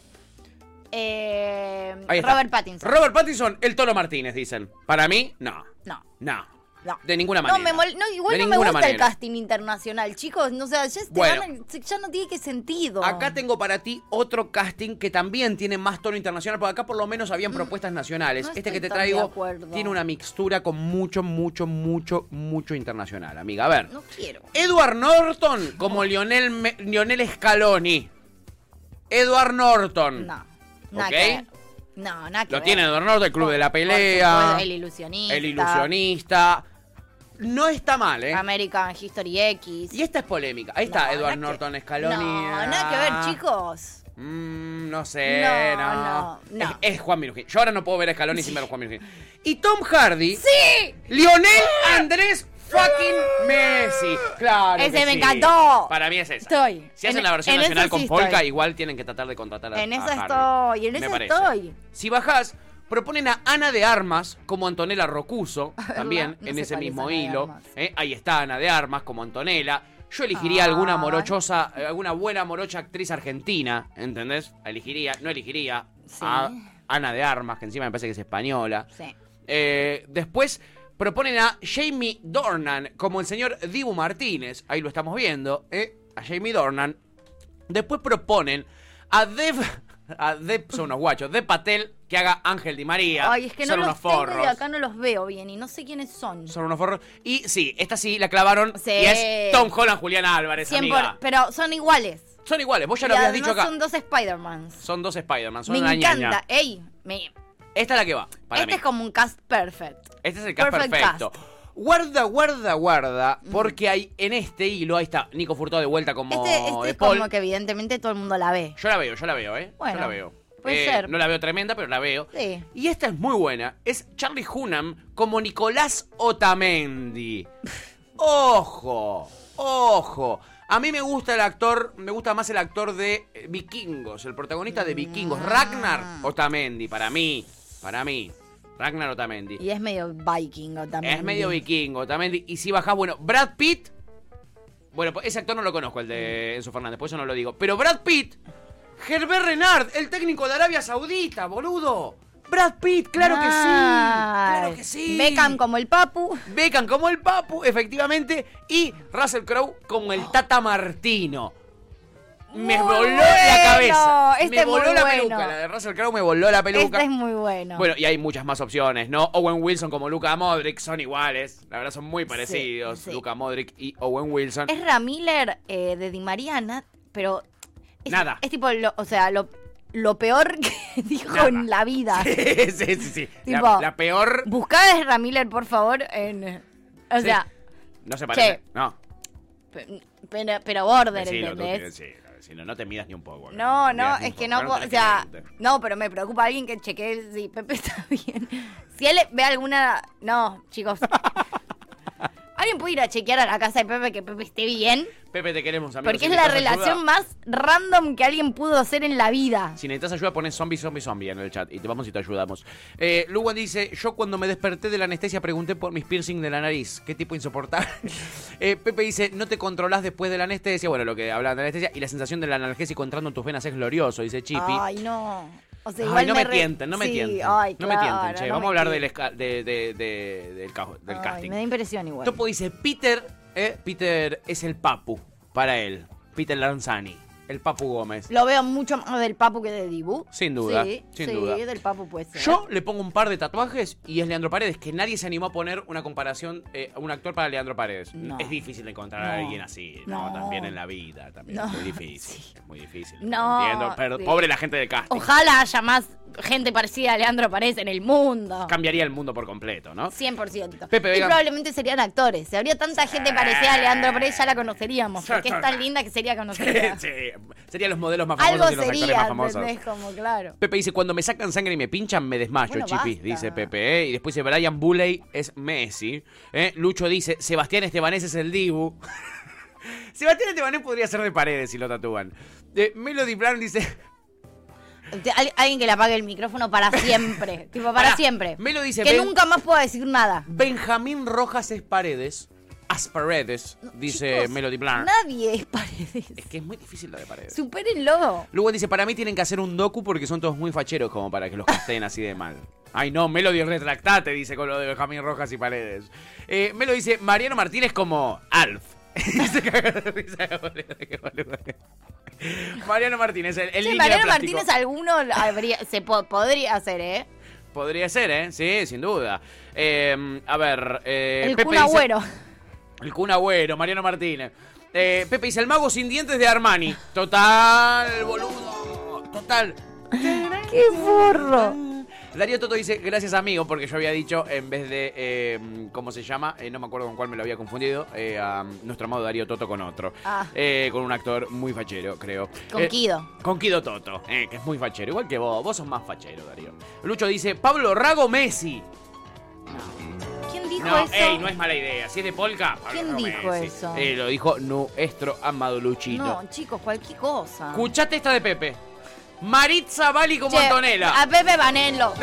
Speaker 3: Eh,
Speaker 2: Ahí está.
Speaker 3: Robert Pattinson.
Speaker 2: Robert Pattinson, el Tolo Martínez, dicen. Para mí, no.
Speaker 3: No.
Speaker 2: No.
Speaker 3: No.
Speaker 2: De ninguna
Speaker 3: No,
Speaker 2: manera.
Speaker 3: me mol- no, igual
Speaker 2: De
Speaker 3: no me
Speaker 2: ninguna
Speaker 3: gusta el
Speaker 2: manera.
Speaker 3: casting internacional, chicos. No, o sea, ya, te
Speaker 2: Bueno.
Speaker 3: van a- ya no tiene que sentido.
Speaker 2: Acá tengo para ti otro casting que también tiene más tono internacional, porque acá por lo menos habían propuestas nacionales.
Speaker 3: Mm. no
Speaker 2: este
Speaker 3: estoy
Speaker 2: que te
Speaker 3: tan de
Speaker 2: traigo
Speaker 3: acuerdo.
Speaker 2: tiene una mixtura con mucho, mucho, mucho, mucho internacional, amiga. A ver.
Speaker 3: No quiero.
Speaker 2: Edward Norton como Lionel, Me- Lionel Scaloni. Edward Norton.
Speaker 3: No. Nada
Speaker 2: Mm. ¿Ok?
Speaker 3: que ver. No, nada que
Speaker 2: Lo
Speaker 3: ver.
Speaker 2: tiene Edward Norton, el Club de la
Speaker 3: Por
Speaker 2: Pelea.
Speaker 3: supuesto, el ilusionista.
Speaker 2: El ilusionista. No está mal, ¿eh?
Speaker 3: American History X.
Speaker 2: Y esta es polémica. Ahí está, Edward Norton Scaloni. ah.
Speaker 3: No, nada que ver, chicos.
Speaker 2: Mm, no sé,
Speaker 3: No,
Speaker 2: no.
Speaker 3: no, no.
Speaker 2: Es, es Juan Minujín. Yo ahora no puedo ver a Scaloni sin ver a Juan Minujín. Y Tom Hardy.
Speaker 3: ¡Sí!
Speaker 2: Lionel Andrés fucking Messi. Claro.
Speaker 3: Ese
Speaker 2: que
Speaker 3: me
Speaker 2: sí.
Speaker 3: encantó.
Speaker 2: Para mí es esa.
Speaker 3: Estoy.
Speaker 2: Si hacen
Speaker 3: En- e-
Speaker 2: la versión
Speaker 3: en
Speaker 2: nacional
Speaker 3: esa
Speaker 2: con
Speaker 3: sí
Speaker 2: Polka,
Speaker 3: estoy.
Speaker 2: igual tienen que tratar de contratar a
Speaker 3: En
Speaker 2: a
Speaker 3: esa
Speaker 2: Hardy.
Speaker 3: estoy, en
Speaker 2: Ah, Me
Speaker 3: esa
Speaker 2: parece.
Speaker 3: estoy.
Speaker 2: Si bajás, proponen a Ana de Armas como Antonella Rocuso, también
Speaker 3: No
Speaker 2: en
Speaker 3: sé
Speaker 2: ese
Speaker 3: cuál es
Speaker 2: mismo
Speaker 3: Ana de
Speaker 2: hilo.
Speaker 3: Armas.
Speaker 2: ¿eh? Ahí está Ana de Armas como Antonella. Yo elegiría alguna morochosa, eh, alguna buena morocha actriz argentina, ¿entendés? Elegiría, no elegiría a Ana de Armas, que encima me parece que es española.
Speaker 3: Sí.
Speaker 2: Eh, después proponen a Jamie Dornan como el señor Dibu Martínez. Ahí lo estamos viendo, ¿eh? A Jamie Dornan. Después proponen a Dev. A Dev, son unos guachos. De Patel que haga Ángel Di María.
Speaker 3: Ay, es que no
Speaker 2: son
Speaker 3: los
Speaker 2: unos
Speaker 3: tengo
Speaker 2: forros.
Speaker 3: y de acá no los veo bien y no sé quiénes son.
Speaker 2: Son unos forros. Y sí, esta sí la clavaron.
Speaker 3: Sí.
Speaker 2: Y es Tom Holland, Julián Álvarez,
Speaker 3: Cien por-
Speaker 2: amiga.
Speaker 3: pero son iguales.
Speaker 2: Son iguales, vos ya lo
Speaker 3: Y
Speaker 2: habías
Speaker 3: además
Speaker 2: dicho acá.
Speaker 3: son dos Spider-Mans.
Speaker 2: Son dos Spider-Man, son
Speaker 3: Me
Speaker 2: una ñaña.
Speaker 3: encanta. Ey, me-
Speaker 2: Esta es la que va. Para mí.
Speaker 3: este es como un cast perfect.
Speaker 2: Este es el cast
Speaker 3: Perfect
Speaker 2: perfecto. Guarda, guarda, guarda, porque hay en este hilo, ahí está, Nico Furtado de vuelta como
Speaker 3: Este, este
Speaker 2: de
Speaker 3: es
Speaker 2: Paul.
Speaker 3: como que evidentemente todo el mundo la ve.
Speaker 2: Yo la veo, yo la veo, ¿eh?
Speaker 3: Bueno,
Speaker 2: yo la veo.
Speaker 3: puede
Speaker 2: Eh,
Speaker 3: ser.
Speaker 2: No la veo tremenda, pero la veo.
Speaker 3: Sí.
Speaker 2: Y esta es muy buena. Es Charlie Hunnam como Nicolás Otamendi. Ojo, ojo. A mí me gusta el actor, me gusta más el actor de eh, Vikingos, el protagonista de Vikingos,
Speaker 3: Ah.
Speaker 2: Ragnar Otamendi, para mí, para mí. Ragnar Otamendi.
Speaker 3: Y es medio vikingo también.
Speaker 2: Es medio vikingo también. Y si bajás, bueno, Brad Pitt. Bueno, ese actor no lo conozco, el
Speaker 3: Mm.
Speaker 2: de Enzo Fernández, por eso no lo digo. Pero Brad Pitt, Herbert Renard, el técnico de Arabia Saudita, boludo. Brad Pitt, claro que sí. Claro que sí.
Speaker 3: Beckham como el Papu.
Speaker 2: Beckham como el Papu, efectivamente. Y Russell Crowe como el Tata Martino. Me
Speaker 3: Muy
Speaker 2: voló
Speaker 3: bueno,
Speaker 2: la cabeza.
Speaker 3: este
Speaker 2: me
Speaker 3: es muy
Speaker 2: voló la
Speaker 3: bueno.
Speaker 2: peluca. La de Russell Crowe me voló la peluca.
Speaker 3: Este es muy bueno.
Speaker 2: Bueno, y hay muchas más opciones, ¿no? Owen Wilson como Luca Modric son iguales. La verdad son muy parecidos. Luca Modric y Owen Wilson.
Speaker 3: Es Ramiller eh, de Di Mariana, pero es,
Speaker 2: Nada.
Speaker 3: es tipo, lo- o sea, lo, lo peor que dijo
Speaker 2: Nada.
Speaker 3: en la vida.
Speaker 2: sí, sí, sí. La- la,
Speaker 3: Tipo-
Speaker 2: peor.
Speaker 3: Buscá a Ramiller, por favor, en... O
Speaker 2: Sí.
Speaker 3: sea,
Speaker 2: No se parece.
Speaker 3: Che.
Speaker 2: No.
Speaker 3: pe- pero, pero border,
Speaker 2: Decilo, tú,
Speaker 3: ¿entendés?
Speaker 2: decilo, decilo, No te midas ni un poco. acá.
Speaker 3: No,
Speaker 2: Te
Speaker 3: no,
Speaker 2: midas ni
Speaker 3: es
Speaker 2: un
Speaker 3: que
Speaker 2: poco,
Speaker 3: no,
Speaker 2: acá
Speaker 3: po- o
Speaker 2: tenés
Speaker 3: sea,
Speaker 2: que medirte.
Speaker 3: no, pero me preocupa alguien que chequee si Pepe está bien. Si él ve alguna, no, chicos. ¿Alguien puede ir a chequear a la casa de Pepe que Pepe esté bien?
Speaker 2: Pepe, te queremos, amigo.
Speaker 3: Porque
Speaker 2: Si
Speaker 3: es la
Speaker 2: necesitas
Speaker 3: relación
Speaker 2: ayuda-
Speaker 3: más random que alguien pudo hacer en la vida.
Speaker 2: Si necesitas ayuda, pones zombie, zombie, zombie en el chat y te vamos y te ayudamos. Eh, Luwan dice: Yo cuando me desperté de la anestesia pregunté por mis piercing de la nariz. Qué tipo insoportable. Eh, Pepe dice: No te controlás después de la anestesia. Bueno, lo que hablaban de la anestesia. Y la sensación del analgésico entrando en tus venas es glorioso, dice Chipi.
Speaker 3: Ay, no. O sea,
Speaker 2: Ay,
Speaker 3: igual
Speaker 2: no me
Speaker 3: re-
Speaker 2: tienten, no me
Speaker 3: Sí,
Speaker 2: tienten.
Speaker 3: ay,
Speaker 2: no me tienten,
Speaker 3: claro,
Speaker 2: che.
Speaker 3: no
Speaker 2: Vamos
Speaker 3: me
Speaker 2: a hablar del,
Speaker 3: tienten.
Speaker 2: esca- de- de- de- del, ca- del
Speaker 3: Ay,
Speaker 2: casting.
Speaker 3: Me da impresión igual.
Speaker 2: Topo dice, Peter, eh, Peter es el papu para él. Peter Lanzani, el papu Gómez.
Speaker 3: Lo veo mucho más del Papu que de Dibu.
Speaker 2: Sin duda,
Speaker 3: Sí,
Speaker 2: sin
Speaker 3: sí,
Speaker 2: duda.
Speaker 3: del Papu puede ser.
Speaker 2: Yo le pongo un par de tatuajes y es Leandro Paredes, que nadie se animó a poner una comparación, eh, un actor para Leandro Paredes.
Speaker 3: No.
Speaker 2: Es difícil encontrar a
Speaker 3: No.
Speaker 2: alguien así, ¿no?
Speaker 3: No.
Speaker 2: También en la vida, también
Speaker 3: No.
Speaker 2: es muy difícil, es muy difícil.
Speaker 3: No,
Speaker 2: Entiendo, pero
Speaker 3: sí.
Speaker 2: pobre la gente de casting.
Speaker 3: Ojalá haya más gente parecida a Leandro Paredes en el mundo.
Speaker 2: Cambiaría el mundo por completo, ¿no?
Speaker 3: 100%.
Speaker 2: Pepe
Speaker 3: y
Speaker 2: Vega.
Speaker 3: probablemente serían actores. Si habría tanta gente parecida a Leandro Paredes, ya la conoceríamos.
Speaker 2: Sí,
Speaker 3: Porque es
Speaker 2: sí.
Speaker 3: tan linda que sería
Speaker 2: Sí,
Speaker 3: conocida.
Speaker 2: sí. Serían los modelos más famosos
Speaker 3: Algo
Speaker 2: y los actores
Speaker 3: sería,
Speaker 2: más famosos.
Speaker 3: ¿entendés? Como claro.
Speaker 2: Pepe dice, cuando me sacan sangre y me pinchan, me desmayo,
Speaker 3: Bueno,
Speaker 2: chipi,
Speaker 3: basta.
Speaker 2: dice Pepe. ¿eh? Y después dice, Brian Bulley es Messi. ¿eh? Lucho dice, Sebastián Estebanés es el Dibu. Sebastián Estebanés podría ser de paredes si lo tatúan. Eh, Melody Brown dice,
Speaker 3: Te- al- alguien que le apague el micrófono para siempre. tipo, para
Speaker 2: Pará,
Speaker 3: siempre.
Speaker 2: me lo dice
Speaker 3: Que
Speaker 2: Ben-
Speaker 3: nunca más pueda decir nada.
Speaker 2: Benjamín Rojas es paredes. As paredes, dice
Speaker 3: Chicos,
Speaker 2: Melody Brown.
Speaker 3: Nadie es paredes.
Speaker 2: Es que es muy difícil la de paredes.
Speaker 3: Supérenlo.
Speaker 2: Luego dice, para mí tienen que hacer un docu porque son todos muy facheros como para que los casteen así de mal. Ay no, Melody, retractate, dice con lo de Benjamín Rojas y Paredes. Eh, Melo dice, Mariano Martínez como Alf. Se caga de risa, boludo, qué boludo. Mariano Martínez, el, el
Speaker 3: Sí,
Speaker 2: niño de
Speaker 3: Mariano
Speaker 2: plástico.
Speaker 3: Martínez alguno habría- se po- podría hacer, ¿eh?
Speaker 2: Podría ser, ¿eh? Sí, sin duda. Eh, a ver, eh,
Speaker 3: el
Speaker 2: Pepe
Speaker 3: Kun
Speaker 2: dice-
Speaker 3: Agüero.
Speaker 2: el Kun Agüero, Mariano Martínez. Eh, Pepe dice, el mago sin dientes de Armani. Total, boludo. Total.
Speaker 3: ¡Qué burro!
Speaker 2: Darío Toto dice, gracias amigo, porque yo había dicho, en vez de, eh, ¿cómo se llama? Eh, no me acuerdo con cuál me lo había confundido, eh, a nuestro amado Darío Toto con otro.
Speaker 3: Ah.
Speaker 2: Eh, con un actor muy fachero, creo.
Speaker 3: Con
Speaker 2: Eh,
Speaker 3: Kido.
Speaker 2: Con Kido Toto, eh, que es muy fachero. Igual que vos, vos sos más fachero, Darío. Lucho dice, Pablo Rago Messi.
Speaker 3: ¿Quién dijo
Speaker 2: No,
Speaker 3: eso?
Speaker 2: ey, no es mala idea. Si es de Polka, Pablo
Speaker 3: ¿Quién
Speaker 2: Rago
Speaker 3: dijo
Speaker 2: Messi.
Speaker 3: eso?
Speaker 2: Eh, lo dijo nuestro amado Luchito.
Speaker 3: No, chicos, cualquier cosa.
Speaker 2: Escuchate esta de Pepe. Maritza Bali como
Speaker 3: Che,
Speaker 2: Antonella.
Speaker 3: A Pepe banenlo.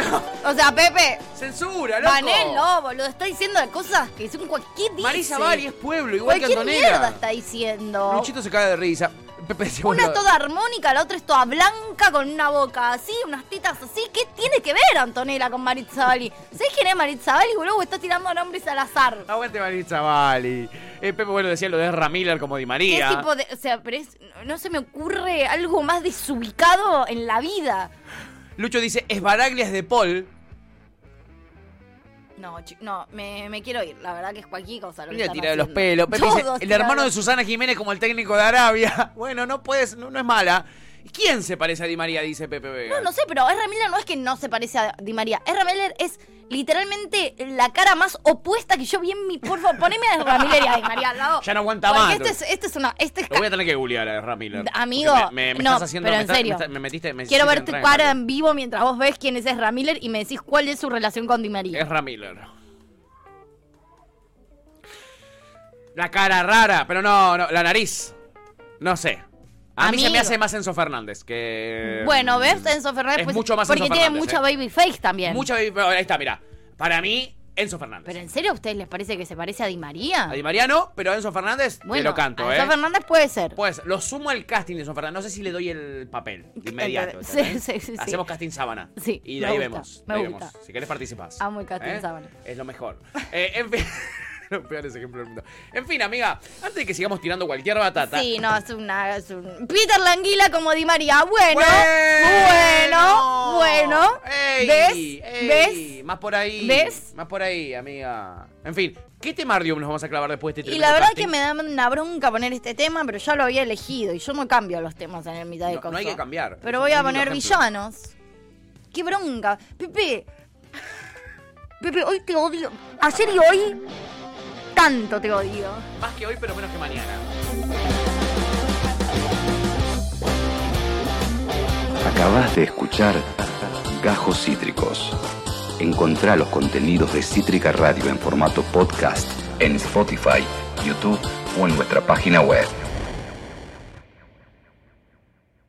Speaker 3: O sea, Pepe.
Speaker 2: Censura, loco.
Speaker 3: Banenlo, boludo. Está diciendo cosas que son cualquier dice.
Speaker 2: Marisa Bali es pueblo, igual que
Speaker 3: cualquier
Speaker 2: Antonella.
Speaker 3: mierda está diciendo.
Speaker 2: Luchito se cae de risa. Pepe dice,
Speaker 3: Una es
Speaker 2: boludo,
Speaker 3: toda armónica, la otra es toda blanca con una boca así, unas tetas así. ¿Qué tiene que ver Antonella con Maritza Bali? ¿Sabés quién es Maritza Bali, boludo? Está tirando nombres al azar.
Speaker 2: Aguante Maritza Bali. Eh, Pepe, bueno, decía lo de Ezra Miller como Di
Speaker 3: ¿Qué
Speaker 2: María.
Speaker 3: tipo de.? O sea, pero es- no- no se me ocurre algo más desubicado en la vida.
Speaker 2: Lucho dice, es Baraglias de Paul.
Speaker 3: No, chi- no, me, me quiero ir. La verdad que es cualquier cosa. Lo
Speaker 2: Le voy
Speaker 3: que
Speaker 2: a
Speaker 3: están
Speaker 2: tirar de los
Speaker 3: haciendo.
Speaker 2: pelos. Pepe
Speaker 3: Todos
Speaker 2: dice, el
Speaker 3: tirados.
Speaker 2: hermano de Susana Jiménez como el técnico de Arabia. Bueno, no puedes, no, no es mala. ¿Quién se parece a Di María? Dice Pepe Vega.
Speaker 3: No, no sé, pero Ezra Miller no es que no se parece a Di María. Ezra Miller es literalmente la cara más opuesta que yo vi en mi. Por favor, poneme a Ezra Miller y a Di María al lado.
Speaker 2: Ya no aguanta
Speaker 3: Porque
Speaker 2: más.
Speaker 3: Este es, este es una. Este es
Speaker 2: Lo voy a tener que googlear a Ezra Miller.
Speaker 3: Amigo,
Speaker 2: Porque me, me- me
Speaker 3: no,
Speaker 2: estás haciendo,
Speaker 3: pero
Speaker 2: me
Speaker 3: en
Speaker 2: estás- me
Speaker 3: serio.
Speaker 2: estás- me metiste, me
Speaker 3: Quiero
Speaker 2: hiciste
Speaker 3: ver tu
Speaker 2: entrar en
Speaker 3: cara
Speaker 2: razón.
Speaker 3: en vivo mientras vos ves quién es Ezra Miller y me decís cuál es su relación con Di María.
Speaker 2: Ezra Miller. La cara rara, pero no, no, la nariz. No sé. A mí se me
Speaker 3: Amigo.
Speaker 2: hace más Enzo Fernández que. mm,
Speaker 3: Bueno, ¿ves? Enzo Fernández.
Speaker 2: eh, Es
Speaker 3: pues,
Speaker 2: mucho más
Speaker 3: Porque
Speaker 2: Enzo
Speaker 3: tiene
Speaker 2: Fernández,
Speaker 3: mucha
Speaker 2: eh.
Speaker 3: baby face también.
Speaker 2: Mucha. Ahí está, mira. Para mí, Enzo Fernández.
Speaker 3: ¿Pero en serio a ustedes les parece que se parece a Di María?
Speaker 2: A Di Mariano, pero a Enzo Fernández te lo canto,
Speaker 3: a
Speaker 2: ¿eh?
Speaker 3: Enzo Fernández puede ser.
Speaker 2: Pues lo sumo al casting de Enzo Fernández. No sé si le doy el papel de inmediato.
Speaker 3: Sí,
Speaker 2: ¿entendés?
Speaker 3: sí, sí, sí.
Speaker 2: Hacemos casting sábana.
Speaker 3: Sí,
Speaker 2: Y de
Speaker 3: me
Speaker 2: ahí
Speaker 3: gusta,
Speaker 2: vemos.
Speaker 3: me
Speaker 2: de ahí
Speaker 3: gusta.
Speaker 2: vemos. Si querés participás.
Speaker 3: Amo el casting
Speaker 2: ¿Eh?
Speaker 3: sábana.
Speaker 2: Es lo mejor. Eh, en fin. Los peores ejemplos del mundo. En fin, amiga, antes de que sigamos tirando cualquier batata.
Speaker 3: Sí, no, es una. es un- Peter Languila como Di María. Bueno,
Speaker 2: Bueno.
Speaker 3: bueno, bueno.
Speaker 2: Ey,
Speaker 3: ¿Ves?
Speaker 2: ey,
Speaker 3: ¿Ves?
Speaker 2: Más por ahí.
Speaker 3: ¿Ves?
Speaker 2: Más por ahí, amiga. En fin, ¿qué temardium nos vamos a clavar después de este
Speaker 3: Y
Speaker 2: tremendo
Speaker 3: la verdad
Speaker 2: casting?
Speaker 3: que me da una bronca poner este tema, pero ya lo había elegido y yo no cambio los temas en el mitad de
Speaker 2: No,
Speaker 3: cosas.
Speaker 2: no hay que cambiar.
Speaker 3: Pero
Speaker 2: Es
Speaker 3: voy
Speaker 2: un
Speaker 3: a
Speaker 2: lindo
Speaker 3: poner
Speaker 2: ejemplo.
Speaker 3: villanos. ¡Qué bronca! Pepe. Pepe, hoy te odio. Ayer y hoy, tanto te odio.
Speaker 2: Más que hoy, pero menos que mañana.
Speaker 1: Acabas de escuchar Gajos Cítricos. Encontrá los contenidos de Cítrica Radio en formato podcast en Spotify, YouTube o en nuestra página web.